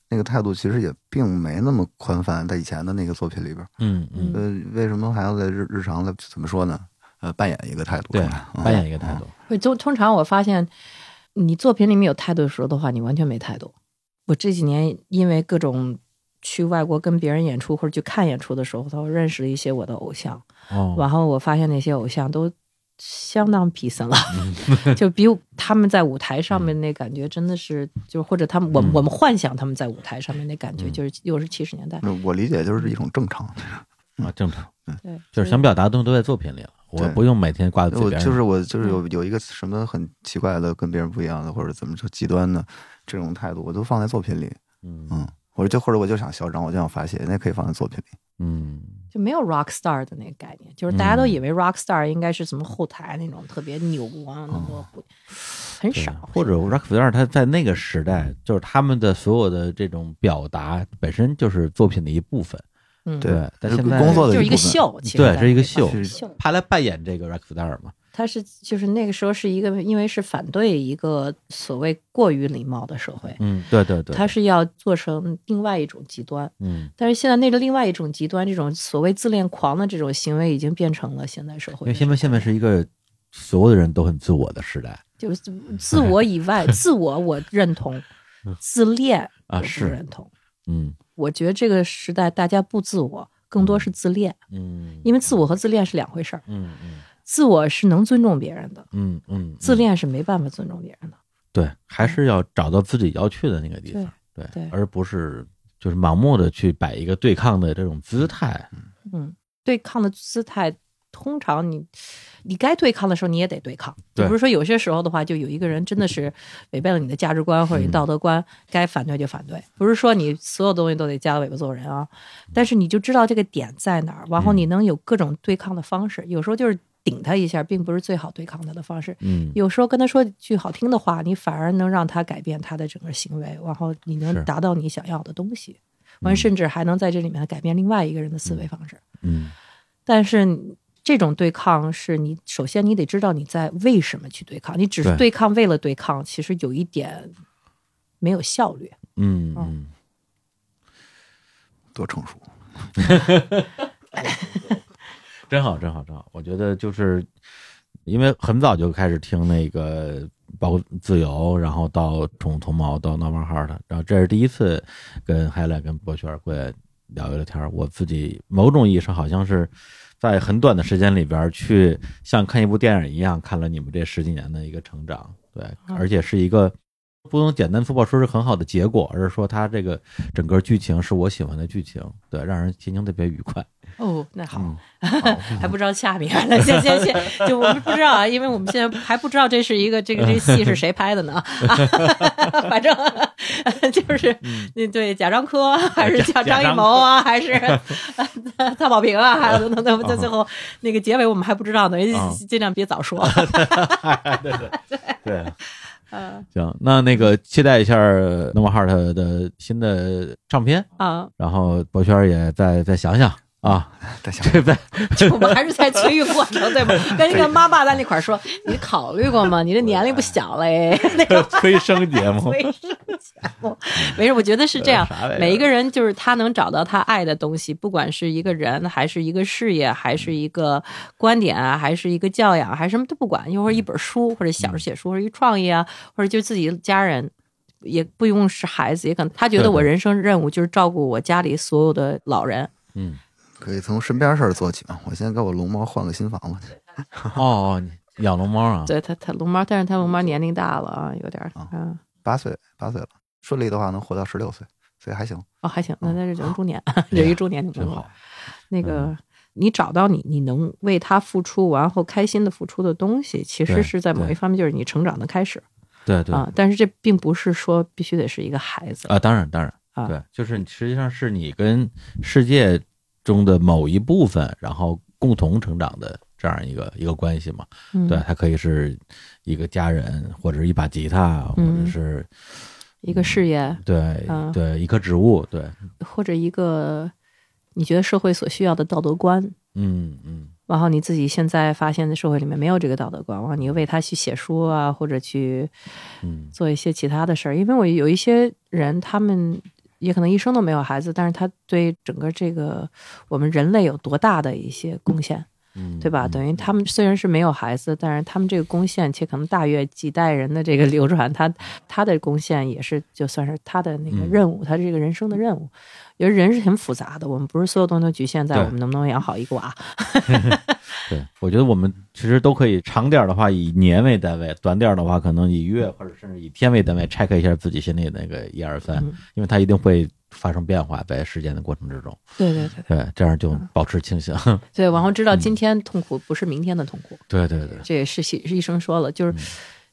那个态度其实也并没那么宽泛，在以前的那个作品里边，嗯嗯，呃，为什么还要在日日常的怎么说呢？呃，扮演一个态度，对可能，嗯扮演一个态度，会通通常我发现，你作品里面有态度的时候的话，你完全没态度。我这几年因为各种去外国跟别人演出或者去看演出的时候，我认识了一些我的偶像，哦，然后我发现那些偶像都相当皮森了， 就比他们在舞台上嗯面那感觉真的是，就或者他们我我们幻想他们在舞台上面那感嗯觉，就是又是七十年代。那我理解就是一种正常，啊，正常，对，就是想表达的东西都在作品里了，我对不用每天挂在嘴我边上，就是我嗯就是有有一个什么很奇怪的跟别人不一样的，或者怎么说极端的这种态度，我都放在作品里，嗯嗯，我就或者我就想嚣张，我就想发泄，那可以放在作品里。嗯，就没有 rock star 的那个概念，就是大家都以为 rock star 应该是什么后台那种特别牛啊，那么不哦对很少，或者 Rockefeller 他在那个时代，就是他们的所有的这种表达本身就是作品的一部分，嗯对但现在工作的就是一部个分秀，其实嗯对在，是一个那块秀儿秀，他来扮演这个 Rockefeller 嘛，他是就是那个时候是一个，因为是反对一个所谓过于礼貌的社会，嗯，对对对，他是要做成另外一种极端。嗯，但是现在那个另外一种极端，这种所谓自恋狂的这种行为，已经变成了现在社因会为的。现在现在是一个所有的人都很自我的时代就是自自我以 外，自我我认同，自恋啊我不是认同。嗯我觉得这个时代大家不自我，更多是自恋，嗯因为自我和自恋是两回事儿。嗯嗯自我是能尊重别人的，嗯嗯，自恋是没办法尊重别人的。对，还是要找到自己要去的那个地嗯方，对，对而不是就是盲目的去摆一个对抗的这种姿态，嗯，对抗的姿态，通常你你该对抗的时候你也得对抗，对就不是说有些时候的话，就有一个人真的是违背了你的价值观或者你嗯道德观，该反对就反对，不是说你所有东西都得夹着尾巴做人啊。但是你就知道这个点在哪儿，嗯然后你能有各种对抗的方式，有时候就是顶他一下，并不是最好对抗他的方式。嗯，有时候跟他说句好听的话，你反而能让他改变他的整个行为，然后你能是达到你想要的东西，完甚至还能在这里面改变另外一个人的思维方式。嗯，但是你这种对抗是你首先你得知道你在为什么去对抗，你只是对对抗为了对抗，其实有一点没有效率。嗯嗯，多成熟。真好，真好，真好。我觉得就是因为很早就开始听那个，包括自由，然后到宠物同毛，到 Normal Heart，然后这是第一次跟 Helen 跟博学过来聊一聊天儿。我自己某种意义上好像是在很短的时间里边儿去像看一部电影一样看了你们这十几年的一个成长，对，而且是一个。不能简单粗暴说是很好的结果，而是说它这个整个剧情是我喜欢的剧情，对，让人心情特别愉快。哦，那好， 嗯还不知道下面呢，先先先，就我们不知道啊，因为我们现在还不知道这是一个这个这戏是谁拍的呢， 啊、反正就是那对贾樟柯啊还是叫张艺谋啊，还是 蔡宝平啊，还有等等等，在最后那个结尾我们还不知道呢， 尽量别早说。 对，嗯行，那那个期待一下呃 No More Heart 的新的唱片，啊，然后博轩也再再想想啊，再想这再我们还是在催育过程， 对吧？跟那个妈爸在那块儿说，你考虑过吗？你这年龄不小了哎。 催生节 目， 卫生节目。没事，我觉得是这样呃啥玩意儿，每一个人就是他能找到他爱的东西，不管是一个人，还是一个事业，还是嗯一个观点啊，还是一个教养，还是什么都不管，一会儿嗯一本书，或者小时候写书，或者一创意啊，或者就自己的家人。也不用是孩子，也可能他觉对得对我人生任务就是照顾我家里所有的老人，嗯可以从身边事儿做起嘛。我先给我龙猫换个新房子去。哦哦，嗯哦你养龙猫啊，对他他龙猫，但是他龙猫年龄大了啊，有点儿啊嗯，八岁，八岁了，顺利的话能活到十六岁，所以还行。哦还行，那那是人中年， 人一中年就不哎真用了好，嗯那个你找到你你能为他付出，然后开心的付出的东西，其对实是在某对一方面就是你成长的开始对对啊。但是这并不是说必须得是一个孩子，啊，当然当然，啊对，就是你实际上是你跟世界中的某一部分，然后共同成长的这样一个一个关系嘛。嗯对，它可以是一个家人，或者是一把吉他，或者嗯是一个事业对啊对一棵植物，对，或者一个你觉得社会所需要的道德观。嗯嗯，然后你自己现在发现的社会里面没有这个道德观，然后你又为他去写书啊，或者去嗯做一些其他的事儿。因为我有一些人，他们也可能一生都没有孩子，但是他对整个这个我们人类有多大的一些贡献，嗯，对吧？嗯等于他们虽然是没有孩子，但是他们这个贡献，且可能大约几代人的这个流传，他他的贡献也是就算是他的那个嗯任务，他这个人生的任务。因为人是很复杂的，我们不是所有东西都局限在对我们能不能养好一个娃。对，我觉得我们其实都可以长点儿的话以年为单位，短点儿的话可能以月或者甚至以天为单位 check 一下自己心里那个一二三嗯，因为它一定会发生变化在时间的过程之中。对对对对，这样就嗯保持清醒。对，然后知道嗯今天痛苦不是明天的痛苦。对对对，这也是医医生说了，嗯就是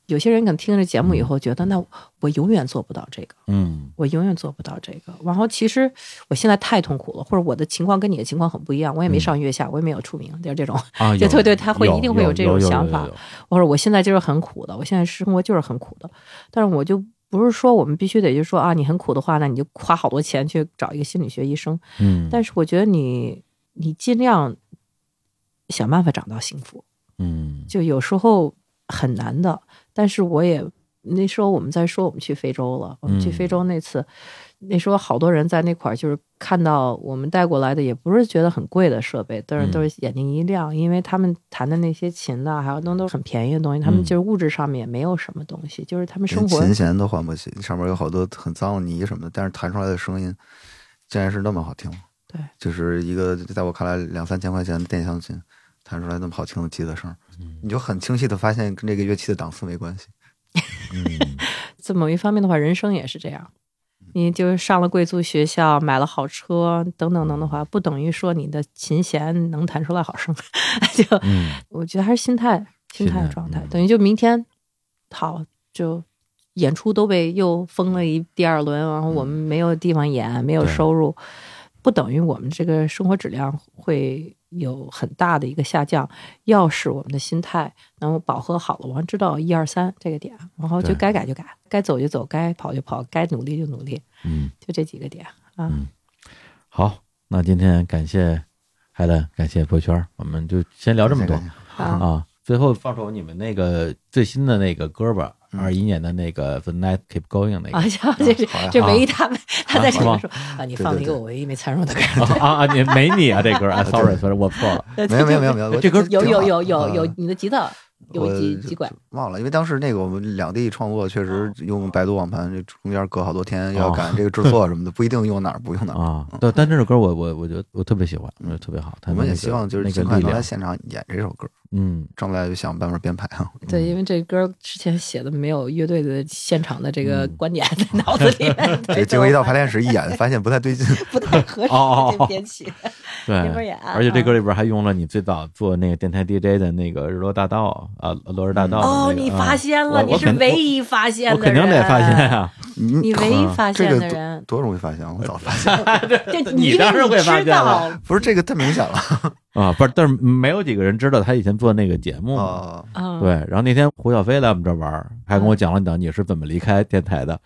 有些人可能听着节目以后觉得，那我永远做不到这个，嗯我永远做不到这个。然后其实我现在太痛苦了，或者我的情况跟你的情况很不一样，我也嗯没上月下，我也没有出名，就是这种。啊，对有 对对他会有一定会有有这种有有想有法有或者我现在就是很苦的，我现在生活就是很苦的，但是我就不是说我们必须得就说啊，你很苦的话，那你就花好多钱去找一个心理学医生。嗯，但是我觉得你你尽量想办法找到幸福。嗯就有时候很难的。但是我也那时候我们在说我们去非洲了，我们去嗯非洲那次，那时候好多人在那块儿就是看到我们带过来的，也不是觉得很贵的设备，但是嗯都是眼睛一亮，因为他们弹的那些琴呐、还有那都是很便宜的东西，他们嗯就是物质上面也没有什么东西，就是他们生连活琴弦都换不起，上面有好多很脏的泥什么的，但是弹出来的声音竟然是那么好听。对，就是一个在我看来两三千块钱的电箱琴，弹出来那么好听的吉他声，嗯你就很清晰的发现跟这个乐器的档次没关系。嗯在某一方面的话，人生也是这样。你就是上了贵族学校，买了好车等等等的话，不等于说你的琴弦能弹出来好声。 就嗯，我觉得还是心态、心心态态状态嗯，等于就明天好就演出都被又封了一第二轮，然后我们嗯没有地方演，没有对收入，不等于我们这个生活质量会有很大的一个下降。要是我们的心态能够饱和好了，我们知道一二三这个点，然后就对该改就改，该走就走，该跑就跑，该努力就努力，嗯，就这几个点啊。嗯好，那今天感谢海伦，感谢博轩，我们就先聊这么多感谢啊啊。最后放首你们那个最新的那个歌吧，二一年的那个《The Night Keep Going》那个啊，这这好呀这唯一他们他在什么时候啊？你对放了一对个对我唯一没参与的歌， 啊啊，你没你啊，这歌啊，sorry sorry，我错了。 没有没有没有没有，我这歌有挺有好啊有有有嗯你的吉他有我几几轨，嗯忘了，因为当时那个我们两地创作，确哦实用百度网盘，这中间隔好多天要赶这个制作什么的，不一定用哪儿不用哪儿。啊，对，但这首歌我我我觉得我特别喜欢，我觉得特别好。它我们那也个希望就是那尽个快力能来量，现场演这首歌，嗯，正在就想办法编排 啊。对，因为这歌之前写的没有乐队的现场的这个嗯观点 在脑子 里面，这对结果一到排练室一演，发现不太对 劲，不太合哦哦适，哦就编起没法对。演啊。而且这歌里边还用了你最早做那个电台 DJ 的那个日落大道啊，落日大道的那个。哦，你啊发现了，我你我是肯唯一发现我的人，肯定得发现啊！你唯一发这现个的多人，多容易发现，我早发 现了， 这你因为当然会发现知道 不是这个太明显了啊，不是，但是没有几个人知道他以前做那个节目嘛。啊。啊对，然后那天胡小飞来我们这儿玩儿，还跟我讲了讲你是怎么离开电台的，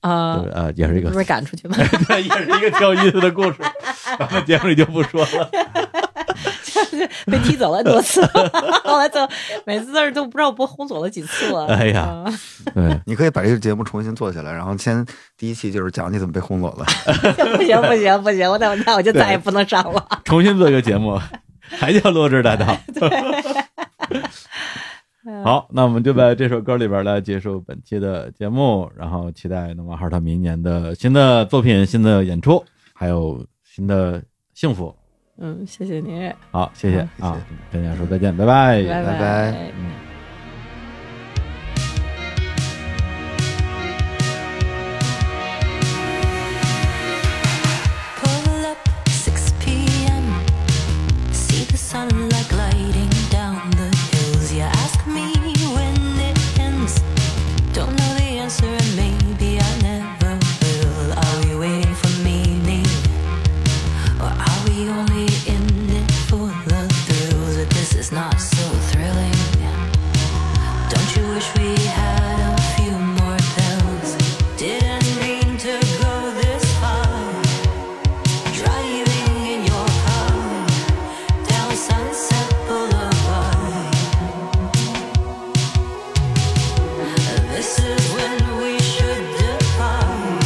啊就是，呃，也是一个不是赶出去吗？ 对，也是一个挺有意思的故事，咱们节目里就不说了。被踢走了多 次，后来就每次都是都不知道被轰走了几次了。哎呀啊，对，你可以把这个节目重新做起来，然后先第一期就是讲你怎么被轰走的，嗯 不行不行不行，我那那我就再也不能上了。重新做一个节目，还叫《落日大道》。 好，那我们就在这首歌里边来结束本期的节目，然后期待能王浩他明年的新的作品、新的演出，还有新的幸福。嗯，谢谢您，好，谢谢好啊，跟大家说再见，拜拜，拜拜拜 Pull up 6 p.m. See the sunlight gliding down the hills. You ask me when it ends. Don't know the answer, and maybe I never will. Are we waiting for meaning? Or are we only in it for the thrills? But this is not so thrilling. Don't you wish we had a few more pills? Didn't mean to go this far. Driving in your car down Sunset Boulevard. This is when we should depart,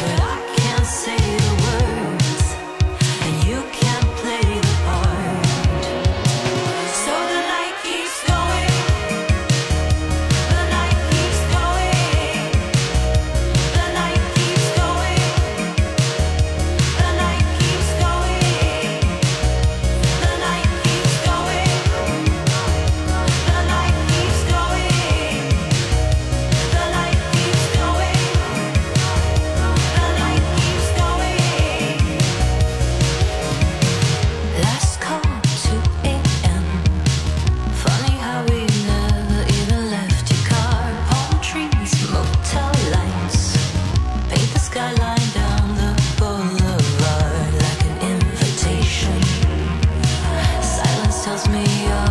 but I can't say the words, and you can't play the part. So the night keeps going, the night keeps going, the night keeps going. The night keeps going. The night keeps going. The night keeps going. The night keeps going. The night keeps going. Last call, 2 a.m. Funny how we never even left your car. Palm trees, motel lights. Paint the skyline down the boulevard like an invitation. Silence tells me you're